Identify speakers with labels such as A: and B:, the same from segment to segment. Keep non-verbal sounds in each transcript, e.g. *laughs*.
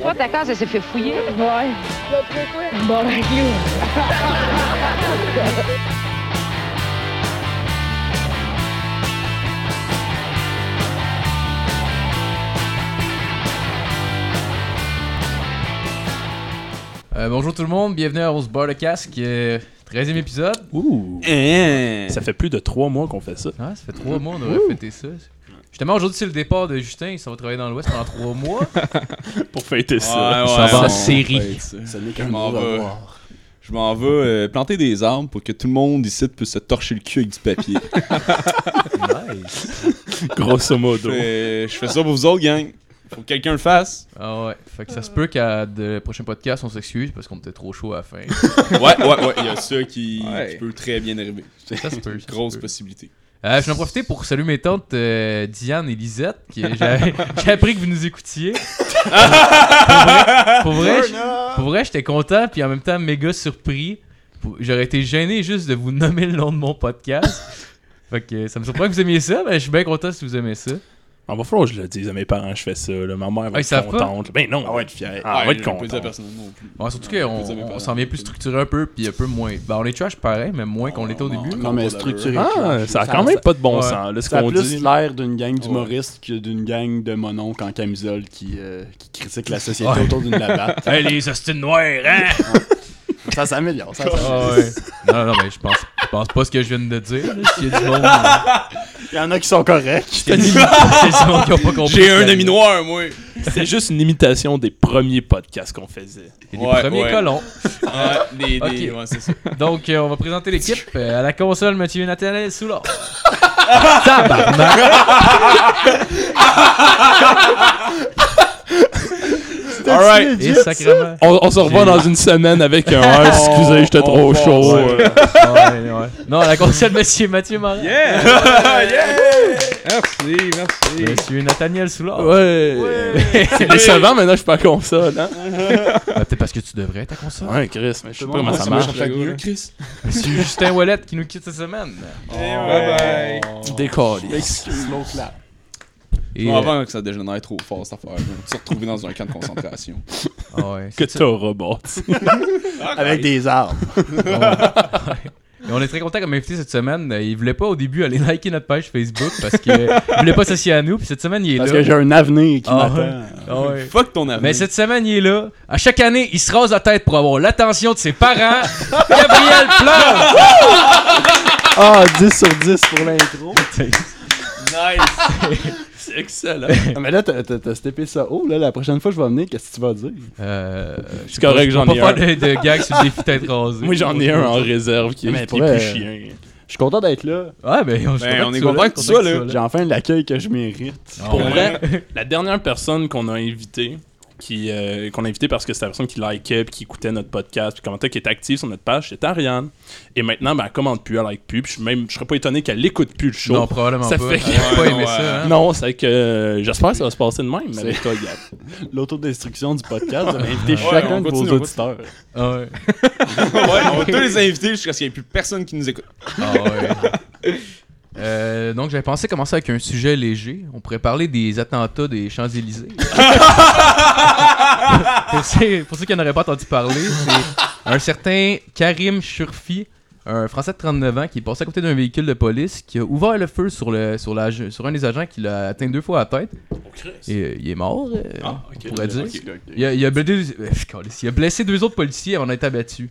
A: Toi, ta case, elle s'est fait fouiller.
B: Ouais. Bon, ben, you.
C: Euh, bonjour tout le monde, bienvenue à Rose Bar le Casque, euh, 13e épisode.
D: Ouh!
E: Hein?
D: Ça fait plus de trois mois qu'on fait ça. *laughs*
C: Ah, ça fait trois mois, on devrait fêter ça. Justement, aujourd'hui, c'est le départ de Justin, il s'en va travailler dans l'Ouest pendant trois mois.
D: Pour fêter
E: Ouais,
D: ça.
E: ouais,
D: ça
E: on
D: va.
C: série.
D: fête ça.
E: Ça n'est qu'un mot à voir. Je m'en vais euh, planter des arbres pour que tout le monde ici puisse se torcher le cul avec du *laughs* papier.
D: *laughs* Grosso
E: je,
D: modo.
E: fais, euh, je fais ça pour vous autres, gang. Faut que quelqu'un le fasse.
C: Ah ouais, fait que ça se peut qu'à le prochain podcast, on s'excuse parce qu'on était trop chaud à la fin.
E: Ouais, ouais, ouais. Il y a ça qui,
D: Ouais.
E: qui peut très bien arriver.
C: Ça se peut, ça se
E: Grosse
C: peut.
E: possibilité.
C: Euh, je vais en profiter pour saluer mes tantes euh, Diane et Lisette. qui- *laughs* J'ai j'ai appris que vous nous écoutiez. pour vrai, pour vrai, je- pour vrai, j'étais content, puis en même temps méga surpris. Pour- J'aurais été gêné juste de vous nommer le nom de mon podcast. fait que ça me surprend que vous aimiez ça, mais je suis bien content si vous aimez ça.
D: On Ah, va falloir que je le dise à mes parents, je fais ça. là. Ma mère
C: Ah,
D: va
C: ils savent
D: être contente. Ben non.
E: Ah ouais, tu fier.
D: Ah, on va être
E: Pas
D: content.
E: dire personnellement non plus.
C: Bon, surtout
E: Ouais,
C: qu'on
E: on peut dire mes
C: on
E: parents.
C: s'en vient plus structuré un peu, puis un peu moins. Ben, on est trash pareil, mais moins qu'on l'était au
E: Non,
C: début.
E: non,
F: Non, mais structuré.
D: Ah,
F: clash.
D: ça a quand même pas de bon
C: Ouais.
D: sens, là, ce
F: Ça a
D: qu'on
F: plus
D: dit.
F: l'air d'une gang d'humoristes que d'une gang de mononcles en camisole qui, euh, qui critique la société autour d'une
C: *laughs*
F: labatte.
C: Hey, les hostines noires, hein!
F: Ça s'améliore, ça s'améliore.
C: Ah ouais. Non, non, mais je pense, je pense pas ce que je viens de dire. là. S'il y a du monde, euh,
F: Il y en a qui sont corrects.
C: c'est
E: *laughs*
C: du monde qui a pas compris.
E: J'ai un ami noir, moi.
D: C'est juste une imitation des premiers podcasts qu'on faisait.
C: Les
E: Ouais,
C: premiers
E: ouais.
C: colons.
E: Ah, des,
C: Ok.
E: des- ouais, c'est ça.
C: Donc, euh, on va présenter
E: *laughs*
C: l'équipe. Euh, à la console, Mathieu Nathaniel Soulard.
E: All right.
C: Et
E: *laughs*
C: sacrément.
D: On, on se revoit dans une semaine avec *laughs* un Ah, excusez, j'étais
E: On-
D: trop
E: on pense,
D: chaud.
E: ouais.
D: euh.
C: Ouais, ouais. Non, à la console, monsieur Mathieu Morin.
E: Yeah! *laughs* yeah!
G: Merci, merci.
C: Monsieur Nathaniel Soulard.
D: Ouais. C'est décevant, maintenant je suis pas console. Hein?
C: Ah, Peut-être parce que tu devrais ta console.
D: Ouais, Chris, mais je sais pas
F: Moi,
D: comment ça
F: ça
D: marche.
F: marche. Fait mieux,
E: Chris.
C: Monsieur Justin Wallet qui nous quitte cette semaine.
E: Bye bye.
D: Décalisse.
F: Slow clap.
C: Et,
E: Je me
C: euh,
E: rappelle que ça dégénère trop fort cette affaire. On s'est retrouvé dans un camp de concentration.
C: ah ouais,
D: Que
C: c'est ça.
D: t'auras bâti.
F: Avec des arbres.
C: Et on est très content comme invité cette semaine. Euh, Il voulait pas au début aller *laughs* liker notre page Facebook parce que euh, il voulait pas s'associer à nous. Puis cette semaine, il est
F: Parce
C: là.
F: que j'ai un avenir qui
C: Ah,
F: m'attend.
C: Ah ouais.
E: Fuck ton avenir.
C: Mais cette semaine, il est là. À chaque année, il se rase la tête pour avoir l'attention de ses parents. *laughs* Gabriel
D: *laughs*
C: pleure.
F: Ah, 10 sur 10 pour l'intro.
D: C'est excellent.
F: Ah, mais là, t'as- t'as t'as steppé ça haut. Là, la prochaine fois que je vais venir, qu'est-ce que tu vas dire?
C: Euh,
D: C'est correct,
C: je peux
D: j'en
C: pas faire
D: ai
C: de, de gag sur le défi d'être rasé.
D: Moi j'en ai un en réserve qui est,
F: Mais
D: qui est
F: pour, euh,
D: plus chien.
F: Je suis content d'être là.
C: Ouais, ben, on, je suis
E: Ben,
C: content
E: on
C: que tu
E: est
C: sois
E: content que tu sois
C: content que
F: J'ai enfin l'accueil que je mérite.
C: Ah,
D: Pour
C: ouais.
D: vrai, la dernière personne qu'on a invitée, qui, euh, qu'on a invitée parce que c'était la personne qui likait, puis qui écoutait notre podcast, puis commentait, qui était active sur notre page, c'était Ariane. Et maintenant, ben, elle commente plus, elle like plus, puis je, suis même, je serais pas étonné qu'elle écoute plus le show.
C: Non, probablement
D: Ça
C: pas.
D: fait-
C: J'ai pas
E: Ouais,
C: aimé
E: ouais.
C: ça. Hein.
D: Non, c'est que euh, j'espère que ça va se passer de même
F: C'est-
D: avec toi, Gab.
F: *laughs* L'autodestruction du podcast, vous avez invité
E: Ouais,
F: chacun
E: on
F: de
E: continue,
F: vos
E: on
F: auditeurs.
C: Ah ouais.
E: ouais, *laughs* on va tous les inviter jusqu'à ce qu'il n'y ait plus personne qui nous écoute.
C: Ah ouais. Euh, donc j'avais pensé commencer avec un sujet léger. On pourrait parler des attentats des Champs-Élysées. pour, ceux, pour ceux qui n'en auraient pas entendu parler, c'est un certain Karim Shurfi, un Français de 39 ans qui est passé à côté d'un véhicule de police qui a ouvert le feu sur, le, sur, la, sur un des agents qui l'a atteint deux fois à la tête. Et euh, il est mort, euh, on pourrait dire. Il a, il a blessé, euh, câlisse, il a blessé deux autres policiers avant d'être abattu.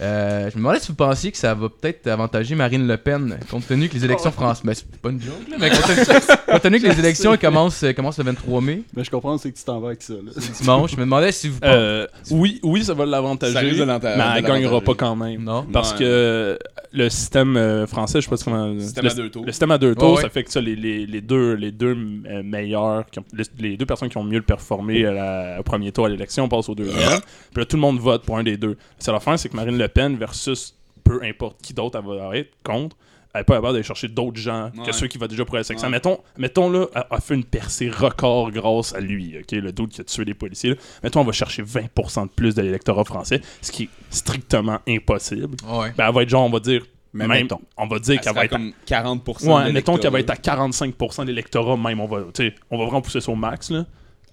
C: Euh, je me demandais si vous pensiez que ça va peut-être avantager Marine Le Pen, compte tenu que les élections françaises. Ben, c'est pas une joke, là, mais compte tenu, compte tenu que les élections elles commencent, elles commencent le 23 mai,
F: Mais je comprends, c'est que tu t'en vas avec ça. Là.
C: dimanche. Je me demandais si vous.
D: Euh, oui, oui, ça va
E: Ça risque
D: l'avantager,
E: de
D: mais
E: l'anta- de
D: elle gagnera
E: l'avantager.
D: pas quand même.
C: Non.
D: Parce
E: Ouais.
D: que le système euh, français, je sais pas si comment.
E: Système
D: le,
E: à deux tours.
D: Le système à deux tours,
C: ouais.
D: ça fait que ça, les, les, les deux, les deux euh, meilleurs, qui ont- les, les deux personnes qui ont mieux performé à la- au premier tour à l'élection passent au deuxième. Puis là, tout le monde vote pour un des deux. C'est l'affaire, c'est que Marine Le Pen versus peu importe qui d'autre elle va être contre. Elle peut avoir d'aller chercher d'autres gens
E: Ouais.
D: que ceux qui votent déjà pour l'élection.
E: Ouais.
D: Mettons, mettons là, elle a fait une percée record grâce à lui, ok, le doute qui a tué les policiers. là. Mettons, on va chercher 20% de plus de l'électorat français, ce qui est strictement impossible.
C: Ouais.
D: Ben, elle va être genre, on va dire.
F: Mais
D: même,
F: mettons.
D: On va dire
E: Ça
D: qu'elle va être.
E: comme 40%.
D: À... Ouais,
E: de
D: mettons qu'elle va être
E: l'électorat.
D: à 45% de l'électorat, même. On va, tu sais, on va vraiment pousser ça au max, là.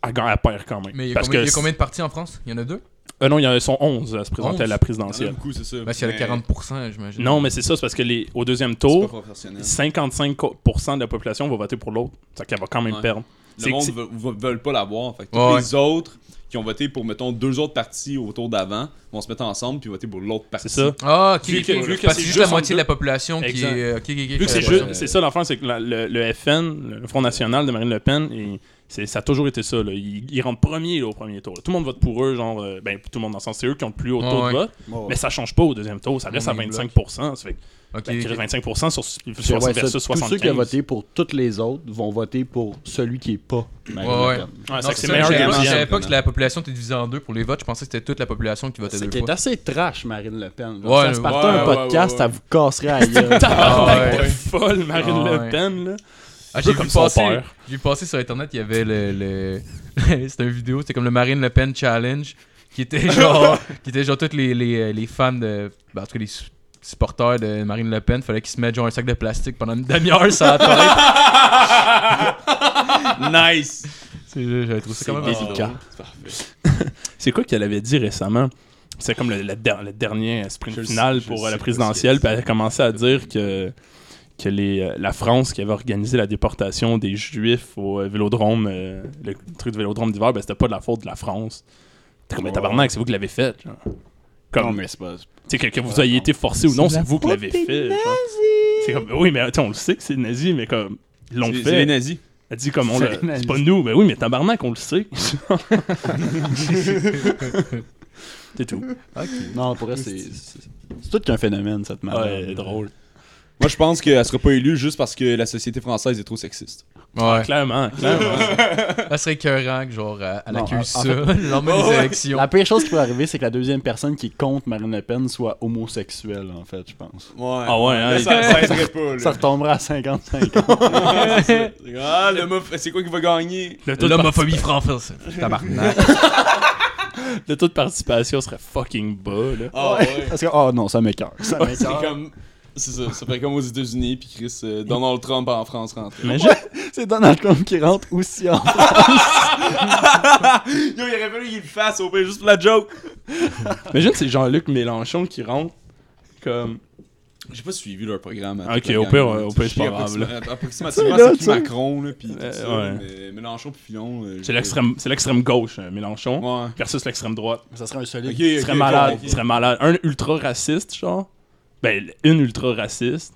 D: elle, gagne- elle perd quand même.
C: Mais il y, a
D: parce
C: combien,
D: que
C: il y a combien de partis en France Il y en a deux
D: euh, non, il y en a- ils sont 11 à se présenter à
C: 11?
D: la présidentielle.
E: beaucoup, c'est ça.
C: Bah, s'il y a
E: Mais
C: le 40%, j'imagine.
D: Non, mais c'est ça, c'est parce que les, au deuxième
E: c'est pas
D: tour,
C: hein.
E: professionnel.
D: 55% de la population va voter pour l'autre. C'est qu'elle va quand même
E: Ouais.
D: perdre.
E: Le
D: c'est-
E: monde
D: c'est-
E: veut- veut- veulent pas l'avoir. Fait que
C: Ouais,
E: tous les autres qui ont voté pour, mettons, deux autres partis autour d'avant vont se mettre ensemble puis voter pour l'autre parti.
D: C'est ça.
C: Ah, ok,
D: Vu
C: ok.
D: que- vu
C: Parce
D: que
C: que
D: c'est
C: c'est juste
D: juste
C: la
D: en
C: moitié de
D: deux.
C: la population qui
D: Exact.
C: est. ok, ok, ok,
D: Vu que
C: je
D: c'est
C: savais
D: juste,
C: pas ça.
D: c'est ça l'enfer, c'est que la- le, le FN, le Front National de Marine Le Pen, il- c'est- ça a toujours été ça. Là. Ils, ils rentrent premiers là, au premier tour. là. Tout le monde vote pour eux, genre, euh, ben, tout le monde dans le sens, c'est eux qui ont le plus haut
C: Ouais,
D: taux
C: ouais.
D: de vote, mais ça change pas au deuxième tour. Ça
C: On
D: reste à
C: est bloc.
D: 25%. Ça fait que,
C: Ok,
D: ben,
C: ok.
D: 25% sur,
F: Parce que, ouais,
D: 60
F: ça,
D: versus
F: Tous ceux
D: 75.
F: qui ont voté pour toutes les autres vont voter pour celui qui est pas. Marine
C: Ouais,
F: Le
C: ouais.
F: Pen.
D: Ouais, c'est
C: Non,
D: que
C: c'est
D: c'est
C: ça,
D: meilleur Ah,
C: je savais
E: gagnant,
C: pas- Je savais
E: simplement.
C: pas que la population était divisée en deux pour les votes. Je pensais que c'était toute la population qui votait
F: C'est
C: deux
F: qui est
C: fois.
F: assez trash, Marine Le Pen.
C: Ouais,
F: Genre, si elle se partait
E: ouais,
F: un
E: ouais,
F: podcast,
E: ouais, ouais.
F: ça vous casserait à gueule.
C: Ah, ouais.
D: T'es folle, Marine
C: Ah, ouais.
D: Le Pen, là.
C: Ah,
D: Un
C: j'ai
D: peu
C: vu
D: comme son
C: passer.
D: père.
C: J'ai vu passer sur internet, il y avait le. le... *laughs* c'était une vidéo, c'était comme le Marine Le Pen Challenge, qui était genre. qui était genre tous les, les, les fans de. ben, en tout cas, les su- supporters de Marine Le Pen, fallait qu'ils se mettent genre un sac de plastique pendant une demi-heure sur la tête.
E: *laughs* Nice!
C: C'est- J'avais trouvé ça quand même. assez
F: délicat.
E: C'est parfait.
D: C'est quoi qu'elle avait dit récemment? C'est comme le, la der- le dernier sprint
E: Je le
D: final
E: sais, je
D: pour
E: sais
D: euh, la
E: pas
D: présidentielle.
E: ce
D: Puis
E: qu'elle
D: elle a commencé à dire que, que les, euh, la France qui avait organisé la déportation des Juifs au euh, vélodrome, euh, le truc du vélodrome d'hiver, ben, c'était pas de la faute de la France. T'es
E: Oh.
D: comme, mais tabarnak, c'est vous qui l'avez fait. genre.
F: Non,
D: Comme,
F: mais c'est pas.
D: tu sais, que, que vous ayez été forcé ou non, c'est vous qui l'avez fait. genre. C'est comme, oui, mais tu sais, on le sait que c'est nazi, mais comme, ils l'ont
E: C'est- C'est les
D: fait.
E: nazis.
D: Elle dit comme, on le-
F: C'est les
D: c'est pas nous, mais oui, mais tabarnak, on le sait. *laughs* c'est tout.
F: Non, pour vrai, c'est. C'est c'est tout qu'un phénomène, cette madame.
D: Ouais, drôle.
E: Moi, je pense qu'elle sera pas élue juste parce que la société française est trop sexiste.
C: Ouais.
D: Clairement, clairement.
C: Ça serait écœurant que genre euh, elle
F: Non,
C: accuse
F: en- en
C: ça le lendemain des élections.
F: La pire chose qui peut arriver, c'est que la deuxième personne qui compte Marine Le Pen soit homosexuelle, en fait, je pense.
E: Ouais.
D: Ah ouais, hein,
E: Là, ça, ça aiderait pas, là.
F: Ça retombera à 50-50.
E: Ah, c'est ça. Ah, l'homof- c'est quoi qui va gagner?
D: le, taux de
C: *laughs* L'homophobie française. Tabarnak.
D: par- le taux de participation serait fucking bas, là.
E: Ah ouais.
F: Parce que, oh non, ça m'écœure. Ça
E: Ouais, C'est
F: m'écoeure.
E: comme. C'est ça, ça fait comme aux États-Unis, puis Chris, euh, Donald Trump en France rentre.
D: Imagine,
F: C'est Donald Trump qui rentre aussi en
E: Yo, il aurait fallu qu'il le fasse au pire juste pour la joke.
D: imagine c'est Jean-Luc Mélenchon qui rentre comme...
E: J'ai pas suivi leur programme.
D: Ok, au pire, euh, au pire, c'est pas grave, là.
E: Approximativement,
F: Tu sais, là,
E: c'est
F: tu
E: qui
F: sais.
E: Macron, là, puis tout
D: Euh,
E: ça,
D: ouais.
E: mais Mélenchon puis Fillon. euh,
D: C'est
E: je-
D: l'extrême c'est l'extrême gauche, euh, Mélenchon,
E: Ouais.
D: versus l'extrême droite.
F: Ça serait un
E: Ok,
F: solide.
E: ok,
D: Il serait
E: ok,
D: malade,
E: ok.
D: il serait malade. Un ultra raciste, genre. Ben, une ultra raciste.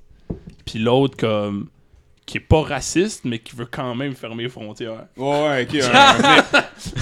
D: Puis l'autre, comme... Qui est pas raciste, mais qui veut quand même fermer les frontières.
E: Ouais, ouais,
D: *laughs*
E: ok. Un, un-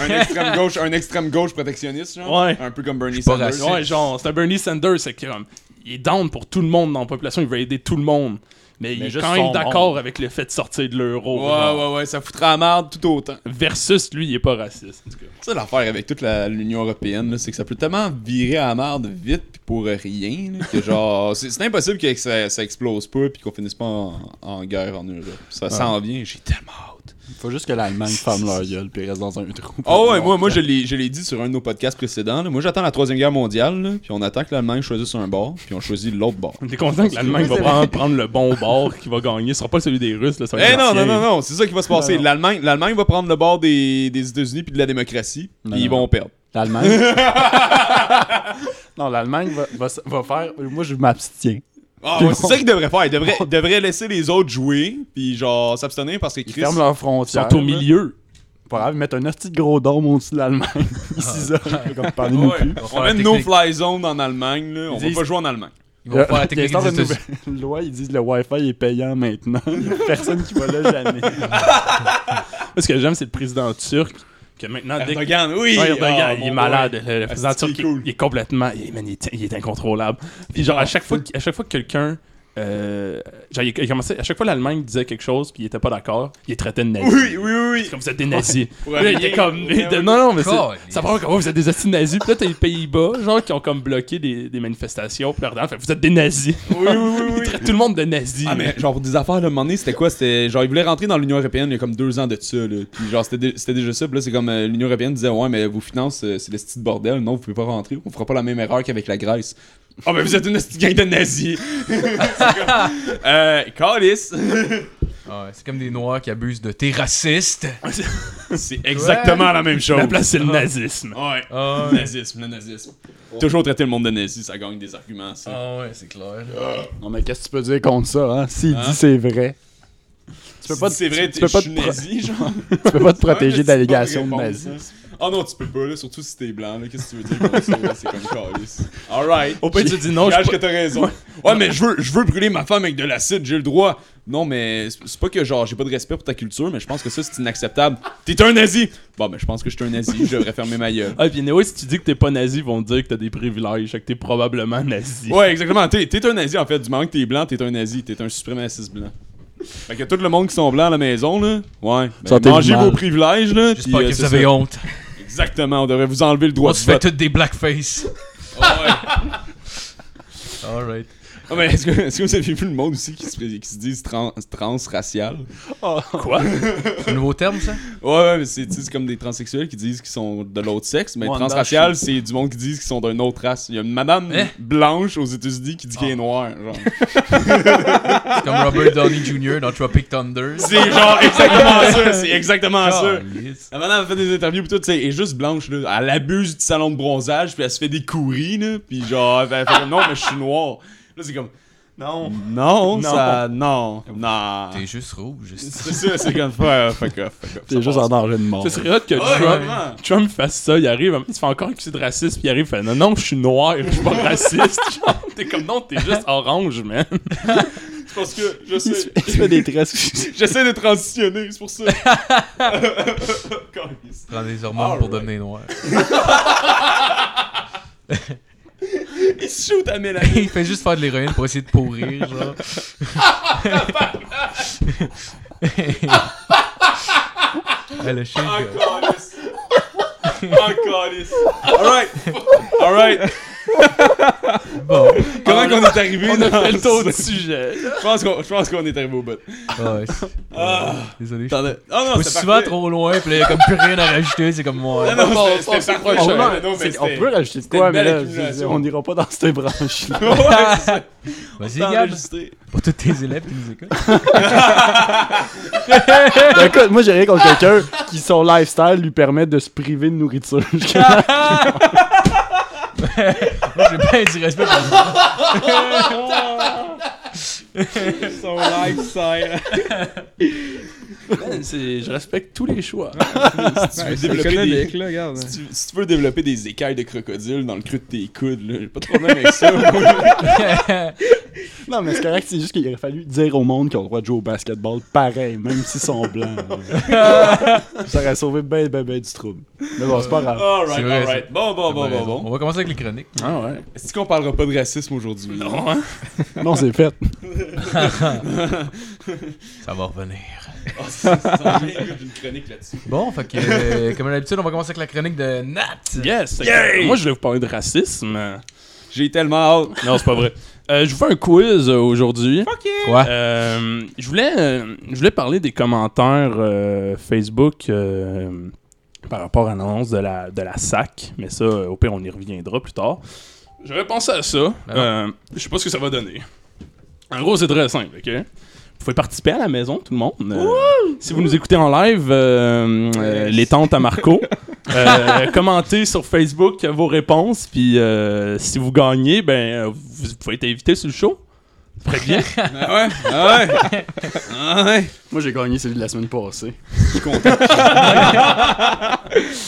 E: un extrême gauche, un extrême gauche protectionniste, genre.
D: Ouais.
E: Un peu comme
C: Je
E: Bernie
C: suis pas
E: Sanders.
C: raciste.
D: Ouais, genre, c'est un Bernie Sanders, c'est que, comme, il est down pour tout le monde dans la population, il veut aider tout le monde. Mais, il est
F: juste
D: quand même
F: son
D: d'accord
F: monde.
D: avec le fait de sortir de l'euro.
E: Ouais,
D: genre.
E: ouais, ouais, ça foutra la merde tout autant.
D: Versus lui, il est pas raciste. en tout cas.
E: Ça, l'affaire avec toute la- l'Union Européenne, là, c'est que ça peut tellement virer à la merde vite pis pour euh, rien, là, *laughs* que genre, c'est c'est impossible que ça, ça explose pas pis qu'on finisse pas en, en guerre en Europe. Ça s'en vient, j'ai tellement hâte.
F: Faut juste
C: *laughs*
F: que l'Allemagne ferme leur gueule puis reste dans un trou.
E: Oh ouais, moi, moi je l'ai je l'ai dit sur un de nos podcasts précédents, là. moi j'attends la troisième guerre mondiale, là, pis on attend que l'Allemagne choisisse un bord, pis on choisit l'autre *laughs* bord.
D: On est content que l'Allemagne va prendre, prendre le bon bord qui va gagner. Ce sera pas celui des Russes, là, ça
E: Eh
D: va être
E: non,
D: l'ancien.
E: non, non, non, c'est ça qui va se passer. L'Allemagne l'Allemagne va prendre le bord des, des États-Unis puis de la démocratie,
F: Non,
E: puis ils
F: non,
E: vont perdre.
F: L'Allemagne. *laughs* non, l'Allemagne va, va, s- va faire. Moi, je m'abstiens.
E: Ah,
F: Ils
E: ouais,
F: vont-
E: c'est ça qu'ils devraient faire. Ils devraient, ils devraient laisser les autres jouer, puis genre s'abstenir parce que
F: Ils
E: Chris.
F: ferment leurs
D: Ils
F: frontières.
D: sont au milieu.
F: Pas grave, ils mettent un petit gros dôme au-dessus
C: *laughs*
F: de l'Allemagne.
C: Ah,
F: Ils s'isolent. Comme parlez-nous
E: Ouais.
F: plus.
E: On met
C: Ils
E: une
C: vont
E: no-fly zone en Allemagne, là. on
F: Ils disent-
E: va pas jouer en Allemagne.
F: Euh,
C: faire la technique
F: ils sortent
C: des
F: une
C: États-Unis.
F: nouvelle loi, ils disent le Wi-Fi est payant maintenant. Il y a personne qui va là jamais.
D: Moi, ce que j'aime, c'est le président turc, que maintenant, dès que-
E: Erdogan, oui!
D: Ouais, Erdogan,
E: Ah,
D: il
E: mon
D: est
E: boy.
D: malade. Le, le président
E: Ah, c'est
D: turc, il,
E: cool.
D: il est complètement. Il, man, il est, il est incontrôlable. Puis, genre, à chaque fois, qu'- à chaque fois que quelqu'un. euh, genre, il, il commençait, à chaque fois, l'Allemagne disait quelque chose, puis il était pas d'accord, il les traitait de nazis.
E: Oui, oui, oui!
D: C'est Comme vous êtes des nazis.
E: *laughs* Pour
D: Là, il
E: rien,
D: était comme.
E: pour
D: il
E: rien.
D: était- non, non, mais c'est.
C: Caliste.
D: Ça prend comme. oh, vous êtes des hosties de nazis. Puis là, t'as les Pays-Bas, genre, qui ont comme bloqué des, des manifestations. Puis là, fait, vous êtes des nazis.
E: Oui, oui, oui,
D: *laughs* Ils
E: oui.
D: traitent tout le monde de nazis.
E: Ah, mais genre pour des affaires, là, à un moment donné, c'était quoi? C'était genre, ils voulaient rentrer dans l'Union Européenne il y a comme deux ans de ça, là. Puis genre, c'était dé- c'était déjà ça. Puis là, c'est comme euh, l'Union Européenne disait, ouais, mais vos finances, euh, c'est le style de bordel. Non, vous pouvez pas rentrer. On fera pas la même erreur qu'avec la Grèce. Ah, *laughs* ben vous êtes une petite gang de nazis! C'est comme, euh, calice!
C: Ah ouais, c'est comme des noirs qui abusent de t'es raciste.
E: C'est
D: Exactement la même chose.
E: oh,
D: La place, c'est le nazisme.
E: Ouais.
C: Ah
E: Le nazisme, le nazisme. Toujours traiter le monde de nazi, ça gagne des arguments, ça.
C: Ah ouais, c'est clair.
F: *laughs* Non, mais qu'est-ce que tu peux dire contre ça, hein? S'il
E: Hein?
F: dit c'est vrai, tu peux pas te-
E: c'est vrai, t'es
F: tu peux pas
E: je suis
F: te pro- *laughs*
E: nazi, genre.
F: tu peux pas te
E: Ouais,
F: protéger
E: mais c'est
F: d'allégations de
E: pas répondre,
F: nazis.
E: ça. Ah non, tu peux pas, là, surtout si t'es blanc, là. Qu'est-ce que tu veux dire? comme ça, là, C'est comme calice. Alright.
D: Au pire, tu dis non, je
E: Gage
D: suis
E: que
D: pas-
E: t'as raison. Ouais, mais je veux, je veux brûler ma femme avec de l'acide, j'ai le droit. Non, mais c'est c'est pas que genre j'ai pas de respect pour ta culture, mais je pense que ça c'est inacceptable. T'es un nazi! Bon, ben je pense que je suis un nazi, je devrais fermer ma gueule.
D: Ah, puis anyway, si tu dis que t'es pas nazi, ils vont te dire que t'as des privilèges, fait que t'es probablement nazi.
E: *laughs* Ouais, exactement. T'es t'es un nazi en fait. Du moment que t'es blanc, t'es un nazi. T'es un suprémaciste blanc. Fait que tout le monde qui sont blancs à la maison, là, ouais. Ben,
F: Sentez-vous
E: mangez
F: mal.
E: vos privilèges, là. puis,
C: J'espère
E: euh,
C: que
E: c'est
C: vous avez
E: ça.
C: honte.
E: Exactement, on devrait vous enlever le droit
C: On
E: de
C: se fait
E: vote.
C: toutes des blackface.
E: Ah
C: Alright.
E: ouais. Ah, mais est-ce que, est-ce que vous avez vu le monde aussi qui se, qui se disent trans, transracial?
D: Quoi?
C: C'est un nouveau terme, ça?
E: Ouais, ouais, mais c'est tu sais, c'est comme des transsexuels qui disent qu'ils sont de l'autre sexe, mais
F: Ouais,
E: transracial, c'est du monde qui disent qu'ils sont d'une autre race. Il y a une madame
C: Hein? Ah.
E: blanche aux États-Unis qui dit qu'elle est noire. Genre.
C: *laughs* C'est
E: *laughs*
C: comme Robert Downey Jr. dans Tropic Thunder. Ah,
E: c'est genre exactement ça, c'est exactement ça.
C: Calice.
E: La madame a fait des interviews pis tout, tu sais, et juste blanche, là. Elle abuse du salon de bronzage puis elle se fait des couris, là. Pis genre, elle fait comme, non, mais je suis noir. Là, c'est comme,
D: Non.
E: non,
D: Non.
E: ça, non, non.
C: T'es juste rouge.
E: C'est ça, c'est comme, fuck fuck off, fuck off.
F: T'es juste en danger de mort. *laughs*
D: Ce serait hot que
E: Ouais,
D: Trump,
E: vraiment.
D: Trump fasse ça, il arrive, il se fait encore accuser de raciste, puis il arrive, il fait non, non, je suis noir, je suis pas raciste. Genre, t'es comme non, t'es juste orange, man.
E: C'est parce que, je
F: Il
E: sais,
F: se fait- il se fait des tresses.
E: j'essaie de transitionner, c'est pour *laughs* ça. Calisse.
C: Prends des hormones pour devenir noir. *laughs*
E: Il se shoot à Mélanie.
C: Il fait juste faire de l'héroïne pour essayer de pourrir,
E: *laughs*
C: genre. Ah, le chien,
E: En
C: gars.
E: calisse. En calisse. Alright, alright.
C: Bon.
E: Comment qu'on est arrivé
D: On a
E: dans
D: fait *laughs* le tour
E: ça?
D: du sujet.
E: Je pense qu'on- je pense qu'on est arrivé au bout.
C: Ouais, c'est-
E: Ah.
C: Désolé. Je
E: Attendez. Ah non,
C: pousse
E: c'est
C: souvent
E: parfait.
C: trop loin, pis là, y a comme plus rien à rajouter, c'est comme moi.
E: Ah non,
D: Bon,
E: c'était- c'était
D: c'est
E: parfait.
D: prochain.
E: Ouais, mais
F: On
E: non, mais
F: c'est- on
E: c'était- *laughs*
F: *laughs* peut rajouter de
E: c'était
F: quoi,
E: une
F: mais
E: belle
F: là, je veux dire,
E: accumulation.
F: on n'ira pas dans cette branche *laughs* là.
E: Ouais, c'est
C: Vas-y,
E: ça,
C: Gab,
E: enregistré.
C: pour tous tes élèves qui nous écoutent.
F: Ben, écoute, moi j'ai rien contre quelqu'un qui son lifestyle lui permet de se priver de nourriture. *laughs* Ah!
C: Moi, j'ai bien du respect pour
E: Ah,
C: ça.
G: Son lifestyle.
D: Man, c'est- je respecte tous les choix.
E: Si tu
G: Ouais,
E: veux
G: C'est
E: développer
G: économique,
E: des-
G: là, regarde.
E: si tu- si tu veux développer des écailles de crocodile dans le creux de tes coudes, là, j'ai pas de problème avec ça. moi.
F: non, mais c'est correct, c'est juste qu'il aurait fallu dire au monde qu'ils ont le droit de jouer au basketball pareil, même s'ils sont blancs. *laughs* là. ça aurait sauvé ben, ben, ben du trouble. Mais bon, c'est pas grave.
C: C'est
E: Alright,
C: vrai,
E: alright. Bon, bon, bon, bon,
C: On
E: bon.
C: va commencer avec les chroniques.
D: Ah ouais.
E: Est-ce qu'on parlera pas de racisme aujourd'hui? Non, hein?
F: Non, c'est fait.
C: Ça va revenir.
E: ça Ah, ça vient écoute, d'une chronique là-dessus.
C: Bon, fait que, euh, comme d'habitude, on va commencer avec la chronique de Nat.
D: Yes.
E: Yay!
D: Moi, je voulais vous parler de racisme.
E: J'ai tellement hâte.
D: Non, c'est pas vrai. Euh, je vous fais un quiz euh, aujourd'hui.
C: Quoi?
D: Euh, je voulais, euh, je voulais parler des commentaires euh, Facebook euh, par rapport à l'annonce de la, de la SAC, mais ça, euh, au pire, on y reviendra plus tard. J'avais pensé à ça.
C: Ben non.
D: Euh, je sais pas ce que ça va donner. En gros, c'est très simple, ok? Vous pouvez participer à la maison, tout le monde. Euh, si vous nous écoutez en live, euh, euh, les tentes
C: *laughs*
D: à Marco. Euh, commentez sur Facebook vos réponses, puis euh, si vous gagnez, ben euh, vous pouvez être invité sur le show. Très bien.
E: Ah ouais, ah ouais. Ah ouais.
F: Moi j'ai gagné celui de la semaine passée.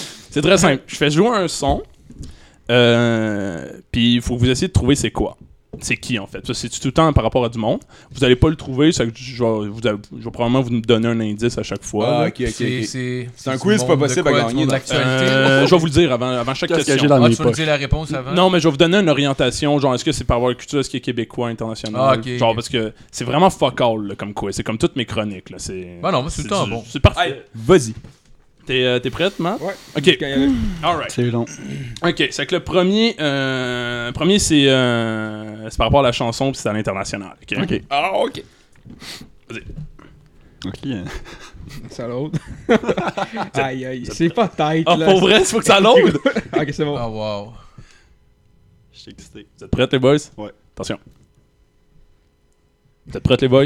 D: *laughs* C'est très simple. Je fais jouer un son, euh, puis il faut que vous essayiez de trouver c'est quoi. C'est qui en fait. Ça, C'est tout le temps par rapport à du monde. Vous n'allez pas le trouver, ça, que je, vais, vous allez- je vais probablement vous donner un indice à chaque fois.
E: Ah,
D: là.
E: ok, ok,
C: C'est-
E: ok.
C: C'est
E: un
C: du
E: quiz
C: monde
E: pas
C: de
E: possible à
C: quoi? Du
E: gagner,
C: monde
E: non.
C: d'actualité?
D: Euh, je vais vous le dire avant, avant chaque
F: Qu'est-ce que j'ai
D: question.
F: dans
C: Ah,
F: mes
C: tu veux me
F: poches?
C: dire la réponse avant?
D: Non, mais je vais vous donner une orientation. Genre, est-ce que c'est par rapport à la culture, est-ce qu'il est québécois, international
C: Ah, ok.
D: Genre, parce que c'est vraiment fuck all là, comme quoi. C'est comme toutes mes chroniques. Là. C'est,
C: Bah non, mais c'est tout le temps
D: du-
C: bon.
D: C'est parfait.
E: Hey, Vas-y.
D: T'es, euh, t'es prête, Matt
G: Ouais.
D: Ok.
G: Quand il y avait-
D: Alright.
F: C'est long.
D: Ok, c'est que le premier, euh, premier c'est euh, c'est par rapport à la chanson, puis c'est à l'international. Ok.
F: Ok.
E: Ah, ok.
F: Ok.
G: Ça l'autre.
E: *laughs*
G: aïe aïe. C'est pas tête
D: Ah,
G: là.
D: pour vrai, faut que ça load.
G: *laughs* Ok, c'est bon.
C: Ah, wow.
F: Je suis excité.
D: Vous êtes prêts, les boys
F: Ouais.
D: Attention. Vous êtes prêts, les boys?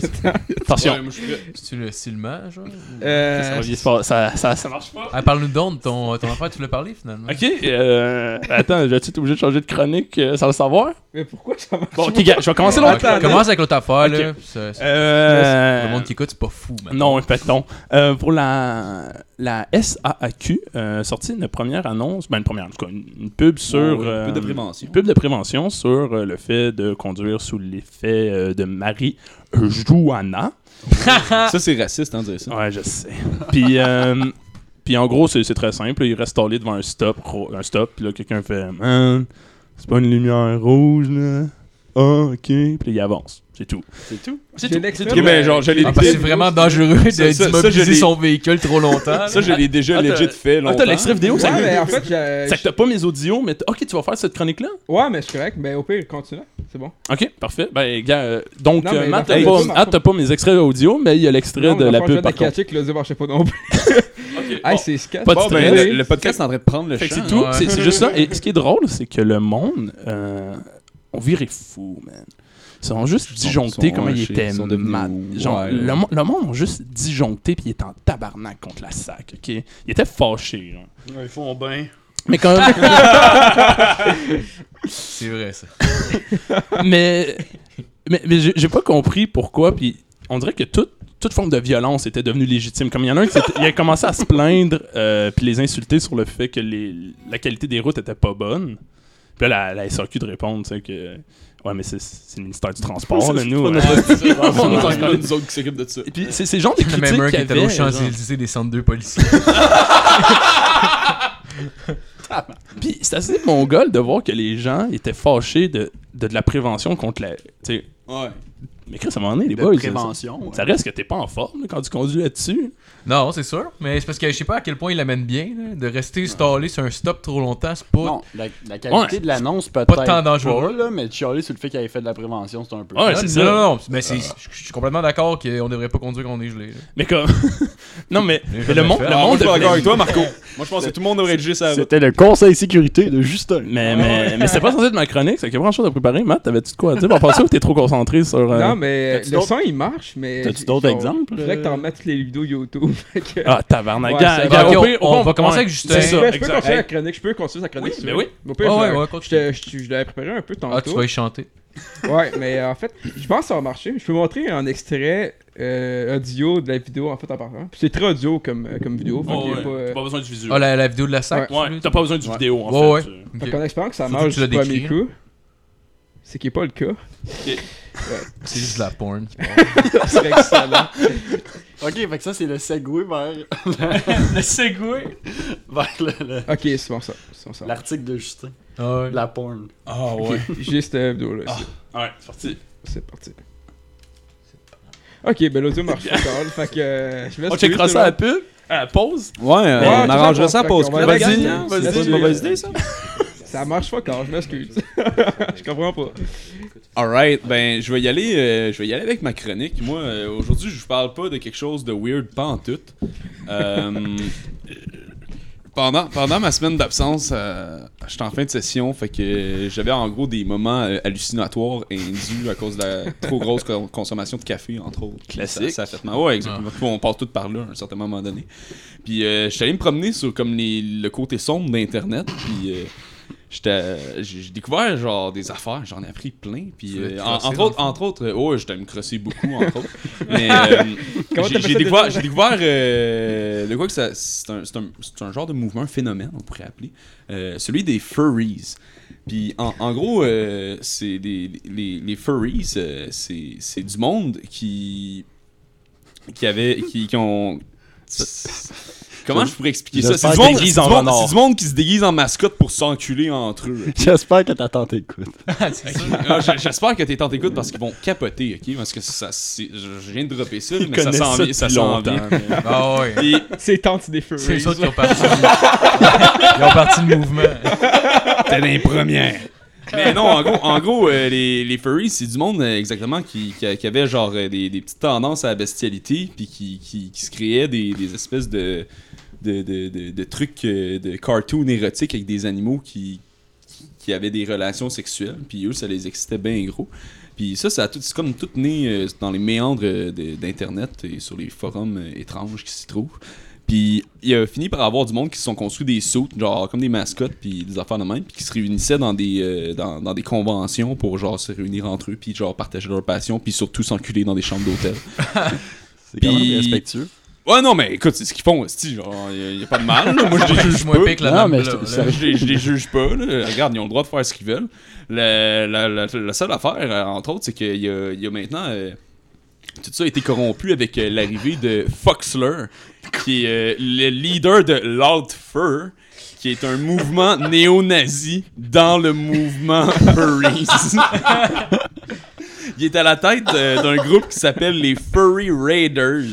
D: Attention.
E: Ouais, moi, je suis prêt.
C: C'est-tu le Silma, genre
D: Ça,
G: Euh,
D: revient fort. ça, ça, ça marche pas.
C: ah, Parle-nous donc, ton, ton enfant, tu voulais parler finalement.
D: Ok, euh, attends, je suis obligé de changer de chronique euh, sans le savoir.
G: mais pourquoi ça marche
D: Bon, ok, gars, je vais commencer
C: Alors,
D: l'autre.
G: Attends,
C: Ah, commence avec l'autre affaire, là.
D: Ok.
C: C'est- c'est-
D: Euh,
C: Le monde qui écoute, c'est pas fou, man.
D: Non, un péton. Euh, pour la, la SAAQ, euh, sortie une première annonce, ben une première, en tout cas, une, une pub sur.
E: Ouais, un peu de
D: euh,
E: prévention.
D: Une pub de prévention sur euh, le fait de conduire sous l'effet euh, de Marie Jouana.
E: Ça, c'est raciste, hein, dire ça.
D: Ouais, je sais. Puis, euh, puis en gros, c'est c'est très simple. Il reste stallé devant un stop. ro- Un stop puis là, quelqu'un fait Man, c'est pas une lumière rouge, là. Ah, ok. Puis il avance. C'est tout.
E: C'est tout.
G: C'est
D: tout,
G: l'extrait.
E: Ok, ben, genre, je l'ai
C: Ah, parce que c'est vraiment dangereux de-
E: Ça, ça, ça, je
C: d'immobiliser
E: l'ai-
C: son véhicule trop
E: *laughs*
C: longtemps.
E: Ça, je l'ai déjà
D: Ah, t'as-
E: legit fait
D: Ah,
E: longtemps.
D: t'as l'extrait vidéo, ça
G: Ouais, mais en fait, j'ai-
D: C'est que t'as pas mes audios, mais t- ok, tu vas faire cette chronique-là.
G: ouais, mais je suis correct. Ben, au pire, continue. C'est bon.
D: Ok, parfait. Ben, gars, euh, donc,
G: Non,
D: euh,
G: mais
D: Matt,
G: dans
D: t'as
G: le
D: pas,
G: fond,
D: ah, t'as pas mes extraits audio, mais il y a l'extrait de la pub par contre.
G: catcher que le je sais pas non plus. Hey, c'est sketch.
D: Pas de
E: Oh. Bon, ben,
D: stress.
E: le, le podcast est en train de prendre le
D: Fait que
E: champ.
D: c'est tout,
C: Ouais.
D: c'est c'est juste ça. Et ce qui est drôle, c'est que le monde, euh, on virait fou, man. Ils sont juste
E: sont-
D: disjonctés
E: sont
D: comment ils
E: hachés,
D: étaient
E: ils sont devenus
D: mad.
E: mous.
D: Genre,
E: Ouais.
D: le, mo- le monde a juste disjoncté puis il est en tabarnak contre la sac, ok? Il était fâché, genre.
F: ils
E: *laughs*
F: font bien.
D: Mais quand même,
C: C'est vrai, ça.
D: mais, mais, mais j'ai j'ai pas compris pourquoi. Puis on dirait que toute toute forme de violence était devenue légitime. Comme il y en a un qui s'était- il a commencé à se plaindre euh, puis les insulter sur le fait que les, la qualité des routes était pas bonne. Puis là, la, la SAQ de répondre, tu sais, que. Ouais, mais c'est c'est le ministère du Transport, là, nous. hein.
E: On est encore une zone qui s'occupe de ça.
D: Et puis c'est c'est le genre de
C: Le même
D: critiques
C: heure
D: qu'il
C: qui
D: y
C: était aux
D: avait. genre.
C: Champs-Élysées des centres deux policiers.
D: Puis c'est assez mongol de voir que les gens étaient fâchés de, de, de la prévention contre la. tu sais,
E: Ouais.
D: mais Chris, à un moment donné, les
F: De
D: boys. Ça,
F: prévention. ouais.
D: ça reste que t'es pas en forme là, quand tu conduis là-dessus.
C: Non, c'est sûr, mais c'est parce que je sais pas à quel point il l'amène bien. là. De rester stallé sur un stop trop longtemps, c'est pas.
F: Non, la, la qualité
D: Ouais.
F: de l'annonce peut-être.
C: Pas tant dangereux.
F: pas, là, mais de chialer sur le fait qu'il avait fait de la prévention, c'est un peu.
D: Ouais,
C: non,
D: c'est
C: non,
D: ça.
C: non, non, mais c'est- je je suis complètement d'accord qu'on devrait pas conduire quand on est gelé. là.
D: Mais comme. *laughs* non, mais,
C: Mais
D: mais
C: je
D: le,
C: le
D: monde,
C: fais.
D: le
E: Ah, moi, je
D: monde.
E: suis pas
D: devenait-
E: d'accord avec toi, Marco. Moi, je pense que tout le monde devrait être juste à
F: C'était le conseil sécurité de Justin.
D: Mais, mais, mais c'était pas censé être ma chronique, c'est qu'il y a pas grand chose à préparer. Matt, t'avais-tu de quoi à dire? Bon, pense que t'es trop concentré sur. euh,
G: Non, mais
F: T'as-tu
G: le
F: d'autres-
G: son, il marche, mais.
F: T'as-tu d'autres
G: genre,
F: exemples?
G: Je voudrais que t'en mettes toutes les vidéos YouTube. *laughs* Fait que-
D: euh? Ah, tabarnak.
G: Ouais,
D: Gars,
G: c'est-
D: gars,
C: Ok,
D: au
C: on-
D: pire- au
C: on
D: pire-
C: va commencer
D: ouais.
C: avec Justin.
D: C'est
G: Je
D: ça,
G: peux- je peux
D: exact.
G: continuer la
D: Hey,
G: chronique, je peux continuer sa chronique. si
D: Ben, mais
G: tu veux. Au pire,
C: Ah ouais,
D: euh,
G: je-
C: ouais,
G: je,
C: continue.
G: te- je- je l'avais préparé un peu tantôt.
C: Ah, tu vas y chanter.
G: Ouais, mais euh, en fait, je pense que ça va marcher. Je peux montrer un extrait euh, audio de la vidéo en fait en partant. Puis c'est très audio comme, euh, comme vidéo. Fait
D: bon,
E: Oh,
G: qu'il y a
D: ouais,
G: pas, euh,
D: T'as pas besoin du visuel.
C: Ah, la, la vidéo de la sac. tu
D: Ouais,
C: veux?
D: t'as pas besoin du
E: Ouais.
D: vidéo, en
C: Ouais,
D: fait.
C: ouais.
D: euh.
C: Ok.
G: Fait qu'on espère que ça
C: Surtout
G: marche
C: que tu
G: du
C: l'as
G: premier
C: décrit,
G: coup. C'est qui est pas le cas.
C: C'est juste de la
E: *laughs*
C: porn. qui part.
G: C'est excellent.
F: Ok, fait que ça, c'est le segway vers,
E: *laughs*
D: Le Segway.
F: vers le- le-
G: ok, c'est bon ça. C'est bon, ça.
F: l'article de Justin.
C: Ah ouais.
F: La porn.
D: Ah, ouais.
G: J'ai cette euh, vidéo là.
D: Ouais, c'est parti.
G: C'est parti. Ok, ben l'audio marche encore. fait que euh, je vais
D: On checkera ça à la pub, à la pause.
E: Ouais, euh,
G: Ouais,
E: on arrangera
G: tout
E: ça
G: ça,
E: à pause.
G: on va
E: Vas-y,
D: regarder.
E: hein,
D: Vas-y.
E: c'est pas une mauvaise idée, ça.
G: Ça marche pas quand je m'excuse. *laughs* je comprends pas.
E: Alright, ben je vais y aller, euh, je vais y aller avec ma chronique. Moi, euh, aujourd'hui, je vous parle pas de quelque chose de weird, pas en tout. Euh, pendant, pendant ma semaine d'absence, euh, j'étais en fin de session, fait que j'avais en gros des moments euh, hallucinatoires induits à cause de la trop grosse con- consommation de café, entre autres.
D: Classique.
E: Ça, ça a fait mal. Ouais,
C: Ah.
E: exactement. On passe tout par là à un certain moment donné. Puis euh, j'étais allé me promener sur comme les- le côté sombre d'Internet, puis... euh, j'étais- J'ai j'ai découvert genre des affaires, j'en ai appris plein. Puis,
C: Tu voulais te
E: euh, en-
C: crosser, dans
E: entre,
C: le
E: autres, entre autres, euh, ouais, j'étais à me crosser beaucoup, entre autres.
G: *laughs*
E: Mais euh,
G: Comment
E: j'ai-
G: t'appelles
E: j'ai
G: ça
E: découvert,
G: déjà?
E: j'ai découvert euh, le quoi que ça, c'est un, c'est un- c'est un genre de mouvement, un phénomène, on pourrait appeler, euh, celui des furries. Puis en, en gros, euh, c'est des- les, les furries, euh, c'est c'est du monde qui qui avait qui, qui ont Comment je pourrais expliquer ça? C'est
F: J'espère
E: du, monde,
F: qu'ils
D: déguisent
E: c'est du
D: en
E: monde-
D: renard.
E: c'est du monde qui se déguise en mascotte pour s'enculer entre eux.
F: J'espère que ta tante écoute.
E: *laughs* Ah, j- J'espère que tes tantes écoutent parce qu'ils vont capoter, ok? Parce que ça, c'est- je je viens de dropper ça, mais ça
D: connaissent
E: s'en
D: ça
E: vient, ça
D: depuis
E: s'en
D: longtemps,
E: vient.
C: Ah ouais.
E: Puis,
G: C'est tente des feux.
C: C'est ça qui ont parti.
E: *laughs*
C: Ils ont parti le mouvement.
E: T'es les premières. Mais non, en gros, en gros euh, les, les furries, c'est du monde euh, exactement qui, qui, qui avait genre euh, des, des petites tendances à la bestialité, puis qui, qui, qui se créait des, des espèces de, de, de, de- de trucs euh, de cartoon érotiques avec des animaux qui, qui, qui, qui avaient des relations sexuelles, puis eux, ça les excitait bien gros. Puis ça, ça a tout, c'est comme tout né euh, dans les méandres euh, de- d'Internet et sur les forums euh, étranges qui s'y trouvent. Puis il a fini par avoir du monde qui se sont construits des sauts, genre comme des mascottes, puis des affaires de même, puis qui se réunissaient dans des, euh, dans, dans des conventions pour genre se réunir entre eux, puis genre partager leur passion, puis surtout s'enculer dans des chambres d'hôtel.
F: C'est quand
E: Puis-
F: même respectueux.
E: Ouais, non, mais écoute, c'est ce qu'ils font, esti, genre, y a, y a pas de mal, là. moi je les juge
C: moins
E: pas.
C: pire que la
F: Non,
C: dame,
F: mais
C: là,
F: c'est-
C: là.
F: c'est-
E: Je les, je les juge pas. là. Regarde, ils ont le droit de faire ce qu'ils veulent. La, la- la- la seule affaire, euh, entre autres, c'est qu'il y a, il y a maintenant. euh, tout ça a été corrompu avec euh, l'arrivée de Foxler, qui est euh, le leader de Loudfur, qui est un mouvement néo-nazi dans le mouvement *laughs* Furries. Il est à la tête euh, d'un groupe qui s'appelle les Furry Raiders.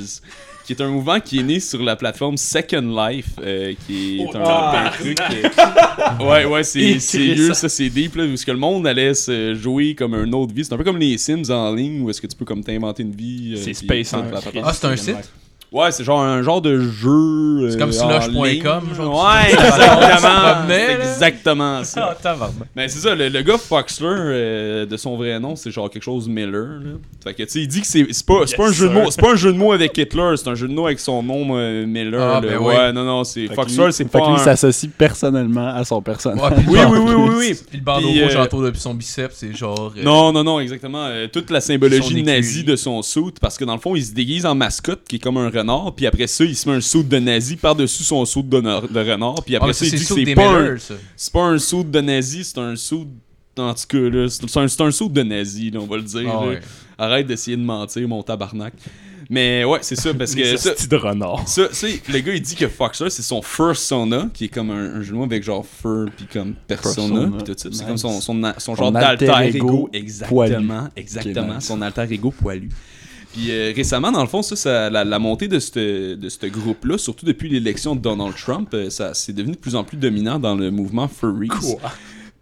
E: Qui est un mouvement qui est né sur la plateforme Second Life, euh, qui est un, un truc. euh, Ouais, ouais, c'est
F: Et
E: c'est
F: Chris.
E: vieux, ça, c'est deep, là, parce que le monde allait se jouer comme un autre vie. C'est un peu comme les Sims en ligne, où est-ce que tu peux comme t'inventer une vie. euh,
D: C'est
E: puis
D: Space
E: toute
D: en
E: la
D: Chris.
E: patente.
C: Ah, c'est un site?
E: Ouais, c'est genre un genre de jeu. euh,
C: C'est comme
E: en
C: slush.com,
E: ligne.
C: genre,
E: Ouais,
C: tu- tu- *laughs* tu te
E: exactement.
C: promenais,
E: C'est
C: là.
E: exactement ça.
C: tabarnak.
E: Mais Ben, c'est ça, le, le gars Foxler, euh, de son vrai nom, c'est genre quelque chose Miller. Là. Fait que tu sais, il dit que c'est c'est pas, c'est pas un
D: Yes,
E: jeu de
D: sir.
E: mots, c'est pas un jeu de mots avec Hitler, c'est un jeu de mots avec son nom euh, Miller.
C: Ah,
E: là.
C: ben
E: ouais,
C: oui.
E: non, non, c'est
F: Fait que
E: Foxler,
F: lui-
E: c'est
F: fait
E: pas
F: que lui, il
E: un.
F: s'associe personnellement à son personnage.
C: Ouais, puis le
E: Oui,
C: bandeau-
E: oui, oui, oui, oui.
C: Puis le bandeau
E: Puis,
C: rouge
E: euh,
C: autour de son biceps, c'est genre. euh,
E: Non, non, non, exactement. Euh, toute la
C: Son
E: symbologie
C: écurie.
E: nazie de son suit, parce que dans le fond, il se déguise en mascotte, qui est comme un renard, puis après ça, il se met un suit de nazi par-dessus son suit de, no- de renard, puis
C: ah,
E: après
C: mais
E: ça,
C: ça,
E: il
C: c'est
E: dit que
C: sûr des
E: c'est pas, un-
C: Millers, ça.
E: c'est pas un suit de nazi, c'est un suit... En tout cas, là, c'est c'est un, c'est un suit de nazi, là, on va le dire.
C: Ah
E: là.
C: ouais.
E: Arrête d'essayer de mentir, mon tabarnak. Mais ouais, c'est ça, parce que...
D: Les
E: ça-
D: hosties de renard.
E: ça, ça, le gars il dit que Foxer c'est son fursona qui est comme un, un jeu de mots avec genre fur puis comme persona
F: Persona.
E: puis tout ça. C'est
F: Nice.
E: comme son, son, a- son
F: Son
E: genre
F: alter
E: d'alter ego,
F: ego
E: exactement,
F: poilu.
E: exactement,
F: Ok, nice.
E: son alter ego poilu. Puis euh, récemment, dans le fond, ça, ça- la, la montée de ce de ce groupe-là, surtout depuis l'élection de Donald Trump, euh, ça c'est devenu de plus en plus dominant dans le mouvement furries.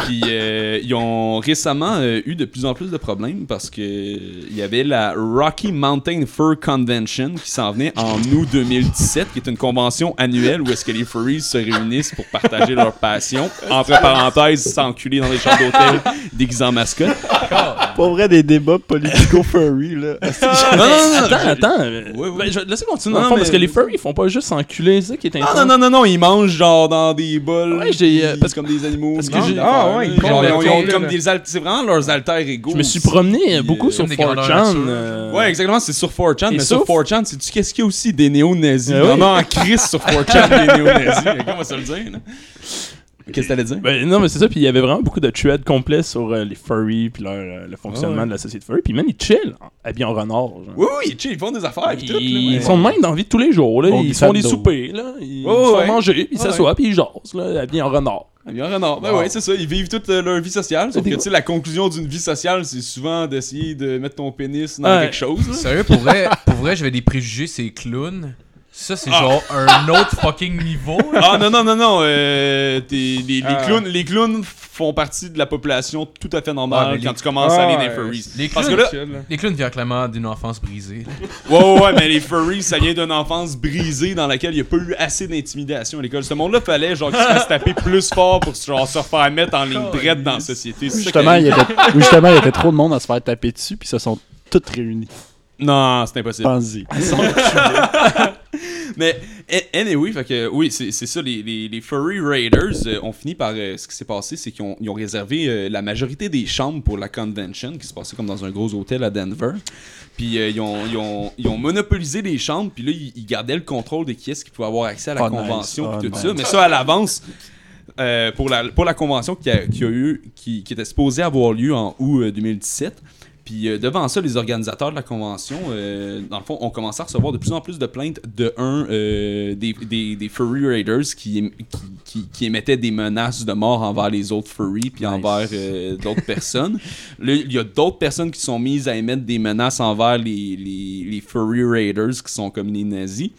E: Puis euh, ils ont récemment euh, eu de plus en plus de problèmes parce que euh, il y avait la Rocky Mountain Fur Convention qui s'en venait en août 2017, qui est une convention annuelle où est-ce que les furries se réunissent pour partager leur passion. Entre parenthèses, s'enculer dans les chambres d'hôtel déguisés en mascotte.
F: Pas vrai des débats politico-furry, là. *laughs*
E: Non, non,
C: Ah,
E: non, non,
D: Attends, attends.
E: oui.
D: Ben, je- laissez continuer dans
E: Non,
D: le fond,
E: mais-
D: parce que les furries, ils font pas juste s'enculer, c'est ça qui
C: Ah,
D: est
E: non,
D: intense.
E: Ah, non, non, non, non, ils mangent genre dans des bols.
D: Ouais, j'ai, euh,
E: puis
D: parce
E: comme des animaux.
D: parce que
E: Non,
D: j'ai-
E: des
G: ah,
E: affaires,
G: ouais,
E: là.
G: ils
E: Genre, ils ont- ils ont
G: mangent,
E: comme
G: là.
E: des al- C'est vraiment leurs alter égaux.
D: Je me suis promené euh,
E: Puis,
D: beaucoup
E: euh,
D: sur
C: des grandeurs
D: 4chan.
C: nature.
D: euh,
E: Ouais, exactement, c'est sur 4chan,
D: Et
E: mais sur
D: sauf-
E: 4chan, c'est-tu qu'est-ce qu'il y a aussi des néo-nazis?
D: Ah oui.
E: Vraiment en crise sur 4chan des
D: *laughs*
E: néo-nazis. Comment ça le dire, là? Qu'est-ce que t'allais dire?
D: Ben, non, mais c'est ça. Puis il y avait vraiment beaucoup de threads complets sur euh, les furries, puis leur, euh, le fonctionnement
E: Ah ouais.
D: de la société furry. Puis même, ils chill, habillés en renard. genre.
E: Oui, oui, tu sais, ils font des affaires pis tout, là.
D: Ils
E: ouais.
D: sont de même dans la vie de tous les jours. Là.
F: Au
D: Ils font des
F: Bissando.
D: soupers, là. ils
E: Ouais,
D: se font
E: ouais.
D: manger, puis ils
E: Ouais,
D: s'assoient, puis ils jasent, là, habillés en renard.
E: Ah, bien, renard. Ben
C: Wow.
E: ouais, c'est ça, ils vivent toute euh, leur vie sociale, sauf que,
D: Des-
E: tu sais, la conclusion d'une vie sociale, c'est souvent d'essayer de mettre ton pénis dans
D: Ouais.
E: quelque chose, là.
C: Sérieux, pour vrai, pour vrai, j'avais des préjugés, c'est clown. Ça, c'est genre un autre fucking niveau. là.
E: Ah non, non, non, non. euh, t'es- les, les
G: Ah.
E: clowns, les clowns font partie de la population tout à fait normale
C: Ouais, mais
E: quand
C: les-
E: tu commences à
G: Ah,
E: aller dans les
G: ouais.
E: furries.
C: Les
E: Parce que
C: clowns,
E: là-
G: Chill, là.
C: les clowns viennent clairement d'une enfance brisée. là.
E: Ouais, ouais, ouais, mais les furries, ça vient d'une enfance brisée dans laquelle il n'y a pas eu assez d'intimidation à l'école. Ce monde-là, fallait genre qu'ils se fassent taper plus fort pour genre, se faire mettre en ligne drette dans la société. C'est ça
F: Justement,
E: qui
F: il y avait, ou justement, il y avait trop de monde à se faire taper dessus, puis ils se sont toutes réunis.
E: arrive. Non, c'est impossible.
F: Pensez.
E: *laughs* Mais a- anyway, fait que, oui, c'est c'est ça, les, les, les Furry Raiders euh, ont fini par. euh, ce qui s'est passé, c'est qu'ils ont, ils ont réservé euh, la majorité des chambres pour la convention, qui se passait comme dans un gros hôtel à Denver. Puis euh, ils, ont, ils, ont, ils ont monopolisé les chambres, puis là, ils, ils gardaient le contrôle de qui est-ce qui pouvait avoir accès à la
F: Oh, nice.
E: convention, puis
F: Oh,
E: tout ça.
F: nice.
E: Mais ça, à l'avance. euh, pour, la, pour la convention qui, a, qui a eu, qui, qui était supposée avoir lieu en août euh, 2017, puis euh, devant ça, les organisateurs de la convention, euh, dans le fond, ont commencé à recevoir de plus en plus de plaintes de un euh, des, des, des furry raiders qui, ém- qui, qui- qui émettaient des menaces de mort envers les autres furries puis envers euh, d'autres personnes. Là, il y a d'autres personnes qui sont mises à émettre des menaces envers les, les, les furry raiders qui sont comme les nazis.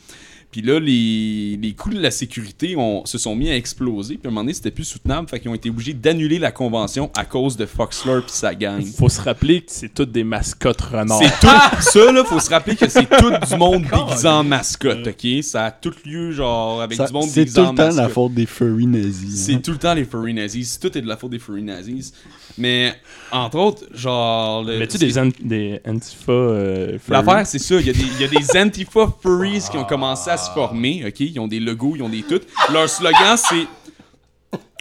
E: Puis là, les, les coûts de la sécurité ont, se sont mis à exploser. Puis à un moment donné, c'était plus soutenable. Fait qu'ils ont été obligés d'annuler la convention à cause de Foxler pis sa gang.
D: Faut se rappeler que c'est toutes des mascottes renards.
E: C'est tout. Ça, là, faut se rappeler que c'est tout du
D: *laughs*
E: monde déguisé en mascotte, ok? Ça a tout lieu, genre, avec
F: Ça-
E: du monde
F: C'est
E: déguisé
F: tout
E: en
F: le temps
E: mascotte.
F: la faute des furry nazis. hein.
E: C'est tout le temps les furry nazis. Tout est de la faute des furry nazis. Mais, entre autres, genre. le-
D: Mets-tu des, an- des Antifa euh, furry?
E: L'affaire, c'est ça. Il y, a des- il y a des Antifa furries qui ont commencé à se former, ok? Ils ont des logos, ils ont des toutes. Leur slogan, c'est.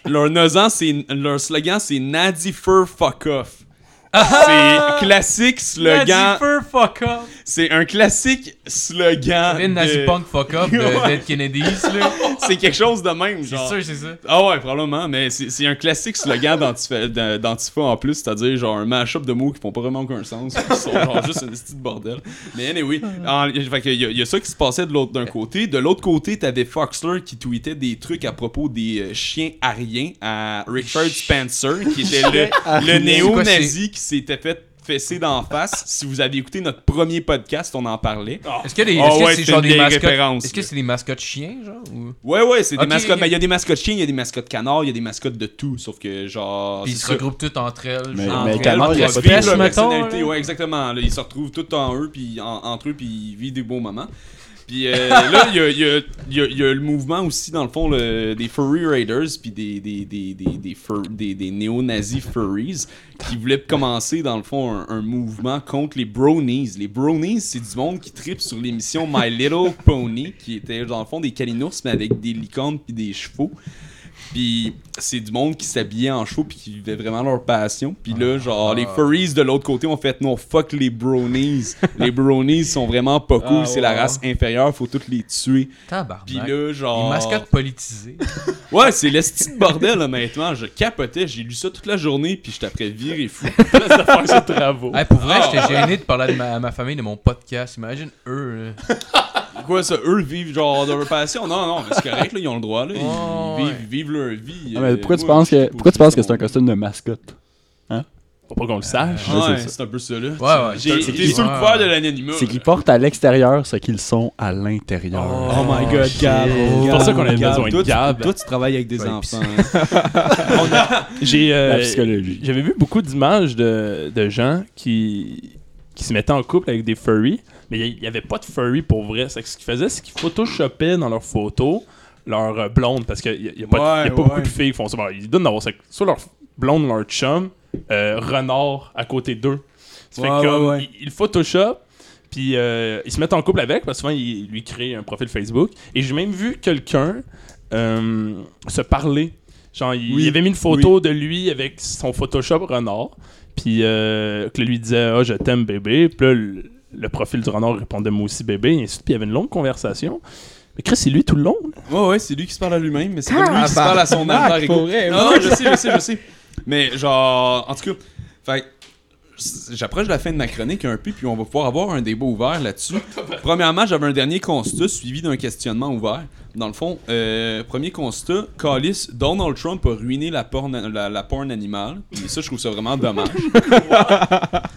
E: Leur, nosant, c'est- leur slogan, c'est Nazi Fur Fuck Off.
D: Ah!
E: C'est classique slogan.
C: fuck off!
E: C'est un classique slogan.
C: Une nazi
E: Ah, de-
C: punk fuck off de
E: Ouais.
C: Dead Kennedys, là.
E: C'est quelque chose de même,
C: C'est
E: genre.
C: sûr, c'est ça.
E: Ah ouais, probablement, mais c'est c'est un classique slogan d'Antifa- d'A- d'Antifa en plus, c'est-à-dire genre un mash-up de mots qui font pas vraiment aucun sens, qui sont
C: *laughs*
E: genre juste une petite bordel. Mais anyway, en- fait que y, a- y a ça qui se passait de l'autre d'un côté. De l'autre côté, t'avais Foxler qui tweetait des trucs à propos des euh, chiens ariens à Richard Spencer, qui était le, le
F: ariens.
E: néo-nazi qui s'était fait fesser d'en face. Si vous avez écouté notre premier podcast, on en parlait.
C: Est-ce que les-
E: Ah
C: est-ce que
E: ouais,
C: c'est
E: c'est
C: genre
E: une
C: des
E: des
C: mascottes?
E: références,
C: Est-ce que
E: là. Ah,
C: c'est des mascottes chiens, genre? Ou...
E: Ouais, ouais, c'est
C: Ok,
E: des mascottes.
C: ok.
E: Mais il y a des mascottes chiens, il y a des mascottes canards, il y a des mascottes de tout. Sauf que, genre.
C: Puis ils
E: c'est
C: se
E: ça. Ah,
C: regroupent toutes entre elles.
F: Mais-
C: genre.
E: Entre
F: mais
E: elles,
F: calme-toi,
E: entre
F: il y a
E: elles,
F: pas de
E: vivent
C: pêche,
E: leur
C: mettons,
E: personnalité.
C: là.
E: Ouais, exactement. Là, ils se retrouvent tout en eux, puis en- entre eux, puis ils vivent des beaux moments. Puis
F: *laughs*
E: euh, là, il y a, il y a- il y a- il y a le mouvement aussi, dans le fond, le- des Furry Raiders, puis des, des, des, des, des, fur- des- des néo-nazis Furries, qui voulaient commencer, dans le fond, un, un mouvement contre les Bronies. Les Bronies, c'est du monde qui tripe sur l'émission My Little Pony, qui était, dans le fond, des calinours, mais avec des licornes puis des chevaux. Puis c'est du monde qui s'habillait en chevaux puis qui vivait vraiment leur passion. Puis
C: Ah.
E: là, genre, les furries de l'autre côté ont fait non, fuck
C: *laughs*
E: les bronies. les bronies sont vraiment pas cool,
G: Ah,
E: c'est
G: ouais,
E: la
G: ouais.
E: race inférieure, faut toutes les tuer.
C: Tabarnak.
E: Puis là, ah. genre.
C: Des mascottes politisées.
E: Ouais, c'est le style bordel, honnêtement. Je capotais, j'ai lu ça toute la journée puis j'étais après viré fou. Plein d'affaires, ça, tra-
D: Bravo.
C: Hey, pour vrai,
E: Ah.
C: j'étais gêné de parler à ma, à ma famille de mon podcast. Imagine eux. là.
E: Quoi, ça, eux vivent genre de leur passion? Non, non, mais c'est correct, là, ils ont le droit, là. Ils,
C: Oh,
E: vivent,
C: ouais.
E: vivent leur vie.
F: Ah, mais
E: Euh,
F: pourquoi tu
E: moi,
F: penses
E: je sais
F: que
E: pas,
F: pourquoi tu penses que
E: mon-
F: c'est un costume de mascotte
D: Faut pas qu'on le sache.
F: Ouais,
E: Ouais,
F: c'est ça.
E: c'est un peu ça, là.
C: Ouais, ouais.
E: J'ai
C: C'est
E: été
C: qui-
E: sous le
C: ouais.
E: couvert de l'anonymat.
F: C'est
E: là.
F: qu'ils portent à l'extérieur ce qu'ils sont à l'intérieur.
E: Oh my god, Gab.
D: C'est pour ça qu'on a besoin de
E: toi, tu-
D: Gab.
E: Toi, tu travailles avec des
C: Ouais,
E: enfants.
D: J'ai. euh,
F: La psychologie.
D: J'avais vu beaucoup d'images de, de gens qui, qui se mettaient en couple avec des furries, mais il n'y avait pas de furries pour vrai. C'est que ce qu'ils faisaient, c'est qu'ils photoshopaient dans leurs photos leur euh, blonde, parce qu'il n'y a, y a pas, de- y a
E: Ouais,
D: pas
E: ouais.
D: beaucoup de filles qui font ça. Bon, ils donnent d'avoir ça- soit leur blonde, leur chum, euh, renard à côté d'eux. Ça fait
E: Ouais,
D: comme,
E: ouais, ouais.
D: Ils, ils photoshopent, puis euh, ils se mettent en couple avec, parce que souvent, ils lui créent un profil Facebook. Et j'ai même vu quelqu'un euh, se parler. Genre, il,
E: Oui,
D: il avait mis une photo de lui avec son Photoshop renard. Puis euh, que lui disait Ah, je t'aime, bébé. Puis là, le, le profil du renard répondait Moi aussi, bébé. Et ensuite, puis il y avait une longue conversation. Mais Chris, c'est Ah, bah, lui tout le long. là.
E: *laughs* Ouais, ouais, c'est lui qui se parle à lui-même, mais c'est pas lui qui se parle à son
G: Tabarnak,
E: alter
G: pour
E: ego.
G: vrai,
E: Non,
G: ouais.
E: non, je sais, je sais, je sais. Mais genre, en tout cas, fait que j'approche de la fin de ma chronique un peu, puis on va pouvoir avoir un débat ouvert là-dessus. *laughs* Premièrement, j'avais un dernier constat suivi d'un questionnement ouvert. Dans le fond, euh, premier constat, Callis, Donald Trump a ruiné la porn, la, la porn animale. Et ça, je trouve ça vraiment
F: *laughs*
E: dommage.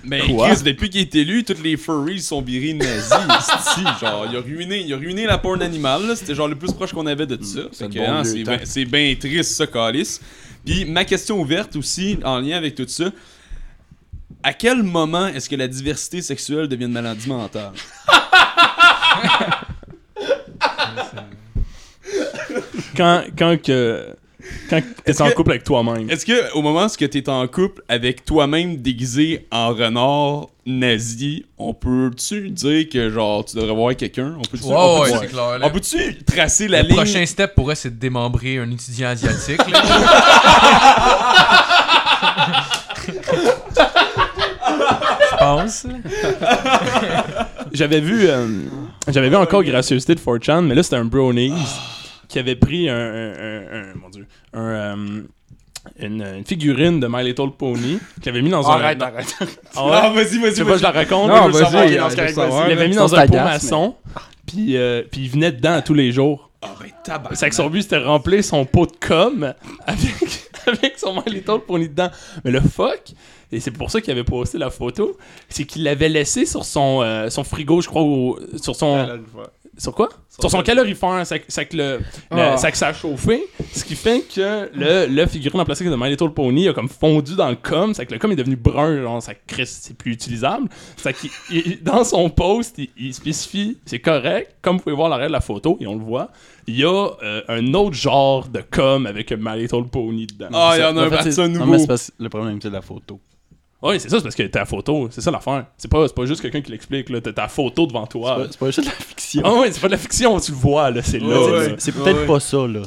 E: Mais Chris, depuis qu'il est élu, toutes les furries sont virés nazis. *laughs* esti. genre, il a ruiné, il a ruiné la porn animale. là. C'était genre le plus proche qu'on avait de ça. Fait que,
F: Mm, le bon
E: hein,
F: vieux
E: C'est
F: temps.
E: ben- c'est bien triste ça, Callis. Puis ma question ouverte aussi, en lien avec tout ça. À quel moment est-ce que la diversité sexuelle devient une maladie mentale?
D: Quand, quand que. Quand t'es
E: Est-ce
D: en
E: que-
D: couple avec toi-même.
E: Est-ce que au moment où tu es en couple avec toi-même déguisé en renard nazi, on peut-tu dire que genre tu devrais voir quelqu'un? On peut-tu
C: Ouais,
E: on
C: ouais,
E: peut-tu-
C: c'est clair. là.
E: on peut-tu tracer la
C: Le
E: ligne?
F: Ah,
C: prochain step pour eux, c'est de démembrer un étudiant asiatique. là. Je pense.
D: *laughs* J'avais vu, euh, j'avais vu encore Gracieuseté de 4chan, mais là c'était un brownies qui avait pris un, un- un- un- mon dieu, un, euh, une, une figurine de My Little Pony qu'il avait mis dans un. dans-
F: arrête.
D: Ah ouais?
E: Ah, vas-y, vas-y,
D: Je sais
E: vas-y.
D: pas, je la raconte.
G: Non,
D: Je veux savoir,
G: vas-y,
D: ok,
G: euh,
D: dans ce
G: je
D: cas,
G: veux
D: vas-y.
G: savoir,
D: il l'avait mis
F: là.
D: dans
F: Ça,
D: un
F: c'est
D: pot
F: agace,
D: maçon, puis euh, puis il venait dedans à tous les jours.
E: Ah ben tabac.
D: C'est que son but c'était de remplir son pot de com avec, *laughs* avec son My Little Pony dedans. Mais le fuck, et c'est pour ça qu'il avait posté la photo, c'est qu'il l'avait laissé sur son, euh, son frigo, je crois, ou sur son. Sur quoi? Sur son calorifère, ça, ça que le, le-
G: Ah.
D: ça que ça a chauffé, ce qui fait que le, le figurine en plastique de My Little Pony a comme fondu dans le com, c'est que le com est devenu brun, genre ça crisse, c'est plus utilisable. C'est qu'il- il- dans son post, il, il spécifie, c'est correct, comme vous pouvez voir à l'arrière de la photo, et on le voit, il y a euh, un autre genre de com avec My Little Pony dedans.
E: Ah, il y en a
F: En
E: un
F: fait,
E: parti
F: c'est-
E: un
F: Non, mais
E: nouveau.
F: c'est parce que le problème, c'est la photo.
D: Oui, c'est ça, c'est parce que ta photo, c'est ça l'affaire. C'est pas, c'est pas juste quelqu'un qui l'explique, là, t'as ta photo devant
E: Ah.
F: C'est
D: toi.
F: pas- C'est pas juste de la fiction.
D: Ah ouais, c'est pas de la fiction, tu le vois, là, c'est là.
E: Ouais,
D: là.
E: ouais.
F: C'est peut-être
E: ouais.
F: pas ça, là.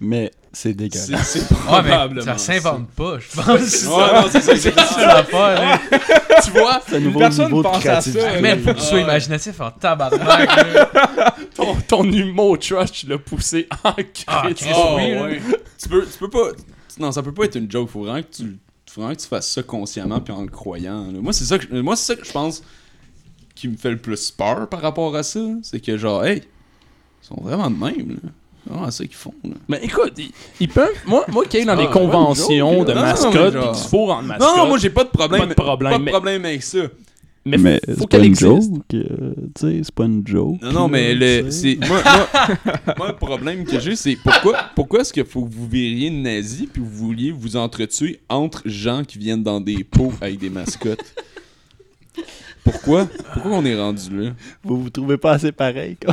F: Mais c'est
E: C'est
F: dégueulasse.
E: c'est
C: Ah, mais
E: probablement
C: ça s'invente pas, je pense.
E: ça.
C: C'est
E: Ouais, non, c'est ça, c'est
C: *laughs*
E: ça.
C: ça l'affaire. hein.
D: tu vois,
F: C'est un nouveau
G: personne
F: niveau de
G: pense à ça,
F: créativité.
C: Man, faut que tu sois
E: Ouais.
C: imaginatif en tabarnak. là.
D: ton, ton humour trash, tu l'as poussé en crise.
C: Ah, Christ,
E: Oh,
C: oui, là.
E: ouais. Tu peux, tu peux pas. Non, ça peut pas être une joke. Faut vraiment que tu, faut vraiment que tu fasses ça consciemment puis en le croyant. là. Moi, c'est ça que, moi, c'est ça que je pense qui me fait le plus peur par rapport à ça. C'est que genre, hey, ils sont vraiment de même. Là. C'est vraiment ça qu'ils font. Là.
D: Mais écoute, ils, ils peuvent. Moi, moi qui est dans
E: Ah,
D: des
E: ouais, une
D: conventions
E: joke,
D: de
E: là. Non, mais
D: mascottes
E: genre-
D: pis du four en mascotte.
E: Non, non, moi, j'ai pas de problème.
D: Pas de problème,
E: pas de
D: mais-
E: problème avec ça.
D: mais, faut qu'elle existe.
F: euh, Tu sais, c'est pas une joke.
E: Non, non, mais le, c'est, moi, moi- moi, le problème que j'ai, c'est pourquoi, pourquoi est-ce que faut que vous verriez nazi puis vous vouliez vous entretuer entre gens qui viennent dans des pots avec des mascottes? Pourquoi? Pourquoi on est rendu là?
F: Vous vous trouvez pas assez pareil, *laughs* quand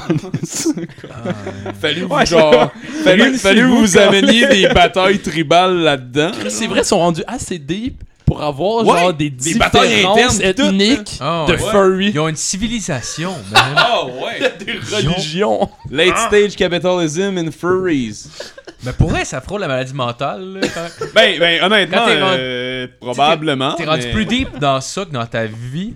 E: Fallu vous, genre, fallu, fallu vous, ameniez des batailles tribales là-dedans.
D: C'est vrai, ils sont rendus assez deep pour avoir
E: Ouais,
D: genre des,
E: des batailles
D: différences
E: internes, tout, hein.
D: ethniques
C: Ah,
D: de
C: ouais.
D: furry.
C: Ils ont une civilisation, man.
E: Oh, ouais! Ah.
D: Religion.
E: *laughs* Late stage capitalism and furries.
C: Mais pour vrai, ça frôle la maladie mentale. là, quand-
E: Ben, ben, honnêtement,
C: Quand t'es rendu-
E: euh, probablement.
C: T'es rendu
E: mais-
C: plus deep dans ça que dans ta vie.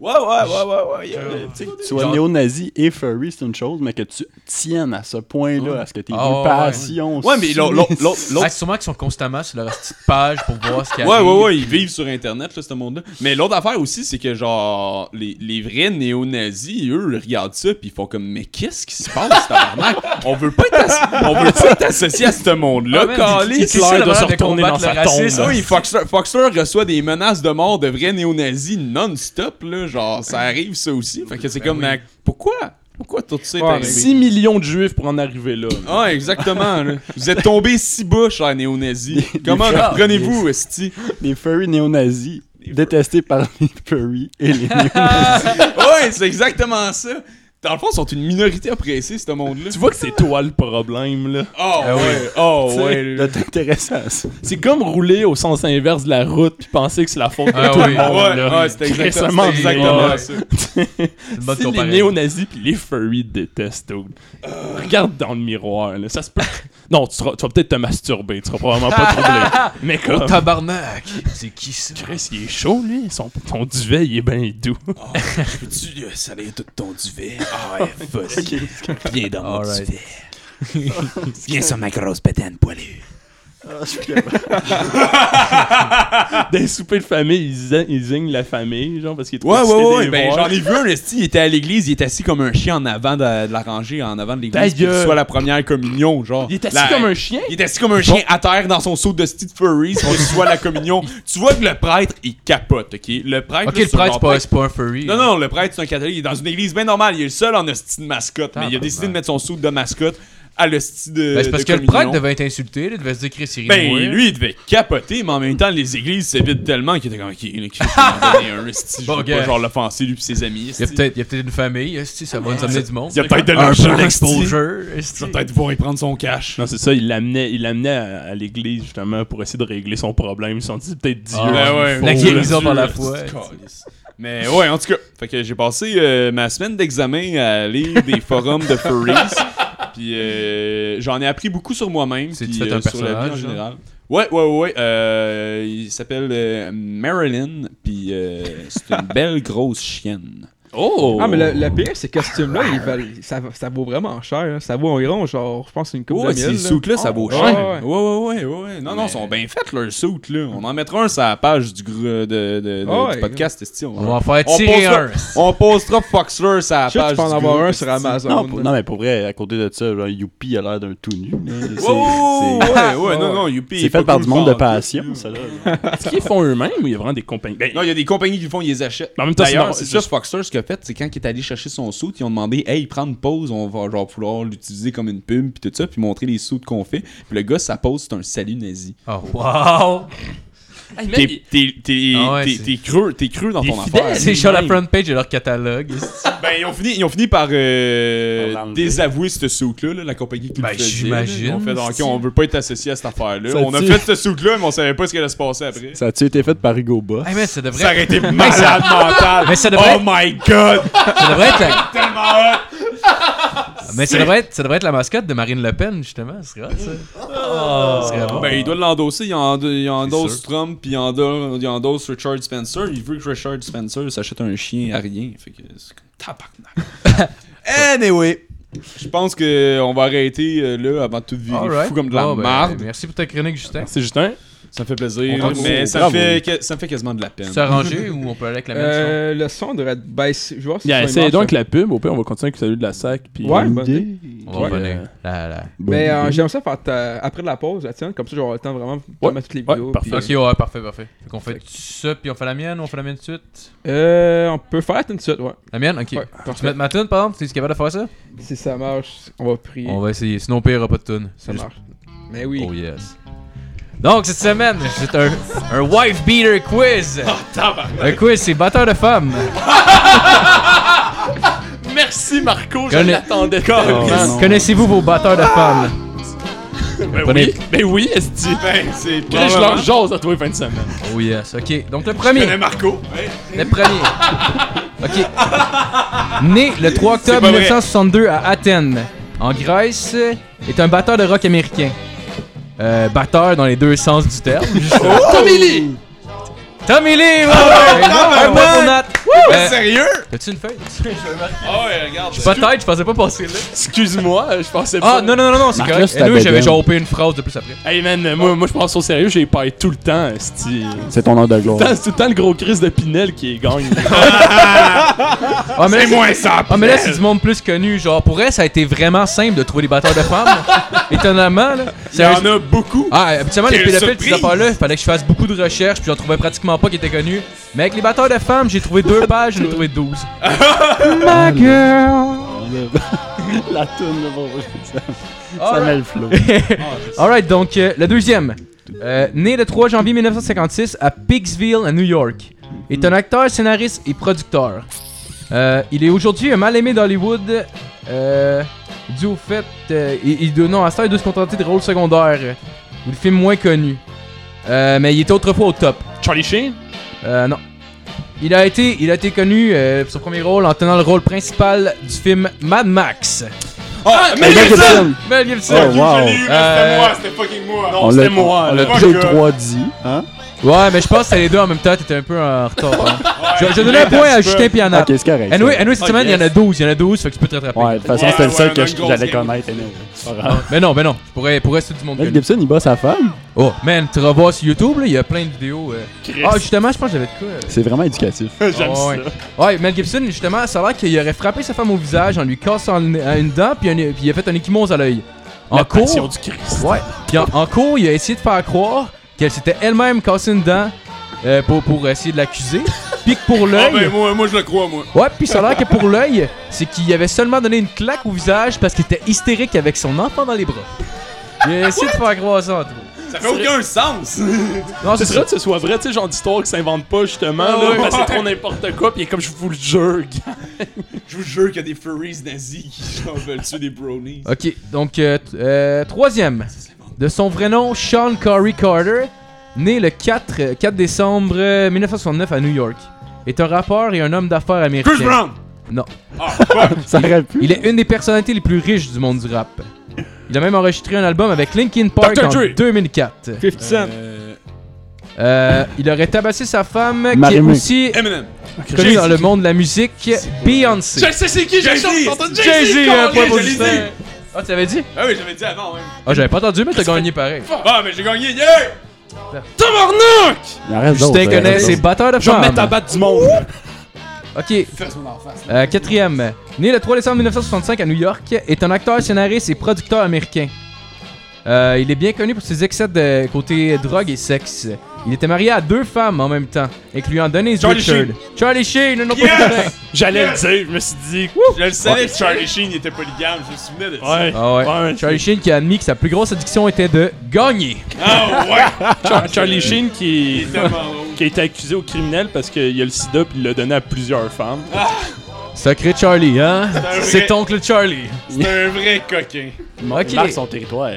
E: Ouais, ouais, ouais, ouais, ouais. yeah.
F: tu sois
C: Genre-
F: néo-nazi et furry, c'est une chose, mais que tu tiennes à ce point-là, à ce que tes
C: Ah,
F: deux
C: ouais.
F: passions
E: Ouais, mais l'autre, l'autre, l'autre- l'autre-
C: Ah, sûrement qu'ils sont constamment sur leur petite page pour voir ce qu'il y a.
E: Ouais, ouais, ouais, ils vivent sur Internet, là, ce monde-là. Mais l'autre affaire aussi, c'est que, genre, les, les vrais néo-nazis, eux, regardent ça, puis ils font comme, mais qu'est-ce qui se passe, tabarnak? On veut pas être, asso- on veut pas être associé à ce monde-là,
C: Ah, man,
E: Carlis.
C: c'est ça, la
D: Hitler doit
C: valeur
D: se
C: de
D: retourner dans
C: combattre
D: sa
C: le racisme.
D: tombe.
E: C'est ça, oui, Foxter, Foxter reçoit des menaces de mort de vrais néo-nazis non-stop, là, genre, ça arrive, ça aussi. Fait que
C: Ben
E: c'est comme, mais pourquoi? Pourquoi tout ça est
G: Ouais,
E: arrivé?
D: 6 millions de juifs pour en arriver là.
E: Ah, exactement, là. Vous êtes tombés si bas, chers néo-nazis.
F: *laughs* Des-
E: Comment
F: des-
E: reprenez-vous, Esti?
F: Les furries néo-nazis, détestés par les furries et
E: *laughs*
F: les néo
E: ouais, c'est exactement ça. Dans le fond, ils sont une minorité oppressée, ce monde-là.
D: Tu vois que c'est toi le problème là.
E: Oh,
C: Ah oui.
E: ouais. Oh, ouais.
F: De t'intéresser à ça.
D: C'est comme rouler au sens inverse de la route puis penser que c'est la faute de
C: Ah
D: tout
C: oui.
D: le monde.
E: Ouais,
D: là.
E: ouais, c'est
D: Récemment,
E: exactement, c'est exactement
D: ouais.
E: ça.
C: C'est une bonne
D: si les
C: comparaison.
D: néo-nazis puis les furries détestent, dude. Regarde dans le miroir, là, ça se peut. non, tu, seras- tu vas peut-être te masturber, tu seras probablement pas troublé. Mais
C: Oh,
D: comme.
C: tabarnak! C'est qui ça?
D: Chris, il est chaud, lui. Son, son duvet, il est bien doux.
E: Ah, Peux-tu euh, saler tout ton duvet?
D: *laughs*
E: Ah ouais, vas-y. Viens dans mon
C: Alright.
E: duvet. Viens sur ma grosse pétane poilue.
D: Des soupers de famille, ils zin- ils zignent la famille, genre, parce qu'il est
E: Ouais,
D: trop excité
E: ouais, ouais.
D: de les
E: Ben,
D: voir.
E: j'en ai vu un, Esti. Il était à l'église, il était assis comme un chien en avant de, de la rangée, en avant de
D: Ta
E: l'église.
D: gueule.
E: Soit la première communion, genre.
D: Il est assis
E: La-
D: comme un chien.
E: Il est assis comme un chien à terre dans son seau de Steve Furries pour qu'il soit à la communion. Tu vois que le prêtre, il capote, ok? Le prêtre,
C: Ok,
E: là,
C: le
E: sur
C: prêtre,
E: leur
C: c'est pas, c'est pas un furry.
E: Non, non, le prêtre, c'est un catholique. Il est dans une église bien normale. Il est le seul en hostie de mascotte. Mais il a décidé de mettre son sou de mascotte à l'hostie de.
C: Ben, c'est parce
E: de
C: que le
E: communion.
C: prêtre devait être insulté, là, il devait se dire Chris, il rit de
E: Ben,
C: moi.
E: lui, il devait capoter, mais en même temps, les églises s'évitent tellement qu'il était comme, ok, là, Chris, je vais m'en donner
C: *laughs*
E: un hostie. Je
C: Bon,
E: veux
C: gars.
E: pas, genre, l'offenser, lui, pis ses amis.
C: Il y a
E: esti.
C: peut-être peut une famille, esti, ça va nous amener du monde.
E: Il y a peut-être de
C: un
E: l'argent,
C: peu
E: esti. Je
C: d'exposure. esti.
E: vais peut-être pouvoir y prendre son cash.
D: Non, c'est ça, il l'amenait, il l'amenait à, à l'église, justement, pour essayer de régler son problème. Ils sont dit, peut-être Dieu.
C: Ah,
E: Ben ouais,
C: La
E: bon,
C: guérison
E: là-dessus,
C: par la
E: là,
C: foi.
E: c'est calice. Mais ouais, en tout cas, fait que j'ai passé euh, ma semaine d'examen à lire des forums de furries. Puis euh, j'en ai appris beaucoup sur moi-même.
C: C'est-
E: puis,
C: tu fais un
E: euh, sur la vie en
C: personnage,
E: général. Ouais, ouais, ouais. ouais, euh, il s'appelle euh, Marilyn. Puis euh, c'est une belle grosse chienne.
D: Oh!
G: Ah, mais le, le pire, c'est que ce costume-là, il valait- ça, va- ça vaut vraiment cher. là. Ça vaut environ, genre, je pense, une coupe
E: Ouais,
G: de mille.
E: ces
G: là.
E: soutes-là, ça vaut
G: Ouais,
E: cher.
G: ouais, ouais.
E: Ouais, ouais, ouais, ouais, ouais. Non, non, ils sont bien faites, leurs soutes, là. On en mettra un sur la page du, gr- de, de- de-
G: Ouais.
E: du podcast, esti, on-
C: On va en faire
E: On
C: tirer
E: postera-
C: un. esti.
E: On postera Foxler sur la
G: Je sais que
E: page.
G: tu peux en
E: du
G: avoir
E: groupe,
G: un sur
E: esti.
G: Amazon.
F: Non, pour- non, mais pour vrai, à côté de ça, genre, Youpi a l'air d'un tout nu. là. C'est-
E: Ouais, ouais,
F: c'est-
E: ouais, ouais, ouais, non, non, Youpi. il
F: C'est
E: est
F: fait
E: pas
F: par
E: cool
F: du monde de
E: en plus.
F: passion, ça, là.
D: Est-ce qu'ils font eux-mêmes ou il y a vraiment des compagnies? Ben,
E: Non, il y a des compagnies qui le font, ils les achètent.
D: en même temps,
E: D'ailleurs,
D: sinon-
E: c'est ça, Foxler, ce que a fait, c'est quand il est allé chercher son saut, ils ont demandé Hey, prends une pause, on va genre vouloir l'utiliser comme une pub, puis tout ça, puis montrer les sauts qu'on fait. Puis le gars, sa pause, c'est un salut nazi.
C: Oh, wow!
E: T'es t'es- t'es-
C: Ah ouais,
E: t'es-
C: c'est-
E: t'es creux, t'es creux dans
D: Il est
E: ton
D: fidèle.
E: affaire.
C: C'est sur la front page de leur catalogue.
E: Ben, ils ont fini, ils ont fini par euh,
D: Par l'enlever.
E: désavouer ce souk-là, là, la compagnie qui
C: Ben,
E: le faisait.
C: j'imagine.
E: là. Ils ont fait, OK, on veut pas être associé à cette affaire-là.
F: Ça
E: On a
F: tue.
E: fait ce souk-là, mais on savait pas ce qui allait se passer après.
F: Ça a-tu été fait par Hugo Boss?
C: Hey, mais ça
E: Ça
C: devrait,
E: aurait été malade mental.
C: Mais ça devrait-
E: oh my
D: *laughs*
E: god!
C: ça devrait être la...
E: Tellement hot!
C: Mais ça devrait, être, ça devrait être la mascotte de Marine Le Pen, justement. Ce serait hot, ça. Ce serait bon.
E: Ben, il doit l'endosser. Il, en- il endosse
C: sûr.
E: Trump, puis il endosse, il endosse Richard Spencer. Il veut que Richard Spencer s'achète un chien à rien. Fait que c'est comme tabarnak. anyway, je pense qu'on va arrêter euh, là avant de tout virer
C: Alright.
E: fou comme de la
C: Bon, ben,
E: marde.
C: merci pour ta chronique, Justin.
D: C'est Justin.
E: Ça me fait
D: On
E: plaisir,
D: va-
E: mais
D: oh,
E: ça me,
F: bravo.
E: fait, que- ça me fait quasiment de la peine.
C: C'est arrangé ou on peut aller avec la même chose?
G: Euh, le son devrait être baissé. Je vais voir si
D: Yeah,
G: ça
D: essayez
G: marche.
D: donc la pub. Au pire, on va continuer avec celui de la sac. Puis
G: Ouais,
F: Bonne
G: bonne
F: idée.
G: idée.
C: On va
D: ouais,
C: revenir.
D: euh,
C: Là, là.
F: Bonne
G: Mais euh,
F: idée.
G: j'aimerais ça faire ta- après la pause, la tienne, comme ça j'aurai le temps vraiment de
D: Ouais,
G: mettre toutes les
D: ouais,
G: vidéos.
D: parfait.
G: puis, euh,
C: Ok, ouais, parfait, parfait. Fait qu'on fait ça, puis on fait la mienne ou on fait la mienne tout de suite?
G: Euh, on peut faire une suite, ouais.
C: La mienne? Ok.
G: Ouais,
C: Tu mets ma tune, par exemple? Tu es capable de faire ça?
G: Si ça marche, on va prier.
C: On va essayer. Sinon, au pire, il n'y aura pas de tune.
G: Ça marche. Mais oui.
C: Oh yes. Donc cette semaine, c'est un, un wife beater quiz. un quiz, c'est batteur de femmes.
D: Merci Marco,
C: Conna-
D: l'attendais
F: Oh,
D: tellement.
F: non.
C: Connaissez-vous vos batteurs de femmes
D: Ben
C: Prenez-
D: oui, ben oui, Esti.
E: Ben, c'est
D: Chris, je
E: probablement-
D: leur jase à toi les fins de
E: *laughs*
D: semaine.
C: Oh yes. Ok. Donc le premier,
E: Marco. Hey,
C: le premier. Ok. Né le 3 octobre
E: pas vrai.
C: 1962 à Athènes, en Grèce, est un batteur de rock américain. Euh, batteur dans les deux sens du terme. justement.
D: Tommy Lee!
C: Tommy Lee, Ah, ouais, un
E: ouais,
C: point pour
E: ouais.
C: Nat. Euh,
E: sérieux?
C: As-tu une *laughs* feuille?
E: Oh, ouais, regarde.
C: Peut-être, je pensais pas passer là.
D: Excuse-moi, je pensais pas.
C: Ah non non non non c'est
F: Marc, là,
C: correct.
F: c'est
C: Et
F: ta
C: nous j'avais
F: bedaine.
C: genre opé une phrase de plus après.
D: Hey man, moi, moi je pense au sérieux, j'ai paille tout le temps, Esti.
F: C'est ton heure de
E: Oh.
F: gloire.
D: Putain, C'est tout le temps le gros Chris de Pinel qui
E: *laughs*
D: gagne.
C: Ah mais là, c'est-
E: moins ça.
C: ah, mais là, c'est du monde plus connu genre pour elle ça a été vraiment simple de trouver des batteurs de *laughs* femmes. Étonnamment là.
E: Il y en
C: Sérieux-
E: a beaucoup.
C: Ah habituellement les
E: Quelle
C: pédophiles
E: surprise!
C: ces affaires là fallait que je fasse beaucoup de recherches puis j'en trouvais pratiquement pas qui étaient connus. Mais avec les batteurs de femmes j'ai trouvé deux pages j'en ai trouvé 12. Ma girl.
F: *laughs* La toune, là, bon, ça, ça
C: Alright.
F: met
C: *laughs*
F: le flow.
C: Alright donc euh, le deuxième. Euh, né le 3 janvier 1956 à Pigsville à New York. est un acteur, scénariste et producteur. Euh, il est aujourd'hui un mal-aimé d'Hollywood euh, dû au fait... euh, il, il doit- non, à ça, il doit se contenter de rôles secondaires ou de films moins connus. Euh, mais il était autrefois au top.
D: Charlie Sheen?
C: Euh, non. Il a été, il a été connu euh, pour son premier rôle en tenant le rôle principal du film Mad Max.
E: Ah, mais
F: Mel Gibson!
C: Mel Gibson.
F: Oh, wow.
E: C'était
C: Euh,
E: moi, c'était fucking moi.
F: On
E: Non,
F: l'a-
E: c'était moi.
F: On l'a
E: Moi,
F: toujours
E: gars.
F: trois dit, hein?
C: Ouais, mais je pense que les deux en même temps, t'étais un peu en retard. hein. je je donnais un
E: Ouais,
C: point à
E: un petit peu.
C: Justin Piana.
F: Ok, c'est correct.
C: Anyway, anyway, cette
E: Oh,
C: semaine, il y en a
E: yes.
C: 12. Il y en a 12, fait que tu peux te rattraper.
F: Ouais, de toute façon,
E: Ouais,
F: c'était le seul
E: ouais,
F: que
E: on a
F: je-
E: une grosse
F: j'allais
E: game.
F: connaître. anyway. C'est pas grave.
C: Ah, Mais non, mais non, je pourrais, pourrais c'est du monde
F: Mel
C: connu.
F: Gibson, il bat sa femme.
C: Oh, man, tu revois sur YouTube, là, il y a plein de vidéos. euh. Ah, justement, je pense que j'avais de quoi. euh.
F: C'est vraiment éducatif.
D: J'aime
C: Ah,
D: ça.
C: ouais. Ouais, Mel Gibson, justement, ça a l'air qu'il aurait frappé sa femme au visage en lui cassant le nez- euh, une dent, puis, un- puis il a fait un échymose à l'œil. En
D: La passion
C: cours,
D: du Christ.
C: ouais, puis en, en cours, il a essayé de faire croire qu'elle s'était elle-même cassée une dent euh, pour, pour essayer de l'accuser, puis que pour l'œil,
E: Ah, ben, moi, moi, je le crois, moi.
C: ouais, puis ça a l'air que pour l'œil, c'est qu'il avait seulement donné une claque au visage parce qu'il était hystérique avec son enfant dans les bras. Il a essayé de faire croire ça, en tout cas.
E: Ça fait aucun sens.
C: Non,
D: C'est vrai que ce soit vrai, tu sais, genre d'histoire qui s'invente pas justement,
C: Ah
D: là,
E: ouais.
D: parce que c'est trop n'importe quoi, pis comme je vous le jure, gars.
E: *laughs* Je vous jure qu'il y a des furries nazis qui *laughs* genre, veulent tuer des brownies.
C: Ok, donc euh, t- euh, troisième. De son vrai nom, Sean Corey Carter, né le 4, euh, 4 décembre euh, 1969 à New York, est un rappeur et un homme d'affaires américain.
E: Chris Brown!
C: Non.
E: Ah, fuck.
F: Ça aurait pu.
C: Il est une des personnalités les plus riches du monde du rap. Il a même enregistré un album avec Linkin Park
D: Dr.
C: en
D: Dre.
C: 2004.
G: 50 Cent.
E: Euh,
C: Euh, il aurait tabassé sa femme, qui est
F: Marie-Mé.
C: aussi
E: Eminem.
C: connue dans le monde de la musique, Beyoncé.
D: sais c'est qui, j'ai chanté entendu
C: Jay-Z, un point pour
E: je l'ai
C: Justin. Ah, tu l'avais dit?
E: Ah oui, j'avais dit avant, même.
C: Ah, j'avais pas entendu, mais t'as gagné pareil.
E: Bon, Ah, mais j'ai gagné, yeah!
D: Tabarnak! Ah,
F: Il en reste
C: Justin
F: d'autres, euh, il en
C: connaît
F: reste
C: ses
F: d'autres.
C: batteurs de
D: Je vais me
C: femmes.
D: mettre à battre du monde.
C: Ok,
E: Fais-moi en face.
C: Euh, quatrième, né le 3 décembre 1965 à New York, est un acteur, scénariste et producteur américain. Euh, il est bien connu pour ses excès de côté drogue et sexe. Il était marié à deux femmes en même temps, incluant Denise
D: Charlie
C: Richard.
D: Sheen.
C: Charlie Sheen, non, non, pas
D: Yes!
C: Cobain.
D: J'allais le dire, je me suis dit.
E: Je le savais que Charlie Sheen il était polygame, je me souvenais de ça.
D: Ouais.
C: Ah ouais.
D: Ouais,
C: Charlie Sheen qui a admis que sa plus grosse addiction était de gagner.
E: Ah ouais!
D: Char- Charlie Sheen qui,
E: Il est tellement drôle.
D: *laughs* qui a été accusé au criminel parce qu'il a le sida puis il l'a donné à plusieurs femmes.
C: Sacré Charlie, hein?
E: un vrai-
C: C'est oncle Charlie.
E: C'est un vrai coquin.
C: Ok.
F: Marque son territoire.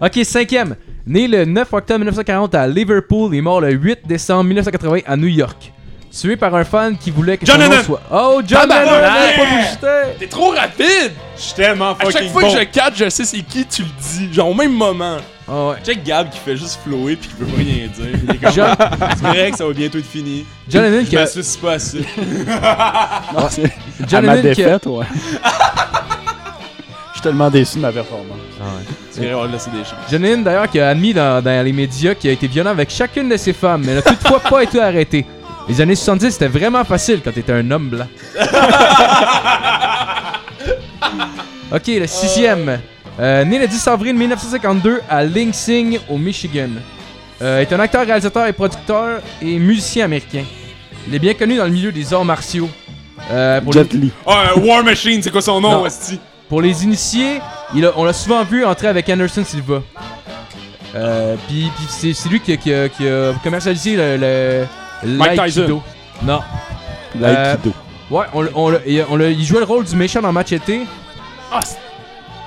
C: Ok, cinquième. Né le 9 octobre 1940 à Liverpool et mort le 8 décembre 1980 à New York. Tué par un fan qui voulait que
D: John
C: son nom
D: Lennon.
C: soit... Oh, John
D: Ah,
C: Lennon!
D: bah,
C: pas
D: ouais.
C: vous jeter.
D: *laughs* T'es trop rapide!
E: Je suis tellement
D: À chaque
E: fucking
D: fois
E: bon.
D: que je catch, je sais c'est qui tu le dis. Genre au même moment.
C: Ah ouais.
E: Check Gab qui fait juste flower pis qui veut rien dire. Il est comme,
C: John,
E: c'est correct, ça va bientôt être fini.
C: John Lennon
E: Je
C: qui a-
E: m'associe pas à ça.
F: Non, c'est- à
C: John
F: ma
C: Lennon qui a-
F: défaite, ouais. Je suis tellement déçu de ma performance.
E: Tu verras, on va le laisser des choses.
C: John Lennon, d'ailleurs, qui a admis dans, dans les médias qu'il a été violent avec chacune de ses femmes, mais n'a toutefois pas été arrêté. Les années 70, c'était vraiment facile quand t'étais un homme blanc. ok, le sixième. Euh, né le 10 avril 1952 à Lansing, au Michigan. Euh, est un acteur, réalisateur et producteur et musicien américain. Il est bien connu dans le milieu des arts martiaux. Euh, pour,
F: Jet
C: les,
F: Li.
E: Ah, euh, War Machine, c'est quoi son nom,
C: Non.
E: Esti?
C: pour les initiés, il a- on l'a souvent vu entrer avec Anderson Silva. Euh, puis puis c'est, c'est lui qui a, qui a- qui a commercialisé le, le-
D: Mike Tyson.
C: l'aïkido. Non. Euh,
F: L'aïkido.
C: Ouais, on, l'a- on l'a- il, on l'a- il jouait le rôle du méchant dans Machete.
D: Ah, c'est-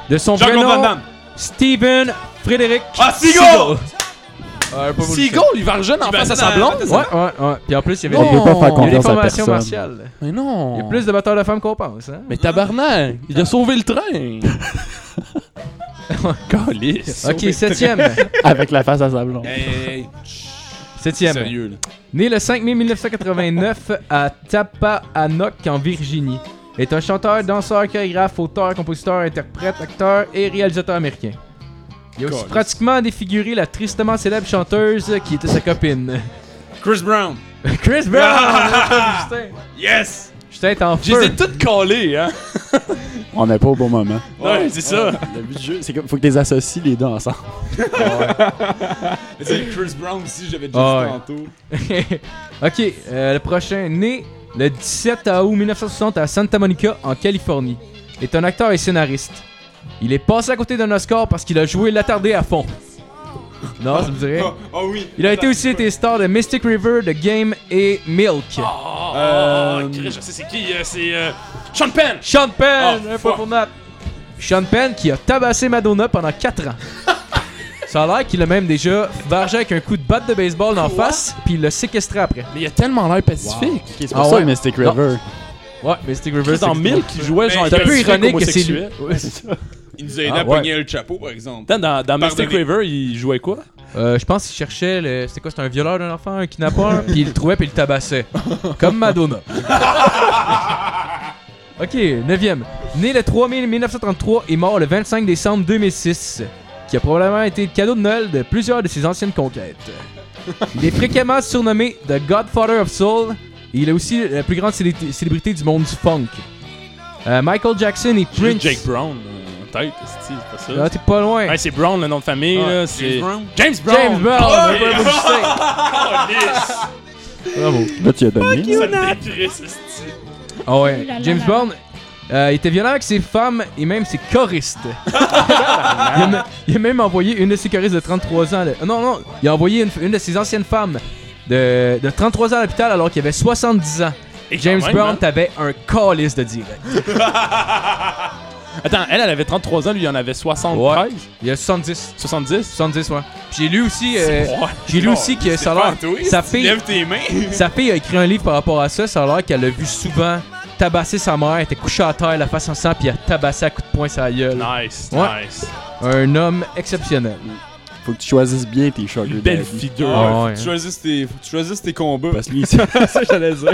C: De son vrai
E: Jean-Claude Van
C: nom,
E: Damme.
C: Steven Frédéric
E: Ah, Seagal!
C: Euh, pas vous le
D: Seagull, il va jeune en
E: Ben,
D: face à
E: ça-
D: sa blonde?
C: faire. Ouais, ouais, ouais. Puis en plus, il y avait
F: On peut pas faire
C: il y a des
F: confiance à
C: formations
F: personne.
C: martiales.
D: Mais non!
C: Il y a plus de batteurs de femmes qu'on pense. Hein?
D: Mais tabarnak! Il a sauvé le train! Calice!
C: Ok, septième.
F: *laughs* Avec la face à sa blonde.
E: Hey,
C: septième.
E: sérieux, là.
C: Né le 5 mai 1989 à Tappahannock, en Virginie. Est un chanteur, danseur, chorégraphe, auteur, compositeur, interprète, acteur et réalisateur américain. Il a aussi
E: Calice.
C: pratiquement défiguré la tristement célèbre chanteuse qui était sa copine. *laughs*
E: Chris Brown.
C: Chris Brown! Justin!
E: Yes!
C: Justin est en
D: Je les
C: feu!
D: ai toutes collées, hein!
F: On n'est pas au bon
C: *laughs*
F: moment.
D: ouais, c'est ça!
F: Le but du jeu, c'est qu'il faut que tu les associes les deux ensemble.
E: Mais C'est Chris Brown aussi, j'avais
C: Ah,
E: déjà
C: ouais.
E: dit
C: *laughs*
E: tantôt.
C: ok, euh, le prochain né le 17 août 1960 à Santa Monica en Californie est un acteur et scénariste. Il est passé à côté d'un Oscar parce qu'il a joué l'attardé à fond. Non, ça me dirait.
E: Ah ah oui.
C: Il a
E: Attends,
C: été aussi été star de Mystic River, de Game et Milk.
D: Oh,
E: Euh,
D: Chris, je sais c'est qui, euh, c'est. euh, Sean Penn!
C: Sean Penn,
E: Oh,
C: un point
E: fuck.
C: pour Nat. Sean Penn qui a tabassé Madonna pendant 4 ans. Ça a l'air qu'il a même déjà vargé avec un coup de batte de baseball en face, puis il l'a séquestré après.
D: Mais il a tellement l'air pacifique!
F: C'est
C: Ah
F: pour ça
C: ouais.
F: le Mystic
C: Non.
F: River.
C: Ouais, Mystic River,
D: Chris dans
C: c'est-
D: Milk, qui jouait genre
E: Mais
C: C'est un peu
D: pacifique
C: ironique que c'est lui.
D: homosexuel.
E: Il nous a aidé
C: Ah,
E: à
C: ouais.
E: pogner le chapeau, par exemple.
D: Attends, dans, dans Mystic
E: Pardonnez.
D: River, il jouait quoi?
C: Euh, je pense qu'il cherchait, le... c'était quoi, c'était un violeur d'un enfant, un kidnappeur, puis il le trouvait puis il le tabassait. Comme Madonna. *laughs* ok, neuvième. Né le 3 mai 1933 et mort le 25 décembre 2006, qui a probablement été le cadeau de Noël de plusieurs de ses anciennes conquêtes. Il est fréquemment surnommé The Godfather of Soul, et il est aussi la plus grande célé- célébrité du monde du funk. Euh, Michael Jackson et
D: Juste
C: Prince...
D: Jake Brown, euh, en tête, c'est c'est pas ça.
C: Ah, t'es pas loin.
D: Ouais, c'est Brown, le nom de famille,
E: Ah,
D: là.
E: James
D: C'est.
E: Brown?
D: James Brown!
C: James Brown!
D: Oh,
C: ouais,
D: yeah. Oh,
C: ouais, ouais, je sais. Bravo.
F: Là, tu as donné.
D: Ça me décrit, ce style.
C: Ah ouais,
B: Ouh là
C: James
B: là.
C: Brown euh, il était violent avec ses femmes et même ses
D: *laughs*
C: choristes. il, a, me- il a même envoyé une de ses choristes de 33 ans. là- Non, non, il a envoyé une, une de ses anciennes femmes de, de 33 ans à l'hôpital alors qu'il avait 70 ans.
D: Et
C: James
D: quand même,
C: Brown,
D: hein.
C: t'avais un calice de direct.
D: hein. Attends, elle, elle avait 33 ans, lui, il en avait 73,
C: Il a 70.
D: 70.
C: 70, ouais. Puis j'ai lu aussi, euh,
D: Ouais.
C: j'ai lu aussi que Ah, ça a l'air- sa fille,
E: Ah, Lève tes mains.
C: sa fille a écrit un livre par rapport à ça. Ça a l'air qu'elle a vu souvent tabasser sa mère, elle était couchée à terre, la face en sang, puis elle tabassé à coups de poing sa gueule.
D: Nice,
C: Ouais.
D: nice.
C: Un homme exceptionnel.
F: Faut que tu choisisses bien tes sugar
D: Une belle
F: daddy.
D: figure.
C: Ah
E: Faut
C: ouais.
E: que tu choisisses tes- faut que tu choisisses tes combats.
F: Parce que lui, c'est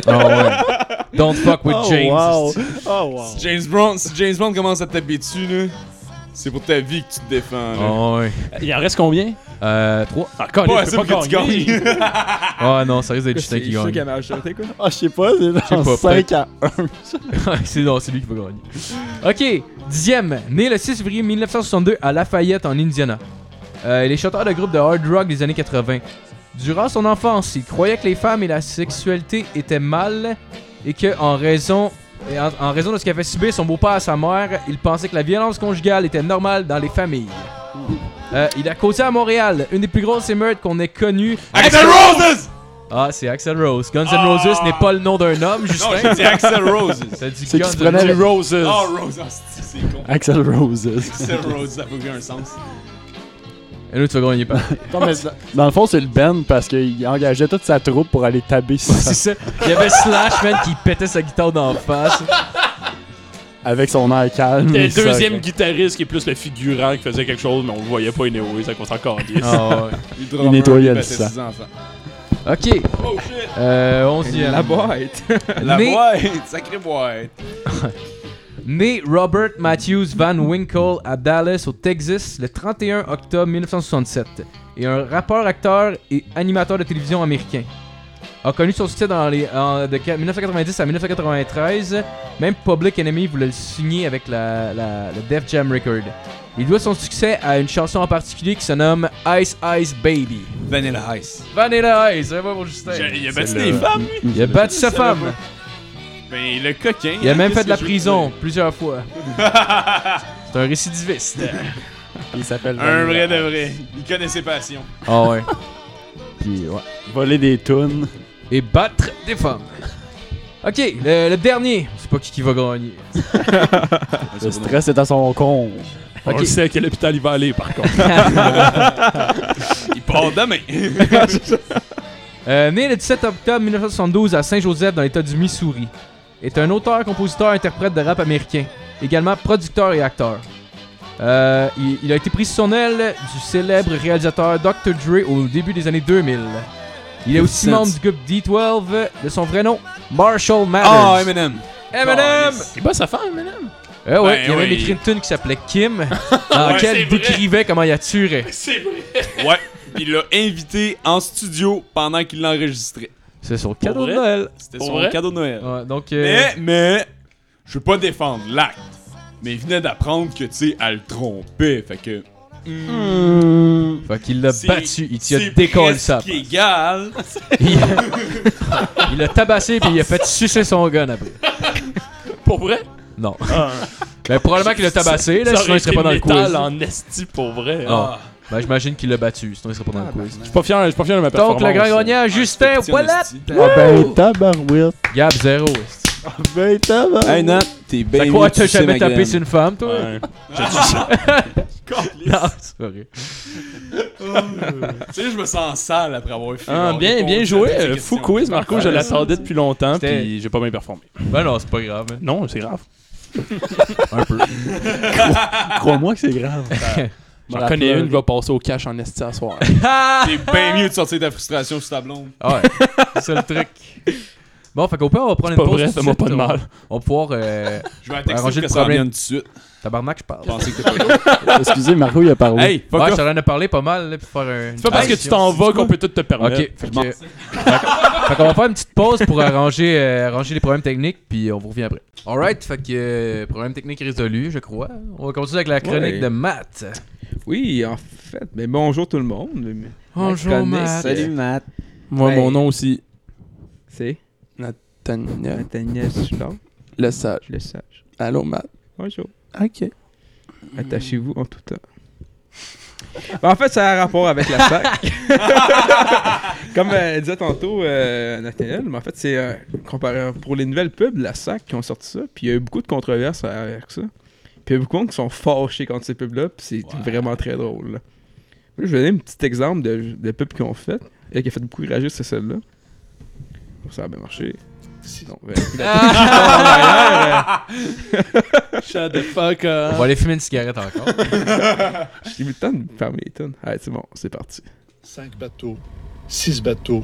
C: Ah ouais. Don't fuck with James.
F: wow.
C: esti.
F: Oh, wow.
E: Si James Brown, si James Brown commence à te taper dessus, là, c'est pour ta vie que tu te défends. là.
F: Oh.
C: Ah ouais.
D: Il en reste combien?
C: Euh, 3.
D: Encore,
E: Pas assez pour que tu gagnes.
D: *laughs*
C: Ah non, ça risque d'être Justin
G: C'est
C: qui
G: sûr qu'il y
C: gagne.
G: a ma majorité, quoi.
F: Ah, je sais pas, c'est
C: pas,
F: genre 5 à 1.
C: c'est non, c'est lui qui va gagner. Ok, dixième. Né le 6 février 1962 à Lafayette, en Indiana. Euh, il est chanteur de groupe de hard rock des années 80. Durant son enfance, il croyait que les femmes et la sexualité étaient mal et que, en raison, et en, en raison de ce qu'avait subi son beau-père à sa mère, il pensait que la violence conjugale était normale dans les familles. Euh, il a causé à Montréal une des plus grosses émeutes qu'on ait connues.
E: Axel Roses!
C: Ah, c'est Axel Rose. Guns N' Roses n'est pas le nom d'un homme,
E: Non,
C: Justin.
E: j'ai dit Axel Roses.
C: Ça dit
F: C'est
C: Guns
F: qu'il se
C: N'
F: prenait
C: Roses.
F: le Roses.
E: Oh, Roses, ah, c'est c'est con.
F: Axel Roses.
E: Axel Roses, ça peut bien un sens.
C: Et là, tu vas gagner pas.
F: Non, mais dans- dans le fond, c'est le Ben parce qu'il engageait toute sa troupe pour aller taber
C: c'est
F: ça
C: ça. Il y avait Slash, man, qui pétait sa guitare d'en face.
F: *laughs* avec son air calme.
D: T'es le
F: Ça-
D: deuxième guitariste qui est plus le figurant qui faisait quelque chose, mais on le voyait pas anyway, ça compte encore bien.
C: Ah, ouais.
E: Il
F: nettoyait le
E: battait
F: sang.
E: ses enfants.
C: Ok,
E: Oh shit!
C: euh, onzième.
G: La boîte. *laughs*
E: La
C: Né-
E: boîte! Sacrée boîte!
C: Né Robert Matthews Van Winkle à Dallas, au Texas, le 31 octobre 1967, et un rappeur, acteur et animateur de télévision américain. A connu son succès dans les, en- de qua- 1990 à 1993. Même Public Enemy voulait le signer avec la, la- le Def Jam Record. Il doit son succès à une chanson en particulier qui se nomme Ice Ice Baby.
E: Vanilla Ice.
C: Vanilla Ice, un point pour Justin.
E: J'ai- Il a battu des femmes, lui!
C: Il a battu sa
E: Ça
C: femme.
E: va Ben, le coquin!
C: Il a même
E: qu'est-ce
C: fait de la
E: que je veux
C: prison plusieurs fois. C'est un récidiviste.
F: Il s'appelle
E: dire? Un vrai
F: Vanilla.
E: de vrai. Il connaît ses passions.
C: Ah ouais.
F: Puis, ouais. Voler des tunes.
C: et battre des femmes. Ok, le, le dernier. Je sais pas qui, qui va gagner.
F: Le stress est à son con.
D: On
C: Ok.
D: le sait à quel hôpital il va aller par contre.
E: Il part demain! *laughs*
C: Euh, né le 17 octobre 1972 à Saint-Joseph dans l'État du Missouri, est un auteur, compositeur, interprète de rap américain, également producteur et acteur. Euh, il, il a été pris sous son aile du célèbre réalisateur Dr. Dre au début des années 2000. Il est aussi
E: 50
C: membre du groupe D12 de son vrai nom Marshall
E: Oh,
C: Mathers. Eh,
E: Eminem! Ah,
C: Eminem!
D: Il bat sa femme, madame!
C: Eh ouais,
E: Ben
C: il y avait
E: oui.
C: écrit une tune qui s'appelait
E: *laughs*
C: Kim, dans
E: Ouais,
C: laquelle
E: c'est
C: il
E: vrai.
C: décrivait comment il
E: *laughs*
C: attirait.
E: C'est vrai! Ouais! Puis il l'a invité en studio pendant qu'il l'enregistrait.
C: C'est son cadeau de
D: vrai?
C: Noël.
E: C'était
D: Pour
E: son
D: vrai?
E: cadeau de Noël.
C: Ouais, donc, euh,
E: Mais, mais, je veux pas défendre l'acte. Mais il venait d'apprendre que, tu sais, elle le trompait. Fait que.
C: euh, fait qu'il l'a
E: c'est-
C: battu, il t'y a
E: c'est
C: décollé
E: presque
C: ça.
E: égal.
C: *laughs* Il il l'a tabassé puis il a fait sucer son gun après.
D: Pour vrai? Ah.
C: Non. *laughs* Ben, probablement qu'il l'a tabassé, là,
D: Ça
C: sinon
D: aurait
C: il serait
D: été
C: pas dans le
D: métal
C: quiz.
D: en esti pour vrai.
C: Ah. Ben, j'imagine qu'il l'a battu, sinon il serait pas
E: Ah,
C: dans le
E: ben,
C: quiz.
D: Je suis pas fier, je suis pas fier de ma
C: Donc,
D: performance.
C: le grand gagnant,
E: c'était
C: Justin
E: euh, petit,
C: Wallet!
E: honesty.
F: Ah ben, tabarouette.
C: Gab, zéro. esti.
F: Ah ben, tabarouette.
E: Hey, Nat, t'es bien.
C: T'as quoi, t'as jamais tapé sur une femme, toi?
D: Ouais.
C: *laughs* Non, c'est pas vrai.
E: Tu sais, je me sens sale après avoir fait.
D: Ah, bien, bien joué. euh, Fou quiz, Marco, je l'attendais depuis longtemps,
C: C'était-
D: puis j'ai pas bien performé.
C: Ben non, c'est pas grave. hein.
D: Non, c'est *laughs* grave.
C: Un peu.
F: Crois-moi que
D: *laughs*
F: c'est grave.
D: J'en connais une qui va passer au cash en esti à soir.
C: Ah!
E: T'es bien mieux de sortir ta frustration sur ta blonde.
C: Ouais,
E: *laughs*
C: c'est le truc. Bon, fait qu'au pire, on va prendre
D: C'est
C: une
D: pas
C: pause.
D: vrai,
C: tout
D: ça m'a
C: suite,
D: pas de
C: on-
D: mal.
C: On va pouvoir. euh,
E: Je vais la
C: Arranger le
E: texter que ça
C: problème.
E: revienne tout de suite.
C: Tabarnak, je parle.
E: Je pensais que t'étais pas là.
F: Excusez, Marco, il a parlé.
E: Hey,
C: Ouais,
E: fuck
C: je
E: off.
C: suis en train de parler pas mal, là, pour faire un.
D: C'est pas parce que tu t'en vas qu'on peut tout te
C: Ok,
D: permettre.
C: fait que- fait que- fait qu'on va faire une petite pause pour arranger, euh, arranger les problèmes techniques, puis on vous revient après. Alright, fait que euh, problème technique résolu, je crois. On va continuer avec la chronique
G: Ouais.
C: de Matt.
G: Oui, en fait. Mais bonjour tout le monde.
C: Bonjour,
G: La chronique,
C: Matt.
G: euh,
E: Matt.
D: Moi,
G: Hey.
D: mon nom aussi,
G: C'est
D: Nathaniel
G: Nathaniel Schlaf,
D: Le Sage.
G: le sage.
D: Allô, Matt.
G: Bonjour.
D: Ok.
G: Attachez-vous en tout temps. Ben, en fait, ça a un rapport avec la SAC. Comme euh, disait tantôt euh, Nathaniel, mais en fait, c'est euh, comparé- pour les nouvelles pubs de la SAC qui ont sorti ça, puis il y a eu beaucoup de controverses avec ça. Puis il y a beaucoup de monde qui sont fâchés contre ces pubs-là, puis c'est vraiment très drôle. là. Là, je vais donner un petit exemple de, de pub qu'ils ont fait, et qui a fait beaucoup réagir, c'est celle-là. Ça a bien marché. Sinon, ben, euh,
D: Shut the fuck up.
C: On va aller fumer une cigarette encore.
G: *laughs* j'ai eu le temps de fermer les tonnes. Allez, c'est bon, c'est parti.
A: 5 bateaux, 6 bateaux,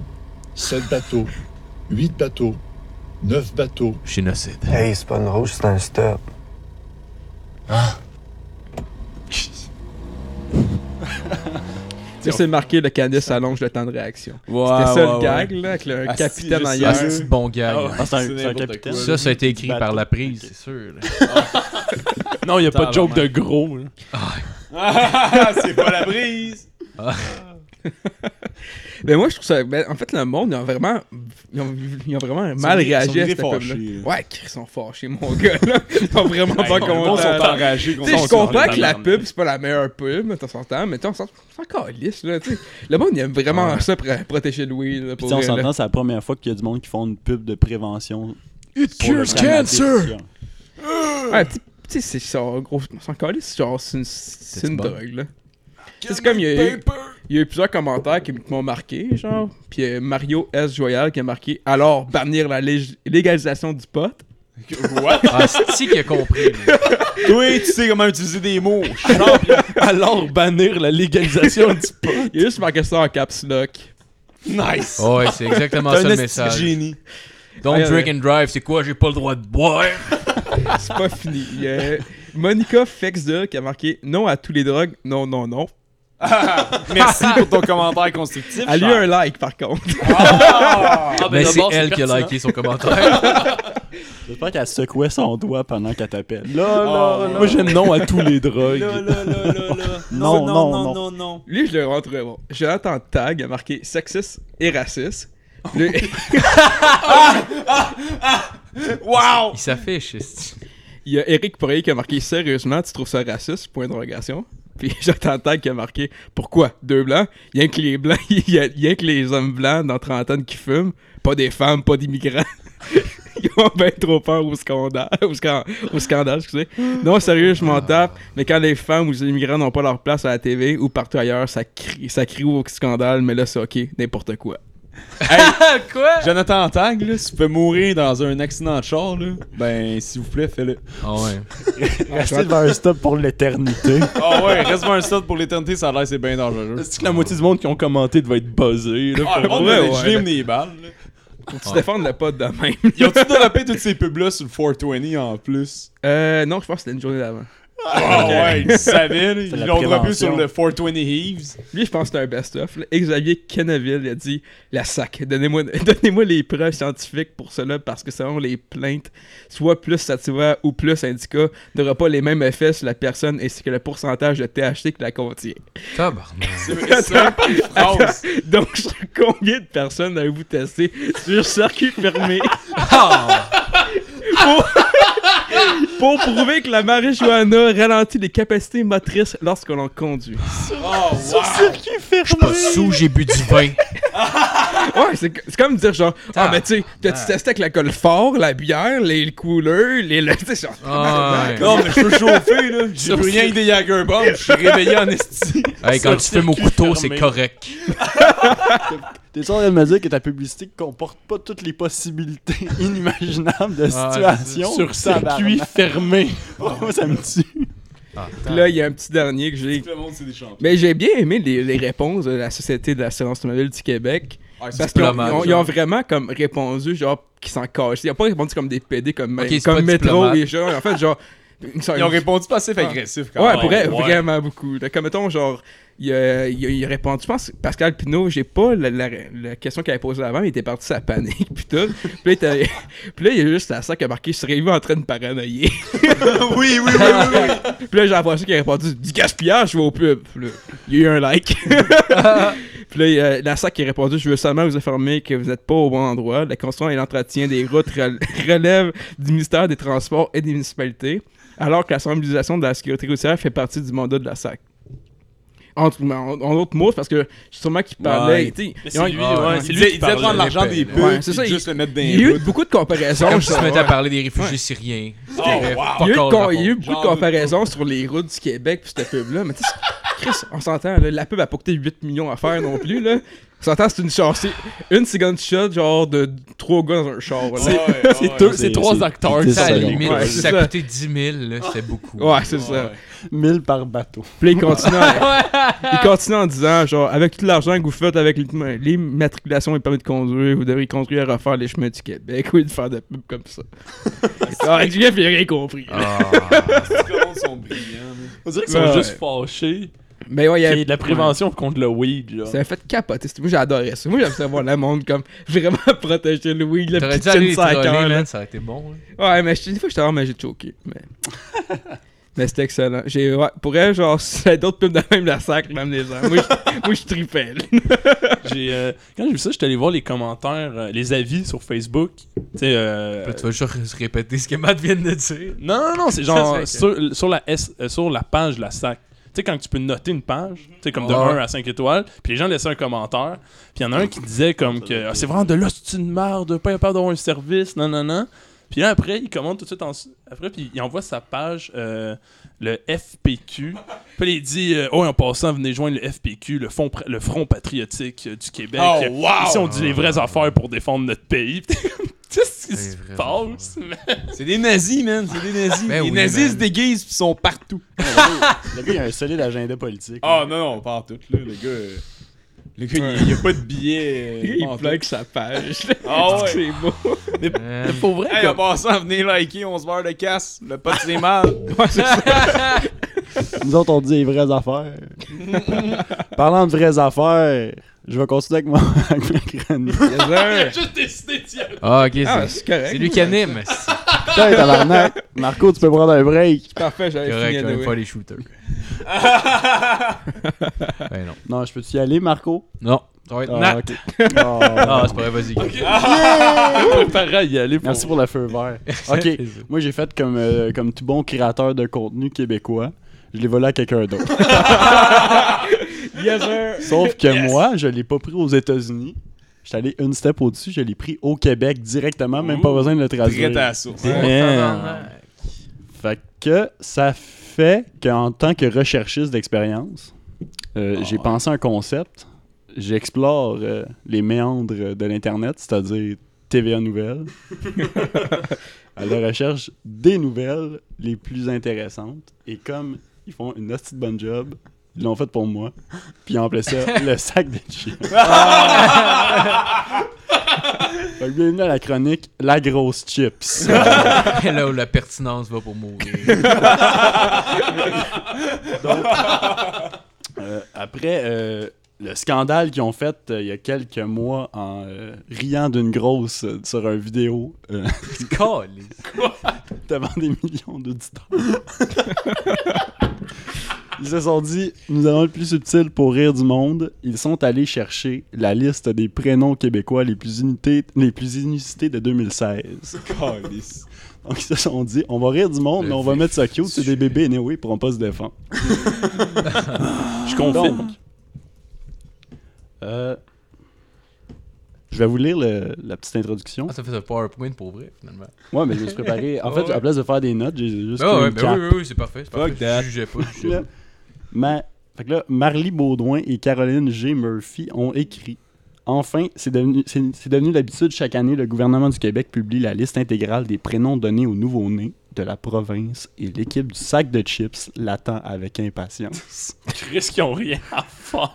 A: 7 bateaux, 8 bateaux, 9 bateaux.
C: Génocide.
H: Hey, c'est pas une rouge, c'est un stop.
G: Tu sais, c'est marqué le canis allonge le temps de réaction.
E: Ouais,
G: C'était ça le
E: Ah, ouais,
G: gag,
E: ouais.
G: là, avec le
E: Ah, si,
G: capitaine
E: je sais.
G: en
C: Ah,
G: hier.
E: c'est-
C: c'est bon gars.
E: Ah, c'est un- c'est un
F: n'importe
E: capitaine.
F: quoi.
C: Ça, ça a été écrit
F: Bateau.
C: par la prise, c'est sûr. là.
D: Non, y a pas de joke de gros. là.
E: *laughs* Ah, c'est pas la brise.
G: Mais moi, je trouve ça. ben, en fait, le monde, ils ont vraiment, ils ont, ils ont vraiment mal
F: ils sont
G: réagi à
F: virés
G: cette peuple
F: fâchés, là.
G: Ouais, Chris, ils sont fâchés, mon gars. Là. Ils sont vraiment pas contents. là.
D: enragés.
G: Tu sais, je comprends que la pub, c'est pas la meilleure pub, mais t'en s'entend, mais tu sais, on s'en on s'en calisse, là, tu sais. Le monde, il aime vraiment ça pour euh, protéger Louis, là,
F: Puis
G: pour
F: tu sais, on
G: vrai, là.
F: s'entend, c'est la première fois qu'il y a du monde qui font une pub de prévention. It cures cancer!
G: Ouais, tu tu sais, c'est genre, gros, on s'en calisse, genre, c'est une, c'est une
C: bon?
G: drogue, là. Tu sais, C'est comme, il y a eu, il y a eu plusieurs commentaires qui m- qui m'ont marqué, genre, puis euh, Mario S. Joyal qui a marqué « Alors, bannir la lég- légalisation du pot ».
C: *laughs* Ah, c'est qui a compris. lui.
E: Oui, tu sais comment utiliser des mots.
D: *laughs* Alors bannir la légalisation
G: *laughs*
D: du pot.
G: Il a juste marqué ça en caps lock.
E: *laughs* Nice.
C: Ah *laughs* ouais, c'est exactement ça le message.
E: génie.
C: Don't
G: Ouais,
C: drink
G: ouais.
C: and drive, c'est quoi, j'ai pas le droit de boire.
G: C'est
D: *laughs*
G: pas fini. Il y a Monica Fexdel qui a marqué « Non à tous les drogues, non, non, non ».
E: Ah, Merci pour ton commentaire constructif. Ah, ben,
G: Elle a eu un like, par contre. *laughs*
C: Mais ben, c'est elle qui a *laughs* liké son commentaire.
F: J'espère qu'elle secouait son doigt pendant qu'elle t'appelle.
E: Oh,
D: Moi j'aime non à tous les drogues.
F: Non, non, non.
G: Lui, je le rentre bon. Jonathan Tag a marqué sexiste et raciste. Lui,
D: *laughs*
E: Wow.
C: Il s'affiche. esti.
G: il y a Eric Poirier qui a marqué sérieusement, tu trouves ça raciste Point d'interrogation. Puis *laughs* Jonathan Tag qui a marqué pourquoi Deux blancs. Il y a que les blancs, *laughs* il y a, il y a que les hommes blancs dans trentaine qui fument, pas des femmes, pas d'immigrants. *laughs* Ils ont bien trop peur au scandale. Au, scan- au scandale, excusez. Non, sérieux, je m'en tape. Mais quand les femmes ou les immigrants n'ont pas leur place à la TV ou partout ailleurs, ça crie, ça crie au scandale. Mais là, c'est ok, n'importe quoi.
E: Jonathan Tag, là, si tu peux mourir dans un accident de char, là, ben s'il vous plaît, fais-le.
C: Ah ouais.
F: Rester devant un stop pour l'éternité.
E: Ah ouais, reste pas un stop pour l'éternité, ça a l'air c'est bien dangereux.
D: *laughs* Est-ce que la moitié du monde qui ont commenté devait être buzzé là,
E: Ah, le
D: pour
E: monde
G: vrai,
E: devait
G: ouais.
E: geler des balles. là.
G: Tu défends le pote de même. *laughs*
E: Ils ont-tu développé toutes ces pubs-là sur le 420 en plus?
G: Euh, non, je pense que c'était une journée d'avant.
E: Ah ouais, ils savaient, là,
F: C'est la
E: ils l'ont droppé
F: prévention.
E: sur le 420 Heaves.
G: Lui, je pense que c'était un best-of. là. Xavier Kenneville a dit La sac, donnez-moi *laughs* donnez les preuves scientifiques pour cela parce que selon les plaintes, soit plus sativa ou plus indica n'aura pas les mêmes effets sur la personne ainsi que le pourcentage de THC qui la contient. *laughs*
C: Tabarnak.
E: C'est c'est même pas une phrase.
G: Donc, sur combien de personnes avez-vous testé sur circuit fermé
C: Ah!
G: pour, *laughs* pour prouver que la marijuana ralentit les capacités motrices lorsqu'on en conduit
E: Oh,
C: Pas sous, j'ai bu du vin.
G: Ouais, c'est c'est comme dire genre, ah,
C: Ah,
G: mais tu sais, t'as-tu testé avec l'alcool fort, la bière, les couleurs, les. le- *laughs* tu sais, genre,
C: Ah, ouais.
E: *laughs* Non, mais je peux chauffer, *laughs* là. J'ai plus rien que des Jagerbomb, je suis réveillé en esti.
C: Hey, quand tu fumes au couteau, c'est
D: fermé.
C: correct.
F: T'es sûr de me dire que ta publicité comporte pas toutes les possibilités *laughs* inimaginables de
C: Ah,
F: situation?
D: sur circuit fermé.
F: Moi, ça me tue.
G: Puis là, il y a un petit dernier que j'ai.
E: Tout le monde, c'est des champions.
G: Mais j'ai bien aimé les, les réponses de la Société de l'assurance automobile du Québec.
E: Ah, c'est
G: Parce qu'ils ont,
C: diplomate,
G: ils ont-
C: genre.
G: ils ont vraiment comme répondu, genre, qu'ils s'en cachent. Ils ont pas répondu comme des PD, comme, ben,
C: Ok, c'est pas
G: comme métro
C: diplomate.
G: et genre. En
C: *laughs*
G: fait, genre. Ils sont-
E: Ils ont répondu passif-agressif quand
G: Ouais,
E: même.
G: pour vrai-
D: ouais.
G: vraiment beaucoup. Là, Comme mettons, genre, il, a- il a- il a répondu, je pense, Pascal Pinault, j'ai pas la, la- la question qu'il avait posée avant, mais il était parti sa panique, *laughs* puis tout. Puis là, il était- *laughs* puis là, il y a juste la sac qui a marqué, je serais vu en train de paranoïer.
E: Ah, oui, oui, oui, oui, oui.
G: puis là, j'ai l'impression qu'il a répondu, du gaspillage, je vais au pub. Puis là, il y a eu
C: *laughs*
G: un like. puis là, il y a la sac qui a répondu, je veux seulement vous informer que vous n'êtes pas au bon endroit. La construction et l'entretien des routes rel- *laughs* relèvent du ministère des Transports et des municipalités alors que la centralisation de la sécurité routière fait partie du mandat de la SAC. En, en, en d'autres mots, c'est parce que sûrement qu'il parlait.
E: Ouais.
G: tu sais,
D: Mais
G: ils ont-
D: c'est lui,
C: Ah,
D: ouais,
C: ouais.
D: c'est
E: Il
D: lui qui
E: disait il disait
D: parlait.
E: prendre l'argent des pubs
G: Ouais, c'est ça,
E: et juste le mettre dans
G: il y a
E: les
G: eu
E: routes.
G: beaucoup de comparaisons.
C: Comme si tu
G: sur-
C: te mettais à
G: ouais.
C: parler des réfugiés syriens. C'était
G: Il y a eu,
C: fuck all
G: con-
C: rapport.
G: il y a eu beaucoup
E: Genre
G: de
E: de-
G: comparaisons sur les routes du Québec puis cette pub-là. Mais tu sais, Chris, on s'entend, là, la pub a pas coûté 8 millions à faire non plus. Là. On s'entend, c'est une chassée. Une seconde shot, genre de trois gars dans un char. voilà.
E: Ah, Ouais, ouais, ouais.
D: *laughs* C'est deux- c'est trois acteurs.
F: c'est-
D: ça.
C: Ça, à la
F: secondes.
C: limite,
G: Ouais,
C: si
G: c'est
C: ça
G: ça.
C: coûtait 10 000, là, c'était beaucoup.
G: Ouais, c'est ça.
E: Ouais.
F: Mille par bateau.
G: Puis là, il continue, en,
E: *laughs*
G: il continue en disant genre, avec tout l'argent que vous faites avec les, les matriculations et le permis de conduire, vous devriez contribuer à refaire les chemins du Québec ou de faire de la pub comme
E: *laughs*
G: ça. Ah, Alors, le gars, il a rien compris.
E: Ah. Tout le monde sont brillants. là. *laughs*
D: On dirait qu'ils
G: Ouais,
D: sont
G: ouais.
D: juste fâchés.
G: Mais ouais, il y
D: Il y
G: a-
D: a de la prévention contre le weed. là.
G: Ça m'a fait capoter. c'était- Moi, j'adorais ça. Moi, j'aime ça voir le monde comme vraiment *laughs* protéger Louis, le
C: T'aurais dû
G: petit
C: aller
G: chin
C: les
G: sur la
C: troller,
G: cœur, là.
C: man, ça aurait été bon. là.
G: *laughs* Ouais, mais je- des fois, j'étais vraiment, mais j'ai choqué. Mais... Mais c'était excellent. J'ai, ouais, pour elle, genre, *laughs* c'est d'autres pubs de même la sac, même les gens. Moi, je- *laughs* moi, je tripais. là.
D: J'ai, euh, quand j'ai vu ça, j'étais allé voir les commentaires, euh, les avis sur Facebook. Tu sais, euh,
C: Tu vas juste répéter ce que Matt vient de dire.
D: Non, non, non, c'est
C: *laughs* Ça,
D: genre
C: c'est
D: sur, sur la S- euh, sur la page de la SAC. Tu sais, quand tu peux noter une page, tu sais, comme de
C: Ouais.
D: 1 à 5 étoiles, puis les gens laissaient un commentaire, puis il y en a un qui disait comme que Ah, c'est vraiment de l'hostie de merde, pas capable d'avoir un service, non, non, non. Puis là, après, il commande tout de suite, en- après, puis il envoie sa page, euh, le FPQ. Puis là, il dit euh, Oh, en passant, venez joindre le FPQ, le, Fond- le Front Patriotique euh, du Québec.
E: Oh,
D: Euh,
E: wow!
D: Ici, on dit les vraies affaires pour défendre notre pays. *laughs* Puis t'es comme, Qu'est-ce qui
C: Les
D: se
C: vraies
D: passe, man?
E: C'est des nazis, man. C'est des nazis.
C: Ben
E: les
C: oui,
E: nazis
C: man.
E: se déguisent pis sont partout.
F: Le gars, il a un solide agenda politique.
E: Ah non, non, partout, là. Le gars. euh, Le gars, il- il y a pas de billet. euh,
G: Il
E: pantoute.
G: plug sa
C: *laughs*
G: page.
E: Ah ouais.
G: C'est beau.
C: Euh,
D: Pour vrai,
E: Hey, en passant, venez liker, on se barre de casse. Le pote, c'est mal.
F: Nous autres, on dit les vraies affaires. Parlant de vraies affaires, je vais continuer avec, mon... *laughs* avec ma chronique.
D: juste décidé d'y aller.
C: Ah, ok, c'est,
G: Ah, c'est correct.
C: c'est lui qui anime.
F: Putain, tabarnak. Marco, tu peux prendre un break.
G: Parfait, j'avais fini
C: Correct, on
G: anyway.
C: aime pas les *laughs* shooters. ben non.
F: Non, je peux-tu y aller, Marco?
C: Non. Ça va être
F: Ah,
C: Nat.
F: ok. Ah.
C: *laughs* Ah, c'est pas vrai, vas-y.
D: Préparé à y aller pour
F: Merci pour le feu vert. *laughs* Ok,
C: plaisir.
F: moi j'ai fait comme, euh, comme tout bon créateur de contenu québécois. Je l'ai volé à quelqu'un d'autre.
G: *laughs* Yes, sir.
F: Sauf que moi, je l'ai pas pris aux États-Unis. J'étais allé une step au-dessus, je l'ai pris au Québec directement, même pas
D: Ouh.
F: besoin de le traduire.
E: Traite à la source.
F: Damn. Fait que ça fait qu'en tant que recherchiste d'expérience, euh, j'ai pensé à un concept. J'explore euh, les méandres de l'Internet, c'est-à-dire TVA Nouvelles, à la recherche des nouvelles les plus intéressantes. Et comme ils font une hostie de bonne job, ils l'ont fait pour moi. Puis ils ont appelé ça le sac de chips. Fait que bienvenue à la chronique La grosse
C: *laughs*
F: chips.
C: Là où la pertinence va pour mourir. *laughs*
F: Euh, après euh, le scandale qu'ils ont fait euh, il y a quelques mois en euh, riant d'une grosse euh, sur un vidéo euh, *laughs*
C: Calé.
F: devant des millions d'auditeurs. *laughs* Ils se sont dit, nous allons être plus subtil pour rire du monde. Ils sont allés chercher la liste des prénoms québécois les plus, unités, les plus inusités de 2016.
E: Oh,
F: *laughs* Donc ils se sont dit, on va rire du monde,
C: Le
F: mais on va mettre ça cute, c'est des bébés, anyway, ils pourront pas
C: *laughs*
F: se défendre.
D: je confirme.
F: Donc, euh, je vais vous lire le- la petite introduction.
C: Ah, ça fait un PowerPoint pour vrai, finalement.
F: Ouais, mais je me suis préparé.
C: *laughs*
F: En
C: Ah
F: fait,
C: ouais.
F: à place de faire des notes, j'ai juste.
C: Ah,
F: pris
C: ouais,
F: une
C: ben
F: carte.
C: oui, oui, oui, c'est parfait. C'est parfait.
E: that.
C: Je jugeais pas, je jugeais
F: Là,
C: pas.
F: ma- fait que là, Marly Baudouin et Caroline G. Murphy ont écrit. Enfin, c'est devenu, c'est, c'est devenu l'habitude chaque année, le gouvernement du Québec publie la liste intégrale des prénoms donnés aux nouveau-nés de la province et l'équipe du sac de chips l'attend avec impatience.
D: Chris qui ont rien à *laughs* faire.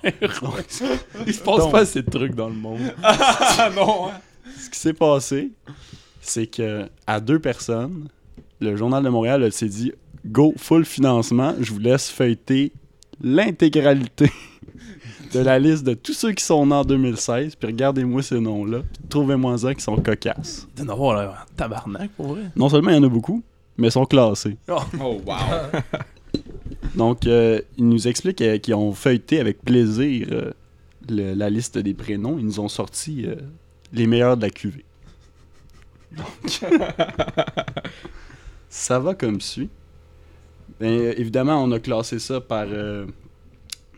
D: Ils se
F: Donc.
D: passent pas assez de trucs dans le monde.
F: ce qui s'est passé, c'est que à deux personnes, le Journal de Montréal euh, s'est dit Go full financement, je vous laisse feuilleter l'intégralité de la liste de tous ceux qui sont nés en 2016, puis regardez-moi ces noms-là, puis trouvez-moi un qui sont cocasses.
D: D'en avoir là, un tabarnak pour vrai.
F: Non seulement il y en a beaucoup, mais ils sont classés.
E: Oh, wow.
F: Donc, euh, ils nous expliquent euh, qu'ils ont feuilleté avec plaisir euh, le- la liste des prénoms. Ils nous ont sorti euh, les meilleurs de la cuvée. Donc, *laughs* ça va comme suit. Ben, euh, évidemment, on a classé ça par, euh,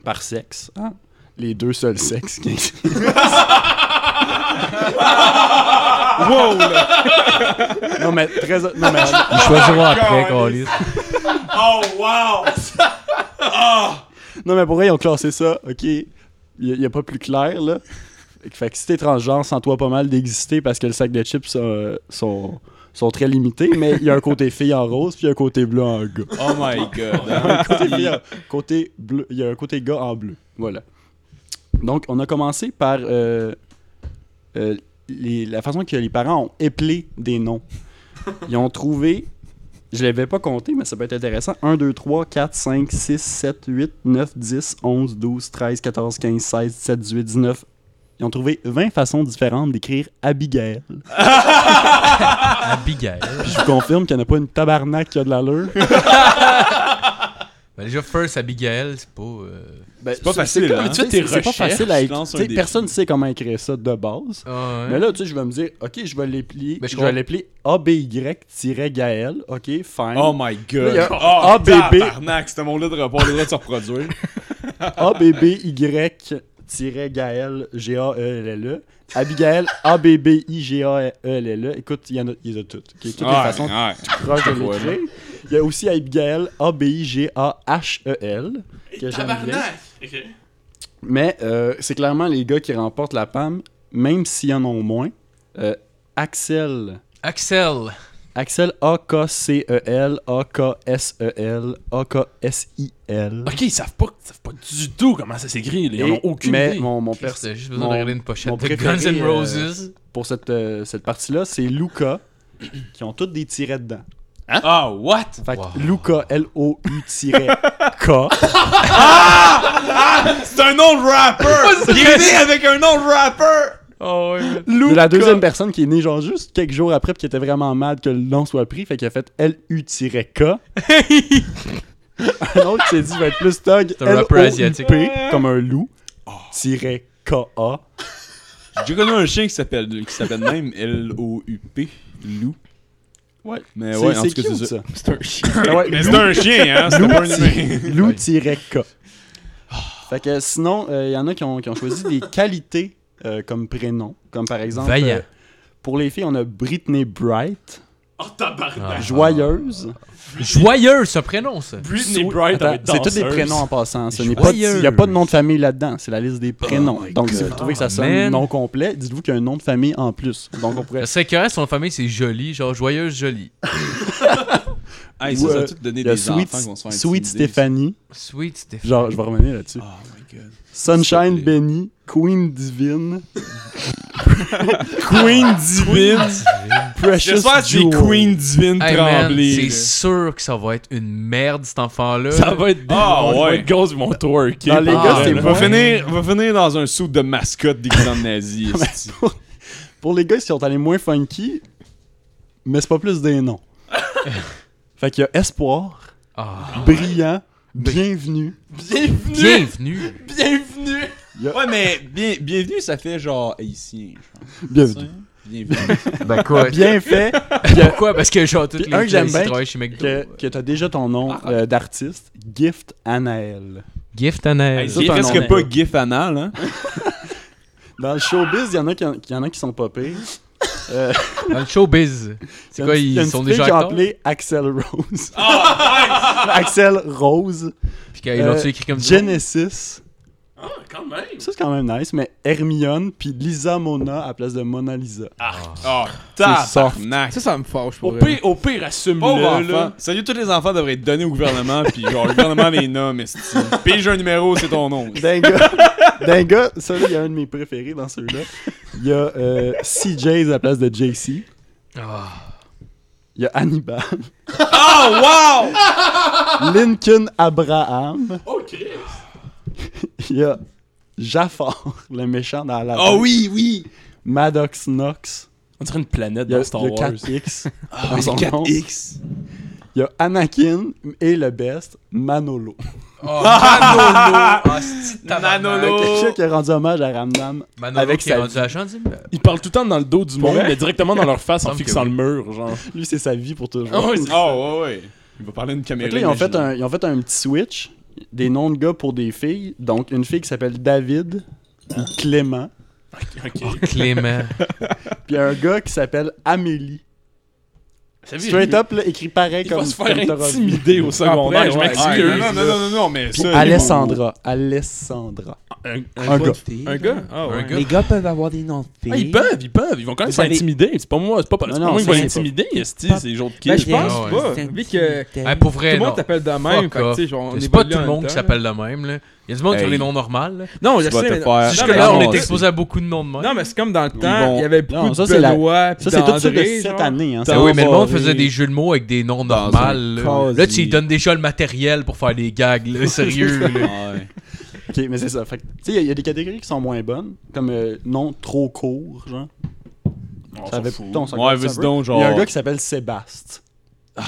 F: par sexe. hein. Les deux seuls sexes qui existent. *laughs* wow! là! non, mais très. Non, mais,
C: Ils choisiront après, Calé.
F: Non, mais pour vrai, ils ont classé ça, ok. Il n'y a, pas plus clair, là. Fait que si t'es transgenre, sens-toi pas mal d'exister parce que le sac de chips euh, sont, sont très limités, mais il y a un côté fille en rose, puis il y a un côté bleu en gars.
E: Oh my
F: *laughs*
E: god.
F: Un côté fille en- côté bleu- il y a un côté gars en bleu. Voilà. Donc, on a commencé par euh, euh, les- la façon que les parents ont éplé des noms. Ils ont trouvé, je l'avais pas compté, mais ça peut être intéressant, 1, 2, 3, 4, 5, 6, 7, 8, 9, 10, 11, 12, 13, 14, 15, 16, 17, 18, 19. Ils ont trouvé 20 façons différentes d'écrire Abigail.
C: Abigail. *laughs*
F: Puis je vous confirme qu'il n'y en a pas une tabarnak qui a de l'allure.
C: Ben, déjà, First Abigail, c'est pas. euh,
E: c'est pas facile.
D: comme
E: hein.
D: tu fais
F: Tu sais,
D: tes
F: c'est- c'est pas
D: recherches,
F: facile à
E: tu
F: écrire.
E: lances un
F: Tu sais,
E: défi.
F: Personne ne sait comment écrire ça de base.
C: ah, ouais.
F: Mais là, tu sais, je vais me dire, OK, je vais l'appeler,
C: Ben, je
F: je
C: comprends.
F: vais l'appeler ABY-Gaël. OK, fine.
E: Oh my god.
F: Là, il y a-
E: oh,
F: Ah, bébé.
E: Tabarnak, ce monde-là de rapport, le droit de se *laughs* reproduire.
F: ABBY-Gaël, G-A-E-L-L-E. E Abigail, A-B-B-I-G-A-E-L-L-E. E Écoute, il y en a, il y en a toutes. OK, toutes les
E: Ouais,
F: façons
E: ouais.
F: proches de l'écrire. Il y a aussi Abigail, A-B-I-G-A-H-E-L, E que j'aime bien.
D: Ok.
F: Mais euh, c'est clairement les gars qui remportent la PAM, même s'il y en ont moins. Euh, Axel,
C: Axel.
F: Axel A-K-C-E-L, E A-K-S-E-L, A-K-S-I-L.
D: Ok, ils savent pas, ils savent pas du tout comment ça s'écrit. là. Ils
F: Et-
D: en ont aucune
F: mais
D: idée.
F: mon, mon père,
C: J'ai juste besoin
F: mon-
C: de regarder une pochette
F: mon
C: de
F: préféré,
C: Guns N'
F: euh,
C: Roses.
F: pour cette, euh, cette partie-là, c'est Luca, qui ont toutes des tirets dedans.
E: Ah, what?
F: Fait que
C: Wow.
F: Luca, L-O-U-K.
E: C'est un nom de rapper! Il est né avec un nom de rapper!
C: Oh, ouais.
F: De la deuxième personne qui est née genre juste quelques jours après puis qui était vraiment mad que le nom soit pris, fait qu'il a fait L-U-K.
E: *laughs*
F: un autre qui s'est dit va être plus thug,
C: un rappeur asiatique.
F: L-O-U-P, comme un loup, tiret K-A.
E: Eh J'ai connu un chien qui s'appelle qui s'appelle même L-O-U-P, loup.
F: Ouais.
E: Mais
F: C'est
E: ouais, en
F: c'est
E: tout cas,
F: cute
E: c'est ça.
F: ça.
G: C'est un chien.
F: Ah ouais,
D: Mais c'est un chien, hein? C'est
F: Loup,
D: pas *laughs* un humain. Ah.
F: ti- loup tiret K. Fait que sinon, il y en a qui ont, qui ont choisi des qualités euh, comme prénom, comme par exemple...
C: Vaillant.
F: euh, pour les filles, on a Britney Bright,
D: Oh, tabarnak.
C: Ah.
F: joyeuse...
C: Joyeux, ce prénom, ça.
D: Britney
F: Sou-
D: Bright,
F: Attends,
D: elle va
F: C'est
D: être
F: tous des
D: danseuse.
F: prénoms en passant.
C: Et
F: Il n'y a
C: joyeuse.
F: pas de nom de famille là-dedans. C'est la liste des
E: Oh
F: prénoms. Donc, si vous trouvez que ça sonne
C: man.
F: non complet, dites-vous qu'il y a un nom de famille en plus. Donc, on pourrait.
C: Ça serait correct, son famille, c'est joli, genre joyeuse, jolie.
E: Ah, et ça,
F: Ou,
E: ça a
F: euh,
E: tout donné
F: Il y a
E: des enfants
F: Sweet,
E: qui vont se faire
F: Sweet
E: intimider.
F: Stéphanie.
C: Sweet, Stéphane.
F: Genre, je vais revenir là-dessus.
E: Oh my god.
F: Sunshine
C: s'il te plaît.
F: Benny. Queen Divine.
E: *laughs*
F: Queen Divine. Precious
E: J'espère que j'ai
F: Jewel. *laughs*
E: Queen Divine
C: Hey, man, c'est
E: Tremblay.
C: sûr que ça va être une merde, cet enfant-là.
D: Ça va être des
E: Ah,
D: on va
E: ouais.
D: être gosses, ils vont twerker.
F: Ah, les
D: pour
F: gars,
D: vrai,
F: c'est
D: là.
E: on, va finir, on va finir dans un sou de mascotte déguisé en nazi.
F: *laughs*
E: esti.
F: Pour les gars, ils sont allés moins funky, mais c'est pas plus
E: *laughs*
F: des noms. fait qu'il y a Espoir, *laughs*
C: Ah.
F: Brillant, Bienvenue.
C: Bienvenue.
E: Ouais, mais bien, bienvenue, ça fait genre haïtien, je pense. hein.
F: Bienvenue.
E: Bienvenue.
C: Ben quoi?
F: Bien fait.
C: Pourquoi? Parce que genre, toutes
F: Puis
C: les
F: un que
C: filles
F: j'aime
C: qui
F: bien,
C: travaillent chez McDo.
F: que, que t'as déjà ton
C: Ah,
F: nom euh, d'artiste, Gift Anaël.
C: Gift Anaël.
E: Hey,
F: Ça,
E: c'est
F: c'est un nom
E: presque
F: de-
E: pas gif anal, hein?
F: Dans le showbiz, il y en a qui, qui, y en a qui sont pas pires. Euh,
C: Dans le showbiz. C'est
F: y a
C: quoi,
F: une- y a
C: ils
F: une
C: sont
F: petite fille
C: déjà
F: qui a
C: acteurs?
F: appelé Axel Rose. *laughs* Axel Rose.
C: Puis qu'ils l'ont
F: Euh,
C: écrit comme ça.
F: Genesis.
D: Ah, quand même.
F: Ça, c'est quand même nice, mais Hermione, puis Lisa Mona à la place de Mona Lisa. Ah,
E: Oh,
F: soft.
E: tabarnak.
G: Ça, ça me fâche
D: Au
G: pour
D: pire, au pire assume-le.
E: Pauvre
D: là.
E: enfant. Sérieux, tous les enfants devraient être donnés au gouvernement, puis genre, le gouvernement les nomme, esti. Pige un numéro, c'est ton nom.
F: Dinga. Dinga, ça, là, il y a un de mes préférés dans celui-là. Il y a euh, CJ à la place de JC.
C: Ah.
F: Il y a Hannibal.
E: Oh, wow!
F: *laughs* Lincoln Abraham.
D: Oh, Chris.
F: Il y a Jafar, le méchant dans la
E: Oh oui, oui!
F: Maddox Knox.
D: On dirait une planète
F: Il y a,
D: dans
F: il
D: Star
F: y a
D: Wars.
F: 4X.
E: Ah,
F: dans
E: oui,
F: son nom.
E: 4X.
F: Il y a Anakin et le best, Manolo. *laughs*
C: Oh, Manolo. Ah, c'est-tu de tabarnak.
E: Manolo. Oh.
F: Quelqu'un qui a rendu hommage à Ramdam.
C: Manolo
F: Avec
C: qui est
F: sa
C: rendu
F: vie.
C: agent d'immeuble.
D: Ils parlent tout le temps dans le dos du monde,
F: vrai?
D: mais directement dans leur face en
C: Semble que
D: fixant
C: oui.
D: le mur, *laughs* genre.
F: Lui, c'est sa vie pour toujours.
D: Ah ouais, c'est-
E: Oh, ouais, ouais. Il va parler à une caméra.
F: Fait que là, ils ont fait,
E: imaginaire.
F: un, ils ont fait un petit switch. Des noms de gars pour des filles. Donc, une fille qui s'appelle David ou Clément.
D: Ok.
F: *laughs*
C: Clément.
F: Puis un gars qui s'appelle Amélie.
D: Ça vit,
F: Straight up, là, écrit pareil
D: Il
F: comme
D: va se faire
F: comme t'auras vu.
D: intimider au secondaire,
G: Après,
D: je
G: ouais,
E: Ouais,
D: m'excuse.
E: non, non, non, non, non, mais
F: Puis
E: ça.
F: Alessandra. Alessandra.
D: Un-
F: Un gars.
G: Un gars? Ah,
C: Un
G: ouais.
C: gars.
H: gars peuvent avoir des noms de
D: Ah, ils peuvent, ils peuvent, ils vont quand même
F: Vous avez-
D: s'intimider. C'est pas moi, c'est pas, c'est
F: Non,
D: pas
F: non,
D: moi qui
F: ça,
D: vais
F: c'est
D: l'intimider, Esti, c'est les autres kids.
G: Ben, je pense
C: Ah ouais.
G: pas. Vu que tout
C: Hey, pour vrai,
G: le
C: non.
G: monde t'appelle de même,
C: Fuck
G: fait que,
C: off.
G: tu sais, genre, on
C: C'est
G: est
C: pas tout le monde qui s'appelle de même. Là. Il y a du monde qui a
E: Hey.
C: les noms normaux. là.
G: Non, je
E: Tu vas
G: sais,
E: te
G: mais-
F: Ah,
E: faire
C: C'est juste que là, on est
E: ramasser.
C: exposé à beaucoup de noms de même.
G: Non, mais c'est comme dans le temps,
E: vont-
G: il y avait
F: Non,
G: beaucoup
F: ça,
G: de
F: c'est la-
G: Benoît, puis
F: Ça, c'est tout ça de
G: d'André,
F: cette
G: genre.
F: année. Hein,
C: Ben oui, mais le monde
F: Barré.
C: faisait des jeux de mots avec des noms
E: Dans un
C: normaux. Là.
E: casier.
C: Là, tu lui donnes déjà le matériel pour faire des gags, là, sérieux. là.
E: Ouais.
F: Ok, mais c'est ça. Fait que, tu sais, il y a- il y, a des catégories qui sont moins bonnes, comme euh, non trop court, genre.
D: On
F: Ça
D: s'en
F: avait
D: fout.
F: on s'en
E: Ouais,
F: calisse un
E: vas-y
F: peu.
E: donc, genre.
F: Il y a un gars qui s'appelle Sébaste.
D: Ok,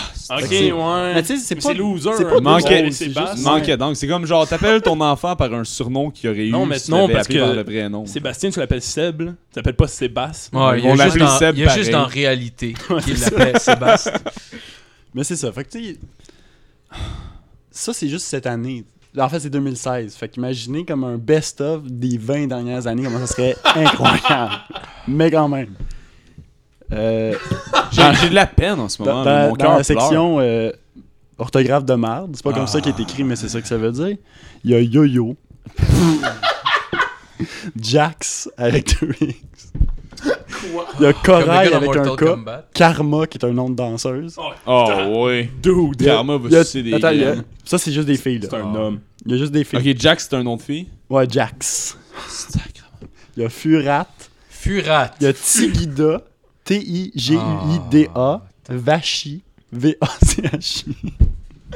E: c'est-
D: ouais.
I: Mais tu sais, c'est
D: Mais
I: pas-
D: C'est loser.
I: c'est pas
D: un peu, c'est-
E: Manquait-
F: c'est
D: C'est
F: juste-
D: basse.
E: Manquait donc. C'est comme genre, t'appelles ton enfant par un surnom qu'il aurait eu.
D: Non, mais
E: si tu
D: non,
E: l'avais
D: parce
E: appelé
D: que
E: par le vrai nom.
D: Sébastien, tu l'appelles Seb, là. Tu l'appelles pas Sébastien.
C: Ouais, Ah, il y
E: On
C: a
E: l'appelait
C: juste dans-
E: Seb
C: il y a juste
E: pareil.
C: en
E: *laughs*
C: réalité qu'il l'appelait Sébastien.
F: Mais c'est ça. Fait que tu sais. Ça, c'est juste cette année. En fait, c'est 2016. Fait qu'imaginez comme un best-of des 20 dernières années, comment
E: *laughs*
F: ça serait incroyable. Mais quand même. Euh,
E: J'ai j'ai de la peine en ce
F: dans,
E: moment. mais
F: dans-
E: Mon
F: dans
E: cœur pleure.
F: la section euh, orthographe de marde, c'est pas comme ça qui est écrit, mais c'est ça que ça veut dire. Il y a Yo-Yo. *laughs* Jax avec deux X. Il y
C: Comme le
F: a
C: gars
F: Corail
C: dans
F: avec un
C: Mortal
F: K.
C: Kombat.
F: Karma qui est un nom de danseuse.
E: Oh, ouais.
D: Dude.
E: Karma va
F: Il y a-
E: sucer des
F: attends, il y a-
E: graines.
F: ça, c'est juste des filles. là. Ah.
D: C'est un homme.
F: Il y a juste des filles.
E: Ok, Jack, c'est un nom de fille.
F: Ouais, Jax. Il y a Furat.
C: Furat.
F: Il y a Tigida. T-I-G-U-I-D-A.
C: Ah,
F: Vachi. V-A-C-H-I.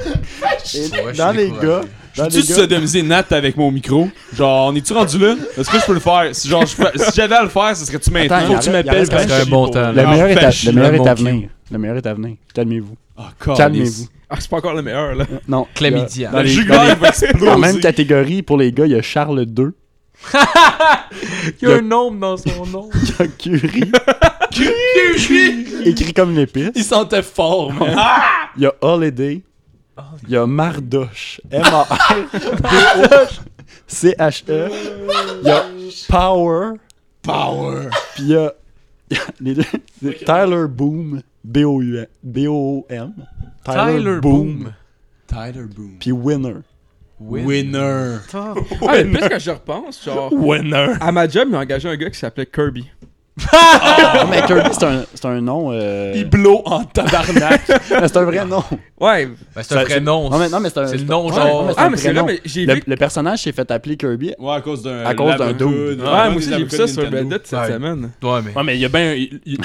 F: Et
C: Ouais, je
F: dans
C: suis
F: les gars.
C: découragé.
F: Dans
E: Tu
F: les gars.
E: sodomisé Nat avec mon micro. Genre, on est-tu rendu là? Est-ce que je peux le faire? Si, genre, je fais- si j'avais à le faire, ce serait-tu maintenant?
F: Attends,
E: Faut que tu
F: il y a- il y a
E: m'appelles
F: reste quand
E: parce
C: C'est un
E: que-
C: bon temps.
F: Le
C: là.
E: Ah,
F: meilleur, est à,
E: vache,
F: le meilleur
C: le
F: est
C: bon
F: à venir. Le meilleur est à venir. Calmez-vous.
E: Ah, calice.
F: Calmez-vous.
G: Ah, c'est pas encore le meilleur, là.
F: Non. il y
C: Chlamydia.
F: a- Dans
E: Le
F: les,
E: jugulaire,
F: dans les-
E: il va exploser.
F: dans la même catégorie, pour les gars, il y a Charles II.
C: Il y a *laughs* un nombre dans son nom.
F: Il y a
E: *laughs*
F: Curie. Écrit comme une épice.
D: Il sentait fort, man.
F: Il y a Holiday. Il y a Mardoche. M-A-R-D-O-C-H-E. E, Il y a Power.
E: Power.
F: Puis il y a. *laughs* il y a les deux- Tyler Boom. B-O-U-M. B-O-O-M.
C: Tyler Boom.
E: Tyler Boom.
F: Puis Winner.
E: Winner.
G: Ah, mais plus que je repense, genre.
D: Winner.
G: À ma job, ils ont engagé un gars qui s'appelait Kirby.
F: Ah, mais Kirby, c'est un, c'est un nom. euh,
D: Il blow en
F: *laughs*
D: tabarnak.
F: mais c'est un vrai nom.
G: Ouais.
C: Ben, c'est un vrai nom.
F: Non, mais, non, mais c'est un.
C: C'est le nom,
F: ouais,
C: genre-
F: non, mais c'est
G: Ah,
F: un
G: mais c'est là,
F: prénom.
G: mais j'ai
F: Le,
G: vu.
F: le personnage s'est fait appeler Kirby.
E: Ouais, à cause d'un.
F: À cause d'un
E: l'avocat,
F: dude.
E: d'un-
G: Ouais,
E: un
G: moi aussi,
E: des
G: j'ai vu ça sur
E: avocats de Nintendo.
G: Reddit cette
C: Ouais.
G: semaine.
C: Ouais, mais.
D: Ouais, mais il y a bien. il- il-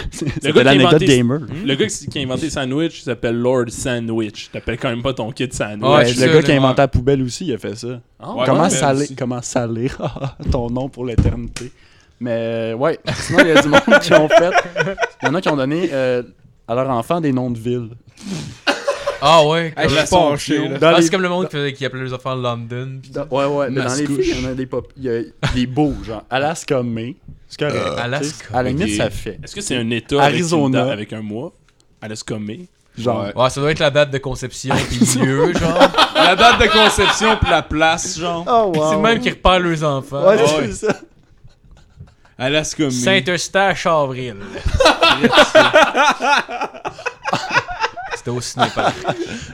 D: gars
F: C'était
D: qui a
F: l'anecdote
D: inventé-
F: gamer.
D: Le gars qui, qui a inventé le sandwich il s'appelle Lord Sandwich. T'appelles quand même pas ton kid sandwich.
C: Ouais,
F: Ouais,
C: c'est ça,
F: le gars qui a
C: là.
F: inventé la poubelle aussi, il a fait ça.
D: Ah,
E: Ouais,
F: comment,
E: ouais,
F: saler,
E: aussi.
F: comment saler *laughs* ton nom pour l'éternité. Mais euh, ouais, sinon il y a du monde qui ont fait. Il y en a qui ont donné euh, à leur enfant des noms de villes.
C: Ah ouais. comme-
G: Hey, je suis
E: Relation
G: pas fâché, là.
F: Dans
C: Ah,
F: les-
C: C'est comme le monde qui, faisait- qui appelait les enfants London. pis-
F: dans- ouais, ouais, mais dans les
E: Mascouche.
F: filles, il y en a des pop. Il y a des beaux, genre Alaska May. C'est correct.
C: Alaska.
F: Tu
D: Ah,
F: sais, À la limite,
E: Ok.
F: ça fait.
D: Est-ce que c'est un état avec une
F: Arizona.
D: date- avec, un mois à la Scomé?
F: Genre.
C: Ouais, ça doit être la date de
F: *laughs*
C: conception pis le lieu, genre.
E: La date de conception pis la place, genre.
F: Oh, *laughs* wow.
C: C'est le même qui repère leurs enfants.
F: Ouais,
E: Ah ouais.
F: c'est ça.
E: Alaska Saint
C: Saint-Eustache,
F: *laughs*
C: avril. C'était au cinéparc.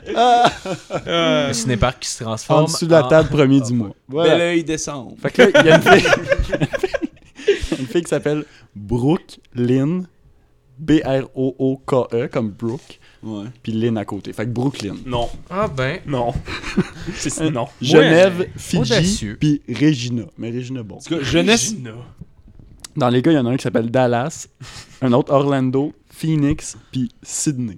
C: le cinéparc qui se transforme.
F: Ah. En dessous de la
C: en-
F: table, premier du mois. Voilà.
E: Bel œil décembre.
F: Fait que là, il y a une fille, une fille *laughs* qui s'appelle Brooke Lynn. B-R-O-O-K-E E, comme Brooke.
E: Ouais.
F: Puis Lynn à côté. Fait que Brooklyn.
D: Non,
C: Ah ben.
D: non. c'est non.
F: Genève,
C: Audacieux.
F: Fidji, puis Regina. Mais Regina, bon.
E: En tout cas, jeunesse.
D: Gina.
F: Dans les gars, il y en a un qui s'appelle Dallas, un autre Orlando, Phoenix, puis Sydney.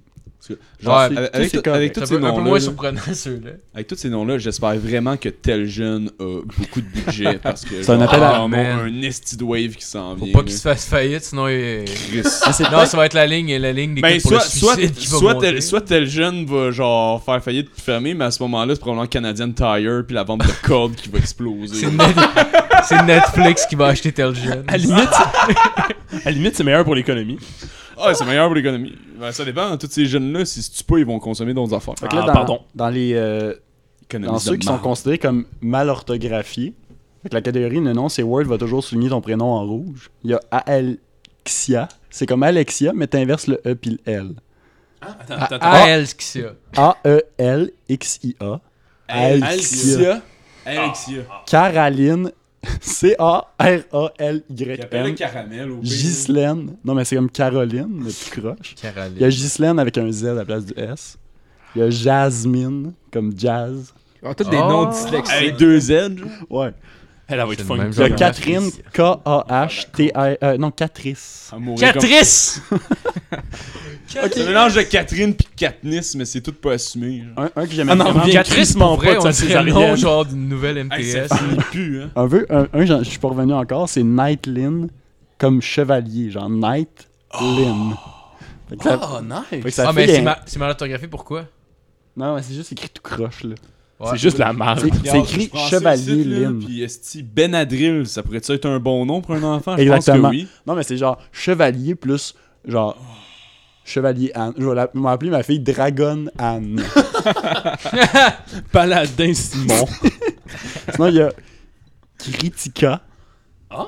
E: Genre,
C: Ouais,
E: c'est-
F: tu sais,
E: avec,
F: c'est
E: tout- avec
F: correct.
E: tous
C: C'est
E: ces
C: un peu
E: noms-là,
C: moins
E: là,
C: surprenant, ceux-là.
E: avec tous ces noms-là, j'espère vraiment que tel jeune a beaucoup de budget parce que
F: *laughs* C'est un appel
C: à-
E: genre, ah,
C: man.
E: un esti de wave qui s'en
C: Faut
E: vient.
C: pas qu'il
E: là.
C: se fasse faillite, sinon il...
E: *laughs* Christ.
C: Non, ça va être la ligne, la ligne des codes
E: Ben,
C: pour
E: soit,
C: le
E: soit,
C: suicide qui va
E: soit,
C: monter.
E: tel, soit tel jeune va genre faire faillite puis fermer, mais à ce moment-là, c'est probablement Canadian Tire puis la vente de cordes qui va exploser. *laughs*
C: C'est Net- C'est Netflix qui va acheter tel jeune.
D: À la limite, c'est- à la limite, c'est meilleur pour l'économie.
E: Ah, c'est meilleur pour l'économie. Ben, ça dépend. Tous ces jeunes-là, si tu peux, ils vont consommer d'autres affaires.
F: Fait que là,
D: Ah,
F: dans,
D: pardon.
F: dans les, euh, dans
E: Économiste
F: ceux
E: de
F: qui sont
E: marde.
F: considérés comme mal orthographiés, fait que la catégorie de nom, c'est Word va toujours souligner ton prénom en rouge. Il y a Alexia. C'est comme Alexia, mais t'inverses le E puis le L. E
D: Attends,
C: À,
D: attends, attends.
C: à elle, ce qu'il y a.
F: A-E-L-X-I-A. Alexia.
E: Alexia.
D: Ah.
E: Alexia.
F: Caroline. *laughs* C-A-R-A-L-Y-N.
E: caramel au
F: Ghislaine. Non, mais c'est comme Caroline, le petit croche.
C: Caroline.
F: Il y a Ghislaine avec un Z à la place du S. Il y a Jasmine, comme jazz.
G: Ils ont Ah, tous des
C: Oh.
G: noms dyslexiques.
E: Avec deux Z. genre.
F: Ouais.
D: Elle, elle va être
C: C'est le
D: funky.
C: même
F: Il y a
C: genre.
F: Catherine, K-A-H-T-I... euh, non, Catrice.
E: Ça mourait comme- *laughs*
C: Catrice!
E: C'est un mélange de Catherine pis de Katniss, mais c'est tout pas assumé. genre.
F: Un, un que j'aimais
D: Ah non,
F: vraiment.
D: viens
C: Catrice, mon
D: tristement pas
C: vrai,
D: de
C: on
D: sa
C: dirait le nom,
D: césarienne.
C: genre d'une nouvelle
E: Hey,
C: MTS.
E: ça finit plus, hein.
F: Un, vœu- un, un, j'en- je suis pas revenu encore, c'est Knightlin, comme chevalier, genre Knightlin. Fait que ça-
E: Oh, nice!
F: fait que ça
C: Ah,
F: fait
C: mais c'est
F: un-
C: ma- c'est mal orthographié, pourquoi
F: Non, mais c'est juste écrit tout croche, là.
C: Ouais.
D: C'est juste la merde.
F: *laughs* C'est c'est écrit Chevalier Lynn.
E: Puis esti Benadryl, ça pourrait être un bon nom pour un enfant? Je pense que
F: Exactement.
E: oui.
F: Non, mais c'est genre Chevalier plus genre Chevalier Anne. Je vais la- je vais appeler ma fille Dragon Anne.
D: *laughs* Paladin Simon.
F: *laughs* Sinon, il y a Critica.
E: Ah.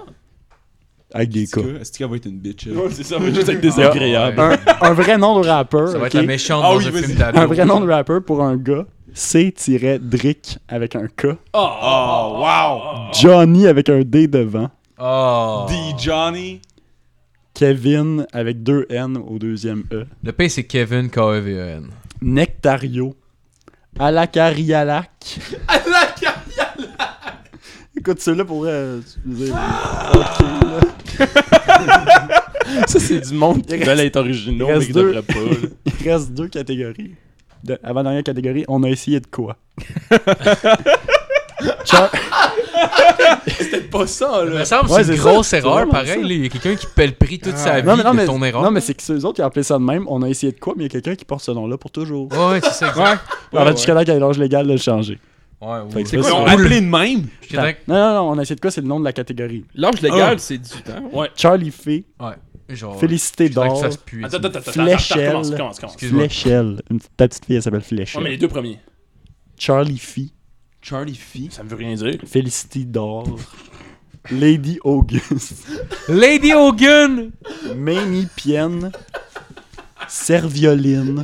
F: Avec des cas.
E: Esti qu'elle va être une bitch. Ah, elle?
D: c'est ça, mais
E: *laughs*
D: juste avec des
F: Yeah.
D: agréables.
F: Un, un vrai nom de rappeur.
C: Ça va être
F: ok?
C: la méchante
E: Ah
C: dans
E: oui,
C: un
E: vas-y.
C: film
F: Un vrai
C: d'ado.
F: nom de rappeur pour un gars, C-Drick avec un K.
E: Oh,
D: Ah.
E: wow!
F: Johnny avec un D devant.
C: Oh.
E: D. Johnny.
F: Kevin avec deux N au deuxième E.
C: Le pain, c'est Kevin K-E-V-E-N.
F: Nectario. Alacarialac.
E: Alaka!
F: Écoute, celui-là pourrait. euh, je veux dire, ok, là.
D: Ça, c'est du monde qui
F: Il
D: veulent être originaux,
F: il reste
D: mais qui
F: deux.
D: devraient pas. là.
F: Il reste deux catégories. De- avant dernière catégorie, on a essayé de quoi Char-
E: C'est pas ça,
C: Il
E: là!
C: me semble que
F: Ouais,
C: c'est
F: c'est
C: une
F: ça,
C: grosse
F: c'est
C: erreur,
F: vraiment ça.
C: pareil. là. Il y a quelqu'un qui paie le prix toute sa vie
F: non, mais, non, mais,
C: de ton erreur.
F: non, mais c'est que ceux autres qui ont appelé ça de même. On a essayé de quoi Mais il y a quelqu'un qui porte ce nom-là pour toujours.
C: Ouais, ouais, c'est ça, exact.
G: Ouais.
F: en fait, jusqu'à là, qu'il y ait l'âge légal de le changer.
C: Ouais, ouais.
F: Fait que
C: C'est
F: ça,
E: Ils
F: c'est-
E: ont appelé de même!
C: J'étais dans-
F: Non, non, non, on a essayé de quoi C'est le nom de la catégorie.
G: L'âge légal, c'est 18 ans.
F: Charlie Fay,
C: Genre,
F: Félicité
C: j'étais dans que
F: d'or,
C: ça se pue.
D: Attends, attends, attends, attends,
F: Fléchelle.
D: Commence, commence, commence.
C: Excuse-moi.
F: Fléchelle. Une petite, ta petite fille, elle s'appelle Fléchelle.
D: Ouais, mais les deux premiers.
F: Charlie Fee,
E: Charlie Fee.
D: Ça me veut rien dire.
F: Félicité d'or, Lady August,
C: Lady Hogan!
F: Mamie Pienne, Servioline,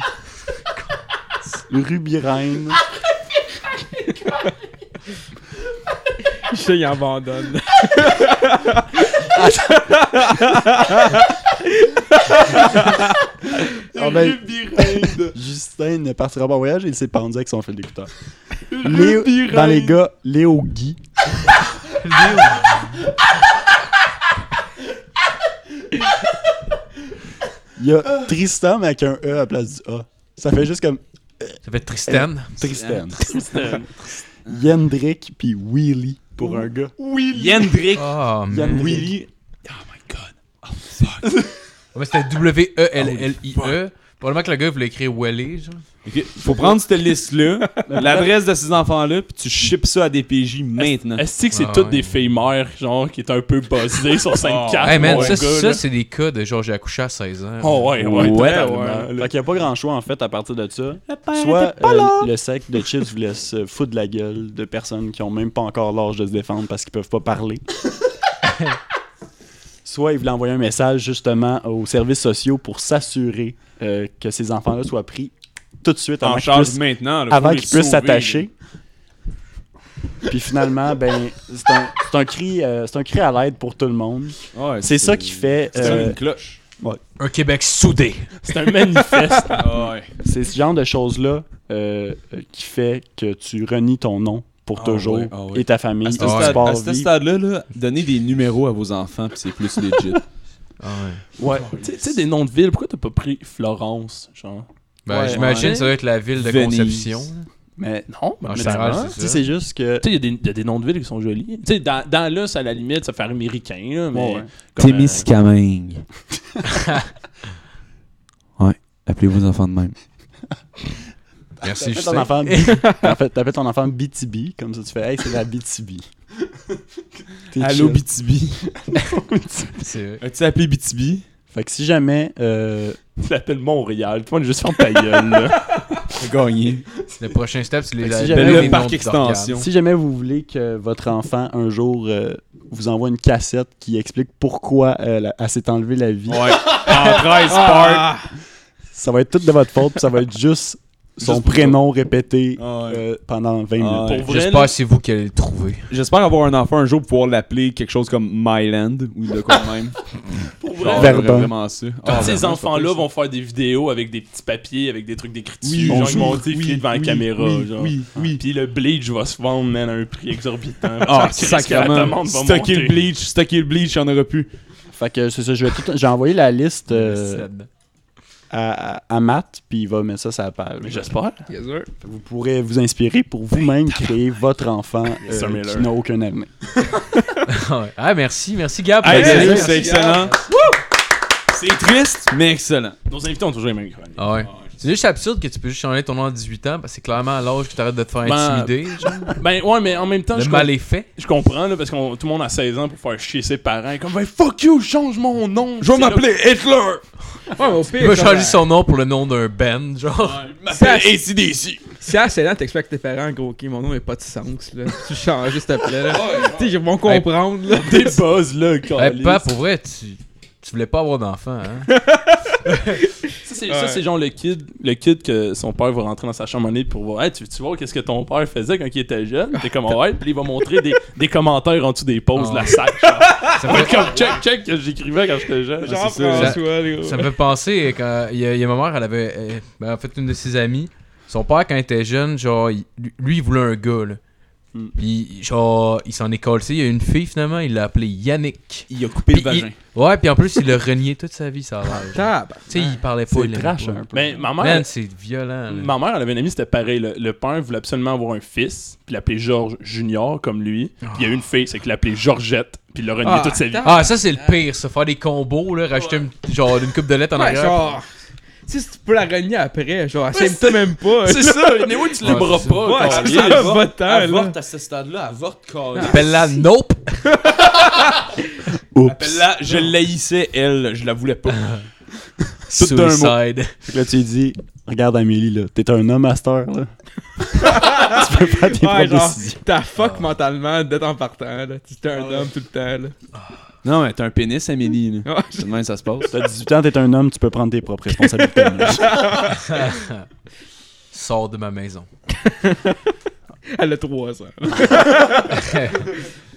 F: Ruby Reine,
G: *laughs* Je sais, il abandonne.
F: Ah ben- Justin ne partira pas en voyage et il s'est pendu avec son fil d'écouteur. Léo- dans les gars, Léo Guy, il y a Tristan avec un E à la place du A. Ça fait juste comme
C: Ça fait Tristan.
F: Tristan. Yendrick puis Willy pour un gars.
E: Yendrick.
C: Oh, man.
F: Yendrick.
E: Willy. Oh my god. Oh fuck.
C: *laughs* Ouais, C'était E
D: Oh,
C: W-E-L-L-I-E. Probablement que le gars voulait écrire Welly, genre.
E: Ok, Faut prendre cette liste-là, *laughs* l'adresse de ces enfants-là, puis tu ships ça à DPJ maintenant.
D: Est-ce que c'est
C: Ah,
D: toutes
C: ouais.
D: des filles mères, genre, qui est un peu buzzées sur 5-4?
C: Hey man,
D: Ah, mon
C: ça,
D: gars, là.
C: ça c'est des cas de genre j'ai accouché à 16 ans.
D: Oh ouais, ouais, totalement.
F: Fait qu'il n'y a pas grand choix en fait à partir de ça. Soit euh, le sac de chips vous laisse euh, foutre de la gueule de personnes qui ont même pas encore l'âge de se défendre parce qu'ils peuvent pas parler. Soit ils voulaient envoyer un message justement aux services sociaux pour s'assurer euh, que ces enfants-là soient pris tout de suite avant
E: en
F: qu'ils
E: charge
F: puissent-
E: maintenant. là,
F: avant
E: faut les
F: qu'ils puissent
E: sauver,
F: s'attacher. Puis finalement, ben, c'est un, c'est un cri, euh, c'est un cri à l'aide pour tout le monde.
E: là. Ouais,
F: C'est ça qui fait.
E: C'est
F: euh,
E: une cloche.
C: Un Québec soudé.
D: C'est un manifeste.
E: Ah, Ouais.
F: *laughs* c'est ce genre de choses-là euh, euh, qui fait que tu renies ton nom pour
E: Ah
F: toujours
E: ouais, ah ouais.
F: et ta famille
E: À
F: et
E: ce
F: ton
C: ouais.
E: stade- à
F: sport
E: ce
F: vie.
E: stade-là, là, donnez des numéros à vos enfants, puis c'est plus legit.
C: Ah ouais.
F: Ouais.
D: Tu sais- tu sais, des noms de villes, pourquoi t'as pas pris Florence, genre?
C: Ben,
F: Ouais,
C: J'imagine
F: ouais.
C: ça doit être la ville de
E: Venise.
C: Conception.
F: Mais non,
D: Non,
C: En
D: mais
C: général,
D: ça va.
F: tu sais,
C: c'est ça.
F: c'est juste que
D: Tu sais, il y, a des- y a des noms de villes qui sont jolis. Tu sais, dans, dans l'Us, à la limite, ça fait américain, là, mais...
F: Ouais, ouais.
D: comme, euh,
E: Témiscamingue. ouais, appelez vos enfants de même.
C: Merci
F: t'appelles ton
C: Justin.
E: *laughs*
F: enfant B- en fait, t'appelles ton enfant BTB comme ça tu fais hey, c'est
D: *laughs*
F: la BTB. T'es
E: Allô
F: chill.
E: BTB.
C: C'est euh, vrai.
E: As-tu appelé BTB?
F: Fait que si jamais euh,
D: Tu l'appelles
F: Ah,
D: Montréal. Tout le monde est juste ferme ta gueule,
F: *laughs*
D: là.
E: Gagné.
C: Le prochain step, c'est les,
F: Fait que si
C: les-
F: j'avais
C: les
F: le
C: noms
E: parc
C: d'organes.
E: extension.
F: si jamais vous voulez que votre enfant un jour euh, vous envoie une cassette qui explique pourquoi euh, la- elle s'est enlevée la vie,
E: Ouais. Entraille, Spark.
F: ça va être tout de votre faute, puis ça va être juste son
E: Juste pour
F: prénom répété
E: Ah ouais.
F: euh, pendant 20 minutes.
E: Ah ouais.
D: Pour vrai,
C: J'espère
D: là,
C: que c'est vous qui allez le trouver.
E: J'espère avoir un enfant un jour pour pouvoir l'appeler quelque chose comme Myland ou de quoi
D: *laughs*
E: de même.
D: pour vrai,
E: Genre,
F: Verdun.
E: j'aimerais vraiment ça.
D: Tous
E: Ah,
D: ces
E: Verdun,
D: enfants-là
E: c'est pas
D: vont faire des vidéos avec des petits papiers, avec des trucs d'écriture.
E: Oui,
D: genre,
E: bonjour,
D: ils vont défiler
E: oui,
D: devant la
E: oui,
D: caméra.
E: oui,
D: genre.
E: oui,
D: Puis le bleach va se vendre, man, à un prix exorbitant.
E: Ah,
D: Parce que la
E: sacrément.
D: demande va
E: Stocker le
D: monter.
E: bleach, stocker le bleach, y'en aura plus.
F: Fait que c'est ça, je vais tout- j'ai envoyé la liste euh, à, à- à Matt, puis il va mettre ça sur la page.
D: Mais J'espère.
G: Yes, sir.
F: Vous pourrez vous inspirer pour vous-même créer votre enfant
D: Yes, sir,
F: euh,
D: Miller.
F: qui n'a aucun avenir.
C: ah, merci, merci Gab.
E: Hey,
C: Merci.
E: salut, c'est excellent. C'est triste, mais excellent.
D: Nos invités ont toujours les mêmes chroniques.
C: Ah ouais. C'est juste absurde que tu peux juste changer ton nom à 18 ans parce que c'est clairement à l'âge que t'arrêtes de te faire
D: Ben,
C: intimider. genre.
D: Ben ouais, mais en même temps,
C: Le
D: je,
C: mal
D: com-
C: est fait.
D: je comprends, là, parce que tout le monde a 16 ans pour faire chier ses parents. Comme, ben fuck you, change mon nom.
E: Je vais
D: C'est
E: m'appeler Hitler!
G: Ouais, mais au pire.
C: Il va
G: comme, euh,
C: changer son nom pour le nom d'un band, genre.
E: Je m'appelle ACDC!
G: Si à 7 ans, t'expliques tes parents, gros, ok, mon nom n'a pas de sens, là. *laughs* Tu changes, s'il te plaît, là. Tu sais, ils vont comprendre, là.
D: Des
C: *laughs*
D: buzz, là,
C: Eh,
D: câlisse.
C: pas pour vrai, tu, tu voulais pas avoir d'enfant, hein?
D: Ça, c'est ça, c'est genre le kid, le kid que son père va rentrer dans sa chambre à nid pour voir, hey, tu, tu vois qu'est-ce que ton père faisait quand il était jeune? T'es *laughs* comme, ouais, puis il va montrer des, des commentaires en dessous des pauses de la salle.
C: Ah. Ça me fait,
D: *laughs* Comme, check, check, que j'écrivais quand j'étais jeune.
C: ça.
G: François, là, gros.
C: ça me fait penser quand il y, a- il y a ma mère, elle avait euh, ben, en fait une de ses amies. Son père, quand il était jeune, genre, il- lui, il voulait un gars, là.
D: Mm.
C: Puis, genre, il s'en est cassé. Il y a une fille, finalement, il l'a appelée Yannick.
E: Il a coupé
C: Puis il- Ouais, puis en plus, il l'a renié toute sa vie, ça a l'air. genre.
G: Tab.
C: Tu sais, il parlait pas. il
F: C'est
C: l'aimait
F: trash
C: pas.
F: un peu.
D: Mais Ben, ma mère,
C: Man, c'est violent. là.
D: ma mère, elle avait un ami, c'était pareil. Le, le père voulait absolument avoir un fils, puis l'appeler Georges Junior, comme lui. Puis il y a eu une fille, c'est qu'il l'appelait Georgette, puis il l'a renié
G: Ah,
D: toute sa vie.
G: attends.
C: Ah, ça, c'est le pire, ça. Faire des combos, là, rajouter une, genre une coupe de lettres en
G: Ouais,
C: arrière.
G: genre. Tu sais, si tu peux la renier après, genre, assume-toi même pas.
E: C'est ça, anyway, tu
C: Ouais,
E: l'aimeras
C: c'est ça.
E: pas.
G: Ouais,
E: quand
G: c'est
E: il est.
G: ça, va-t'en, là.
E: Avorte à ce stade-là, avorte, câlisse.
C: Appelle-la Nope.
E: *laughs* Appelle-la, je l'haïssais, elle, je la
C: *laughs*
E: voulais pas.
F: Tout d'un mot.
C: Suicide.
F: Fait que là, tu lui dis, regarde Amélie, là, t'es un homme master, là. tu peux pas tes
G: Ouais,
F: propres
G: genre,
F: décisions.
G: t'as fuck mentalement d'être en partant, là. Tu t'es un homme tout le temps, là.
E: Non, mais t'as un pénis, Amélie.
G: Ouais.
E: C'est demain ça se passe.
F: T'as 18 ans, t'es un homme, tu peux prendre tes propres responsabilités.
C: Sors de ma maison.
G: Elle a 3 ans.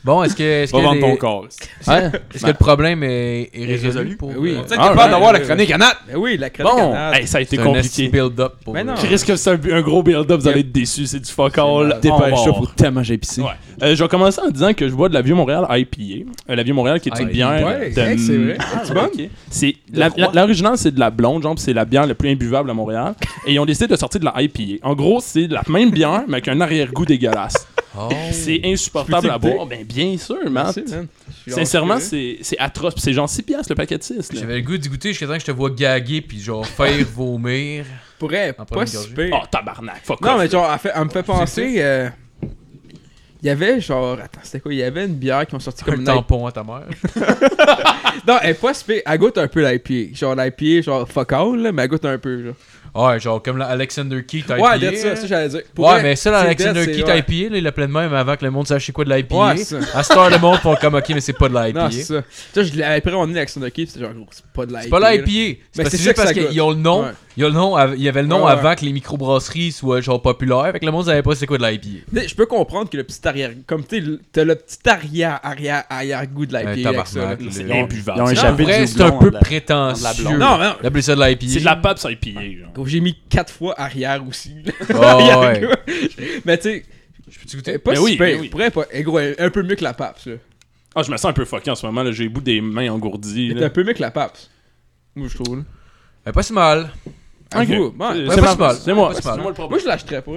C: Bon, est-ce que. Est-ce
E: Va
C: que,
E: vendre ton
C: les-
E: corps.
C: Hein? Est-ce que le problème est, est résolu, pour.
G: Oui.
C: euh,
E: Peut-être qu'il parle d'avoir la chronique à Nat.
G: Mais Ben oui, la crête
D: Bon, hey, ça a été
C: C'est un
D: compliqué.
C: nasty build-up pour. euh,
G: Mais non.
D: Chris, que c'est un, un gros build-up, vous allez être déçus, c'est du fuck all. Au
E: Dépêche-toi,
D: revoir.
E: faut tellement j'ai pissé.
D: Ouais. Euh, je vais commencer en disant que je bois de la Vieux Montréal IPA. Euh, la Vieux Montréal qui est une
C: IPA.
D: bière.
G: Ouais,
D: de-
G: hey, c'est vrai.
D: Ah, ouais, ok. C'est la- la- L'original, c'est de la blonde, genre, puis c'est la bière la plus imbuvable à Montréal. Et ils ont décidé de sortir de la IPA. En gros, c'est la même bière, mais avec un arrière-goût dégueulasse.
C: Oh.
D: C'est insupportable à
G: goûter?
D: boire. Ben, bien sûr, Matt.
G: hein.
D: Sincèrement, c'est c'est atroce. Puis c'est genre 6 piastres le paquet de 6. là.
C: J'avais le goût d'y goûter jusqu'à temps que je te vois gaguer puis genre faire *laughs* vomir.
G: pourrait
C: En
G: pas
C: première
G: si
C: gorgée. Ah,
G: pire.
D: Oh, tabarnak. Fuck
G: Non,
D: off.
G: mais genre, elle, fait- elle me fait penser. euh, Il y avait genre. Attends, c'était quoi Il y avait une bière qui ont sorti comme
C: Comme un
G: une
C: tampon à ta mère.
G: IP- Non, elle est pas si pire. Elle goûte un peu l'IPA. Genre, l'IPA, genre, fuck all, là, mais elle goûte un peu. Genre.
C: Ouais, genre comme la Alexander Keith IPA.
G: Ouais, d'être ça, ça j'allais dire. Pour
C: ouais,
G: vrai,
C: mais ça,
G: c'est
C: l'Alexander
G: dead,
C: Keith
G: c'est- ouais.
C: IPA, là, il l'appelait de même avant que le monde sache c'est quoi de l'IPA.
G: Ouais, c'est
C: à cette heure, le monde font comme, ok, mais c'est pas de
G: Non, c'est
C: l'IPA.
G: ça. Tu sais, je l'ai après, on est l'Alexander Keith, c'était genre, gros, c'est pas de l'IPA.
C: C'est pas
G: là.
C: l'IPA.
G: Mais
C: Ben, C'est parce que
G: c'est ça
C: juste
G: que
C: parce
G: ça
C: qu'ils
G: goûte.
C: ont le nom.
G: Ouais.
C: Ils ont le nom av- il y avait le nom
G: Ouais, ouais.
C: avant que les microbrasseries soient genre populaires. Fait que le monde savait pas c'est quoi de l'IPA.
G: Mais Je peux comprendre que le petit arrière. Comme tu sais, le- t'as le petit arrière, arrière, arrière goût de
C: Un
G: l'IPA avec ça. là.
C: Euh, tabarnak. là.
D: C'est
C: Non,
D: imbuvable.
F: Ils ont
D: C'est-
C: en
F: échappé
C: vrai,
F: du
C: c'est un
F: doublon
C: peu
F: en de la-
C: prétentieux.
G: Non, non.
C: D'appeler ça de l'IPA.
D: C'est de la pape sur IPA, genre.
G: Gros, J'ai mis 4 fois arrière aussi.
D: *laughs*
G: là.
D: Ah
C: Oh, ouais.
G: mais tu sais,
C: Je peux-tu
G: elle est
C: goûter?
G: pas
D: Mais
G: si
D: oui,
G: pire.
D: mais oui.
G: Pour elle, pas- elle est gros, elle est un peu mieux que la pape, ça.
D: Ah, je me sens un peu fucké en ce moment. là. J'ai le bout des mains engourdies.
G: Elle
D: là.
G: est un peu mieux que la pape. Moi, je trouve. là.
C: Mais pas si mal.
G: À vous,
D: Ok.
G: bon,
D: C'est-
G: ouais,
D: c'est
C: pas
D: ma-
C: si mal.
D: C'est moi.
C: Pas si
D: C'est
C: mal.
D: moi le problème.
G: Moi, je lâcherais pas.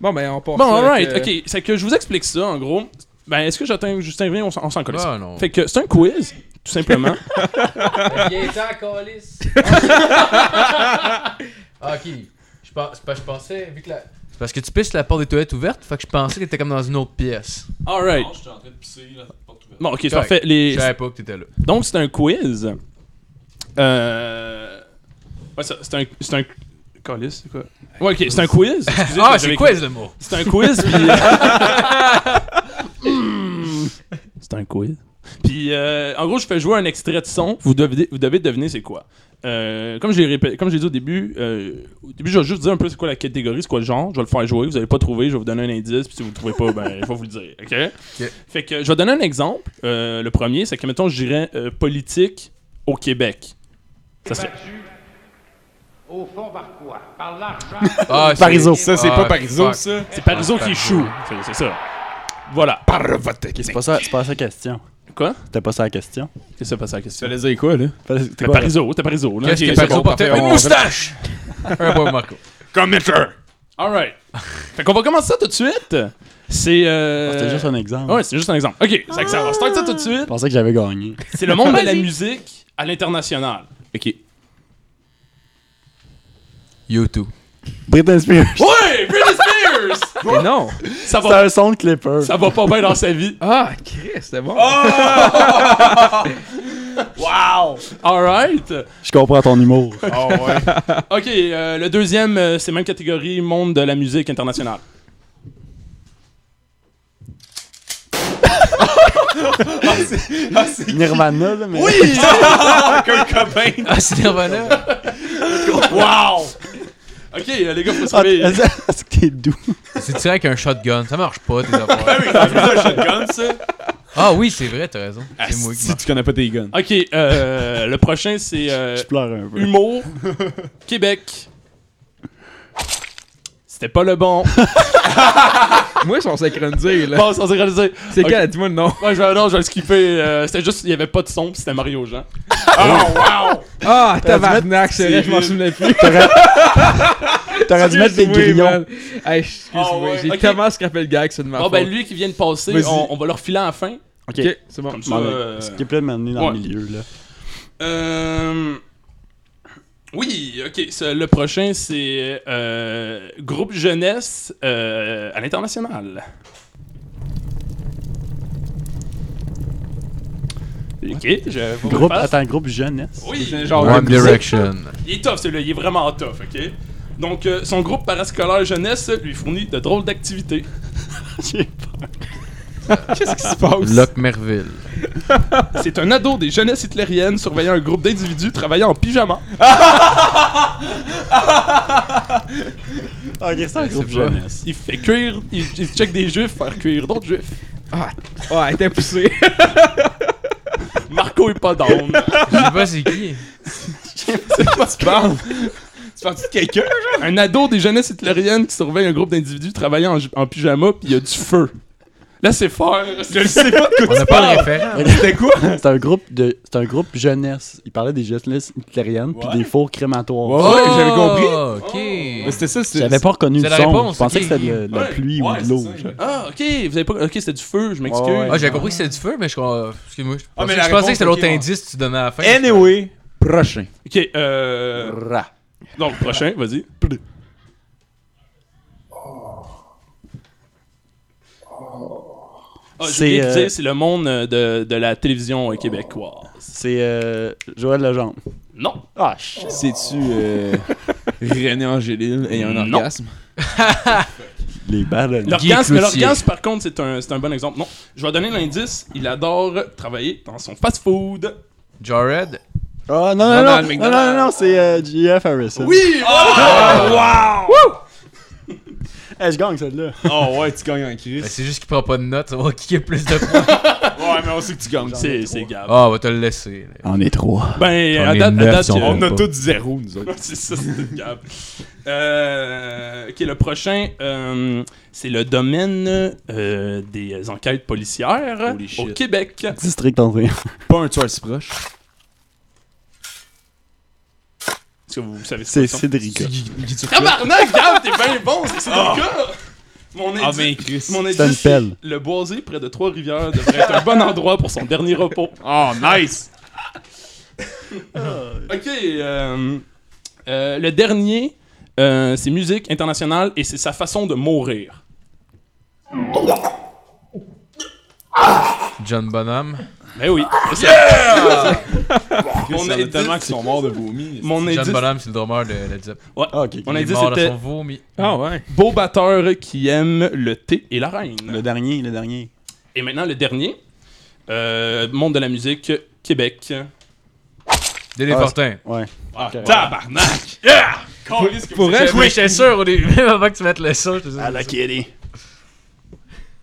G: Bon, ben, on part.
D: Bon,
G: ça
D: alright,
G: avec, euh,
D: ok. C'est que je vous explique ça, en gros. Ben, est-ce que j'atteins Justin Rien On s'en on s'en colle.
C: Ah, non.
D: Fait que c'est un quiz, tout
E: *laughs*
D: simplement.
C: Ah, ok. Je, pensais, vu que la. C'est parce que tu pisses la porte des toilettes ouverte, fait que je pensais que t'étais comme dans une autre pièce.
D: alright.
E: j'étais en train de pisser, la porte ouverte.
D: Bon, ok, c'est
C: Correct.
D: parfait. Les...
C: Je savais pas que t'étais là.
D: Donc, c'est un quiz. Euh. Ouais, ça- c'est un. C'est un. Calice, c'est quoi Ouais, ok, c'est un quiz. Excusez,
C: Ah,
D: j'avais-
C: c'est quiz le mot.
D: C'est un quiz, puis. Hmm. c'est un quiz. Puis, euh, en gros, je fais jouer un extrait de son. Vous devez, vous devez deviner c'est quoi. Euh, comme je l'ai répé- comme je l'ai dit au début, euh, au début, je vais juste dire un peu c'est quoi la catégorie, c'est quoi le genre. Je vais le faire jouer. Vous n'allez pas trouver, je vais vous donner un indice. Puis si vous ne trouvez pas, ben, je vais vous le dire. OK? Fait que je vais donner un exemple. Euh, le premier, c'est que, mettons, je dirais euh, politique au Québec. Ça serait.
I: Au fond, par quoi? Par l'argent.
C: Ah, c'est-
F: Parizeau.
E: Ça, c'est
C: Ah,
E: pas Pariso,
C: fuck.
E: ça.
D: C'est Parizeau qui échoue. C'est c'est ça. Voilà.
E: Par votre technique.
F: C'est pas ça, c'est pas ça la question.
D: Quoi?
F: C'était pas ça la question.
D: Qu'est-ce que ça passe à la
E: Tu
D: question?
E: allais dire quoi, là?
F: Fallait-
D: T'es
F: c'était quoi,
D: Parizeau, t'es Parizeau. là.
C: Qu'est-ce
D: Ok,
C: que
D: c'est
C: Parizeau
D: bon.
C: portait
E: parfait, on
C: Une
E: va-
C: moustache Un point, Marco.
E: Comme Hitler.
D: Alright. *laughs* Fait qu'on va commencer ça tout de suite. C'est. Euh...
F: la- Ah, C'était juste un exemple.
D: Ouais, c'est juste un exemple. Ok, c'est que ça va start ça tout de
F: Je
D: suite.
F: pensais que j'avais gagné.
D: C'est le monde de la musique à l'international.
E: Ok.
C: YouTube.
F: Britney Spears.
D: Ouais, Britney Spears!
G: Mais non!
D: ça,
F: C'est
D: va,
F: un son de clipper.
D: ça va pas bien dans sa vie.
G: Ah, Chris, c'est bon!
D: Ah! Wow! Alright!
F: Je comprends
D: *laughs*
F: ton humour.
D: Ok, euh, le deuxième, euh, c'est même catégorie monde de la musique internationale.
F: Nirvana, là, mais.
C: Ah, c'est Nirvana?
D: Wow! Ok, euh, les gars, faut se
F: Ah,
D: trouver.
F: Est-ce que t'es doux?
C: C'est tiré avec un shotgun, ça marche pas,
E: *laughs*
C: tes
E: Ben
C: affaires. Ah oui, c'est vrai, t'as raison. C'est moi qui
E: Si tu connais pas tes guns.
D: Ok, euh, le prochain, c'est euh,
F: Je pleure un
D: *laughs*
F: peu.
D: Humour Québec. C'était pas le *laughs* bon.
G: Moi, ils sont synchronisés, là.
D: Bon, sans réaliser.
G: C'est
D: Ok.
G: quoi? Dis-moi le nom.
D: Ouais, je vais, non, je vais le skipper. euh, c'était juste, il y avait pas de son, pis c'était Mario Jean. oh, wow!
G: Ah, tabarnak, c'est vrai, je m'en souvenais plus.
F: T'aurais dû mettre des
G: *laughs* Excuse-moi,
F: grillons.
G: man. Hey, excuse-moi,
D: Ah ouais,
G: j'ai
D: ok.
G: tellement scrappé le gag, c'est de ma
D: Bon,
G: faute.
D: ben lui qui vient de passer,
F: Vas-y.
D: on, on va le refiler à la fin.
F: Ok.
G: Ok, c'est bon.
D: Comme ça.
F: Bon,
D: euh,
F: ben, Skip là, m'amener dans
D: ouais.
F: le milieu, là.
D: Euh, Oui, ok. ce- le prochain, c'est euh, groupe jeunesse euh, à l'international. Ok, je vous
F: Groupe,
D: repasse.
F: attends, groupe jeunesse.
D: Oui,
E: genre-
C: One
E: Ouais,
C: Direction.
D: il est tough celui-là, il est vraiment tough, ok? Donc, euh, son groupe parascolaire jeunesse lui fournit de drôles d'activités.
G: *laughs* Qu'est-ce qui se passe?
C: Locke Merville.
D: C'est un ado des jeunesses hitlériennes surveillant un groupe d'individus travaillant en pyjama.
F: Ah, c'est un groupe
C: c'est pas-
F: jeunesse. *laughs*
D: Il fait cuire, il, il check des juifs, faire cuire d'autres juifs.
G: Ah, ouais, t'es poussé.
D: Marco est pas down.
C: Je sais pas c'est
E: *laughs*
C: qui.
D: *laughs* tu parles? Tu parles de quelqu'un, genre? Un ado des jeunesses hitlériennes qui surveille un groupe d'individus travaillant en, ju- en pyjama, pis il y a du feu. Là, c'est fort. Je le sais pas.
C: On n'a pas de référent.
F: C'était quoi? C'est un groupe de. C'est un groupe jeunesse. Il parlait des jeunesses hitlériennes puis des fours crématoires.
E: j'avais Oh.
C: compris.
E: Mais
C: Oh, Ok.
E: c'était ça, c'était.
F: J'avais pas reconnu
C: C'est
F: le
C: la
F: son.
C: réponse,
F: je pensais
C: ok.
F: que c'était de, de la
D: Ouais,
F: pluie ou
E: ouais,
F: de l'eau.
E: c'est ça.
D: *laughs* Ah, ok, vous avez pas. Ok, c'était du feu, je m'excuse.
F: Ouais, ouais.
C: Ah, j'avais compris que c'était du feu, mais je crois. Excuse-moi. Je
E: Ah, mais
C: pensais,
E: la
C: je pensais que
E: réponse,
C: c'était l'autre
E: ok, ouais.
C: indice que tu donnais à la fin.
E: Anyway, prochain.
D: Ok, euh. Donc, prochain, vas-y. Ah, je
F: C'est,
D: viens de
F: euh,
D: dire, c'est le monde euh, de, de la télévision euh, québécoise.
F: C'est euh, Joël Legendre.
D: Non.
F: Ah, shit.
E: C'est-tu euh, René Angéline ayant un
D: Non.
E: orgasme?
F: *laughs* Les balles.
D: L'orgasme,
C: Cloutier.
D: l'orgasme, par contre, c'est un, c'est un bon exemple. Non, je vais donner l'indice. Il adore travailler dans son fast-food.
C: Jared.
F: Ah, non, non, non.
E: Donald
F: Non, non,
E: McDonald. Oh,
F: non, non, c'est euh, G.F. Harrison.
D: Oui!
F: Eh, je gagne celle-là.
D: Ah,
E: Oh ouais, tu gagnes en crise.
C: Ben, c'est juste qu'il prend pas de notes. On va kicker plus de points.
E: Ouais, mais on sait que tu gagnes.
D: C'est, c'est grave.
C: Ah, on va te le laisser. là.
F: On est trois.
D: Ben,
C: J'en
D: à
C: ai
D: date, à
C: Ah, neuf,
D: date,
C: si on
D: euh,
E: On a
C: Pas.
E: tous zéro, nous autres.
D: *laughs* c'est ça, c'est grave. Euh, ok, le prochain, euh, c'est le domaine euh, des enquêtes policières
E: Holy shit.
D: au Québec.
F: District *laughs* 31.
E: Pas un tueur si proche.
D: Est-ce que vous savez
F: C'est
D: ça?
F: Cédric.
D: Tabarnak, Gab, t'es bien bon, c'est c'est le gars! Mon
E: Ah,
D: indice,
E: mais Chris.
D: mon
F: C'est une
D: indice,
F: pelle.
D: le boisé près de Trois-Rivières devrait être un bon endroit pour
F: *laughs*
D: son dernier repos.
E: Oh, nice!
D: Ok, euh, euh, le dernier, euh, c'est musique internationale et c'est sa façon de mourir.
C: John Bonham.
D: Ben oui.
E: Chris,
D: Mon
E: il y en a
D: indice,
E: tellement qui sont morts de vomi.
D: Mon indice,
C: John Bonham, c'est le drummer de Led Zeppelin.
D: ouais.
F: Ah, ok.
D: Mon
C: Il est
D: indice
C: mort de
D: était
C: son vomi.
G: Ah ouais.
D: beau batteur qui aime le thé et la
F: Le
D: reine.
F: dernier, le dernier.
D: Et maintenant le dernier, euh, monde de la musique Québec.
C: Dédé
F: Ah,
C: Fortin.
F: Ouais.
D: Ah,
F: Ok.
D: tabarnak! Yeah! Calisse que
G: Pour
D: vous-
G: elle, je
C: Oui, j'étais sûr au début, même avant que tu mettes le son. j'étais sûr.
F: kitty.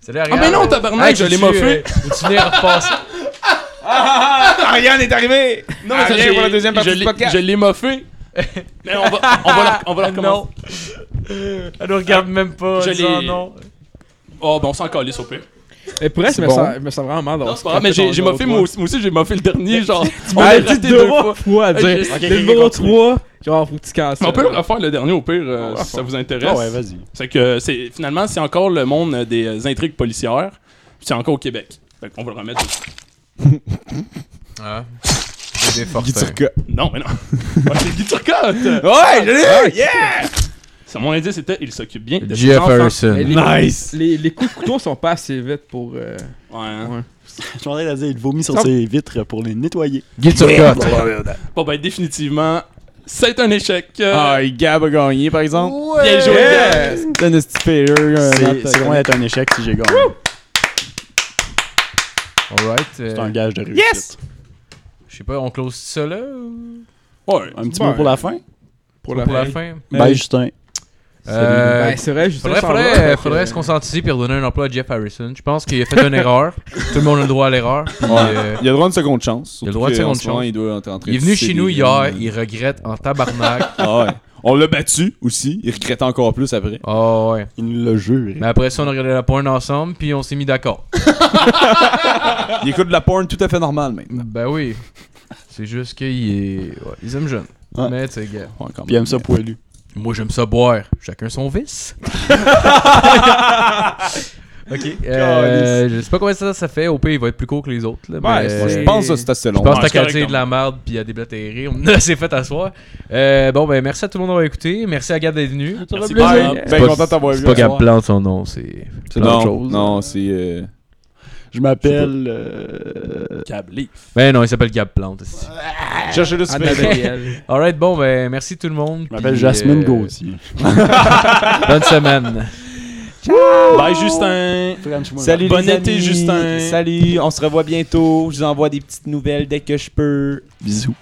C: Salut, Ariane.
D: Ah ben non, tabarnak, je l'ai moffé.
C: euh, Tu venais repasser.
G: Ariane est arrivée!
D: Non, mais ça,
G: Allez,
D: j'ai-
G: pour la deuxième partie
D: je
G: du
D: l'ai-
G: podcast.
D: Je l'ai moffé. Mais on va, on va, la- on va la recommencer.
C: Non. *laughs* Elle nous regarde même pas.
D: Je
C: Je
D: l'ai-
C: non.
D: Oh, ben on s'en calisse au pire.
G: Et pour elle, je me
F: bon.
G: sens- je me sens vraiment mal
D: Non,
G: d'avoir
D: c'est pas grave, mais j'ai j'ai moffé, moi aussi, moi aussi, j'ai moffé le
F: *laughs*
D: dernier, genre. on
G: Ah,
D: l'a
G: dit
D: raté
G: deux fois, à dire.
D: Ok, ok,
G: Le numéro 3, genre, faut que tu casses.
D: Mais on peut
G: euh,
D: le refaire le dernier au pire, euh,
G: On va
D: si ça
G: refaire.
D: vous intéresse.
F: Ah ouais, vas-y.
D: c'est que c'est finalement c'est encore le monde euh, des euh, intrigues policières, puis c'est encore au Québec. Fait qu'on va le remettre.
C: Ah. Dédé Fortin.
F: ben.
E: Turca.
D: Non,
F: *laughs*
D: mais non. Ouais, c'est Guy Turcotte!
F: Oh! Ah,
E: Ouais, je l'ai! eu! Yeah!
D: C'est- Mon indice c'était il s'occupe bien de ses enfants.
G: Mais
C: Jefferson.
G: les-
E: Nice!
G: Les, les coups de couteau sont pas assez vite pour. euh,
D: Ouais, hein.
G: ouais.
F: Je suis en train de dire, il vomit sur
G: Ça-
F: ses vitres pour les nettoyer.
C: Guy Turcotte.
D: Bon, ben, définitivement, c'est un échec. Euh,
E: Ah, et Gab a gagné, par exemple.
D: Bien joué, Gab.
G: Yes!
E: C'est un esti failure, un
F: C'est
E: autre-
F: c'est loin d'être un échec si j'ai gagné.
C: Alright.
F: C'est
C: euh,
F: un gage de réussite.
C: Je sais pas, on close ça là ou
D: Ouais.
F: Un petit
G: Ouais.
F: mot pour la fin?
C: pour
G: Pour la,
C: la fin?
F: Bye, Justin.
C: Euh,
G: Ben, c'est vrai, je
C: Faudrait, faudrait, euh, faudrait se conscientiser et redonner un emploi à Jeff Harrison. Je pense qu'il a fait une erreur. Tout le monde a le droit à l'erreur. Puis, euh,
E: Il a le droit à une seconde chance.
C: Il a le droit à une
E: Surtout
C: seconde
E: qu'en ce moment,
C: chance.
E: Il, doit être en train
C: il est
E: de
C: venu
E: tisser
C: chez nous
E: des
C: hier,
E: lignes.
C: il regrette en
E: *laughs*
C: tabarnak.
E: Ah ouais. On l'a battu aussi. Il regrette encore plus après.
C: Oh ouais.
F: Il nous l'a juré.
C: Mais après ça, on a regardé la porn ensemble, puis on s'est mis d'accord.
E: *laughs* Il écoute de la porn tout à fait normale maintenant.
C: Ben oui. C'est juste qu'ils est... ouais, ils aiment jeunes.
F: Ouais.
C: Mais tu sais, gars.
E: Ouais, quand
F: Puis il aime
E: même.
F: ça poilu.
C: Moi, j'aime ça boire. Chacun son vice. ok. Euh, je sais pas combien ça, ça fait. Au pire, il va être plus court que les autres. là,
G: Ouais,
C: mais-
G: c'est-
E: Moi, je pense que c'est assez long.
C: Je pense
D: Ouais,
C: que t'as
D: c'est
C: qu'à
D: correct,
C: dire de la merde puis à déblatérer. On a assez fait à soir. Euh, bon, ben merci à tout le monde d'avoir écouté. Merci à Gab d'être venu.
D: Merci,
E: Ben,
D: Bob.
E: ben content de t'avoir vu. à soir.
C: Plante son nom, c'est.
E: C'est
F: plein
E: non,
F: de choses.
E: Non, c'est. euh,
F: Je m'appelle. euh,
D: Gab Leaf.
C: Ben non, il s'appelle Gab Plante. c'est-
E: Cherchez-le
D: Ah,
E: sur Facebook.
G: Annabelle.
C: Alright, bon, ben merci tout le monde.
F: Je m'appelle
C: puis,
F: Jasmine
C: euh,
F: Gauthier.
C: Bonne semaine.
D: Bye, Justin.
E: Salut
D: Bon
E: les
D: été,
E: amis.
D: Justin.
E: Salut, on se revoit bientôt. Je vous envoie des petites nouvelles dès que je peux.
F: Bisous.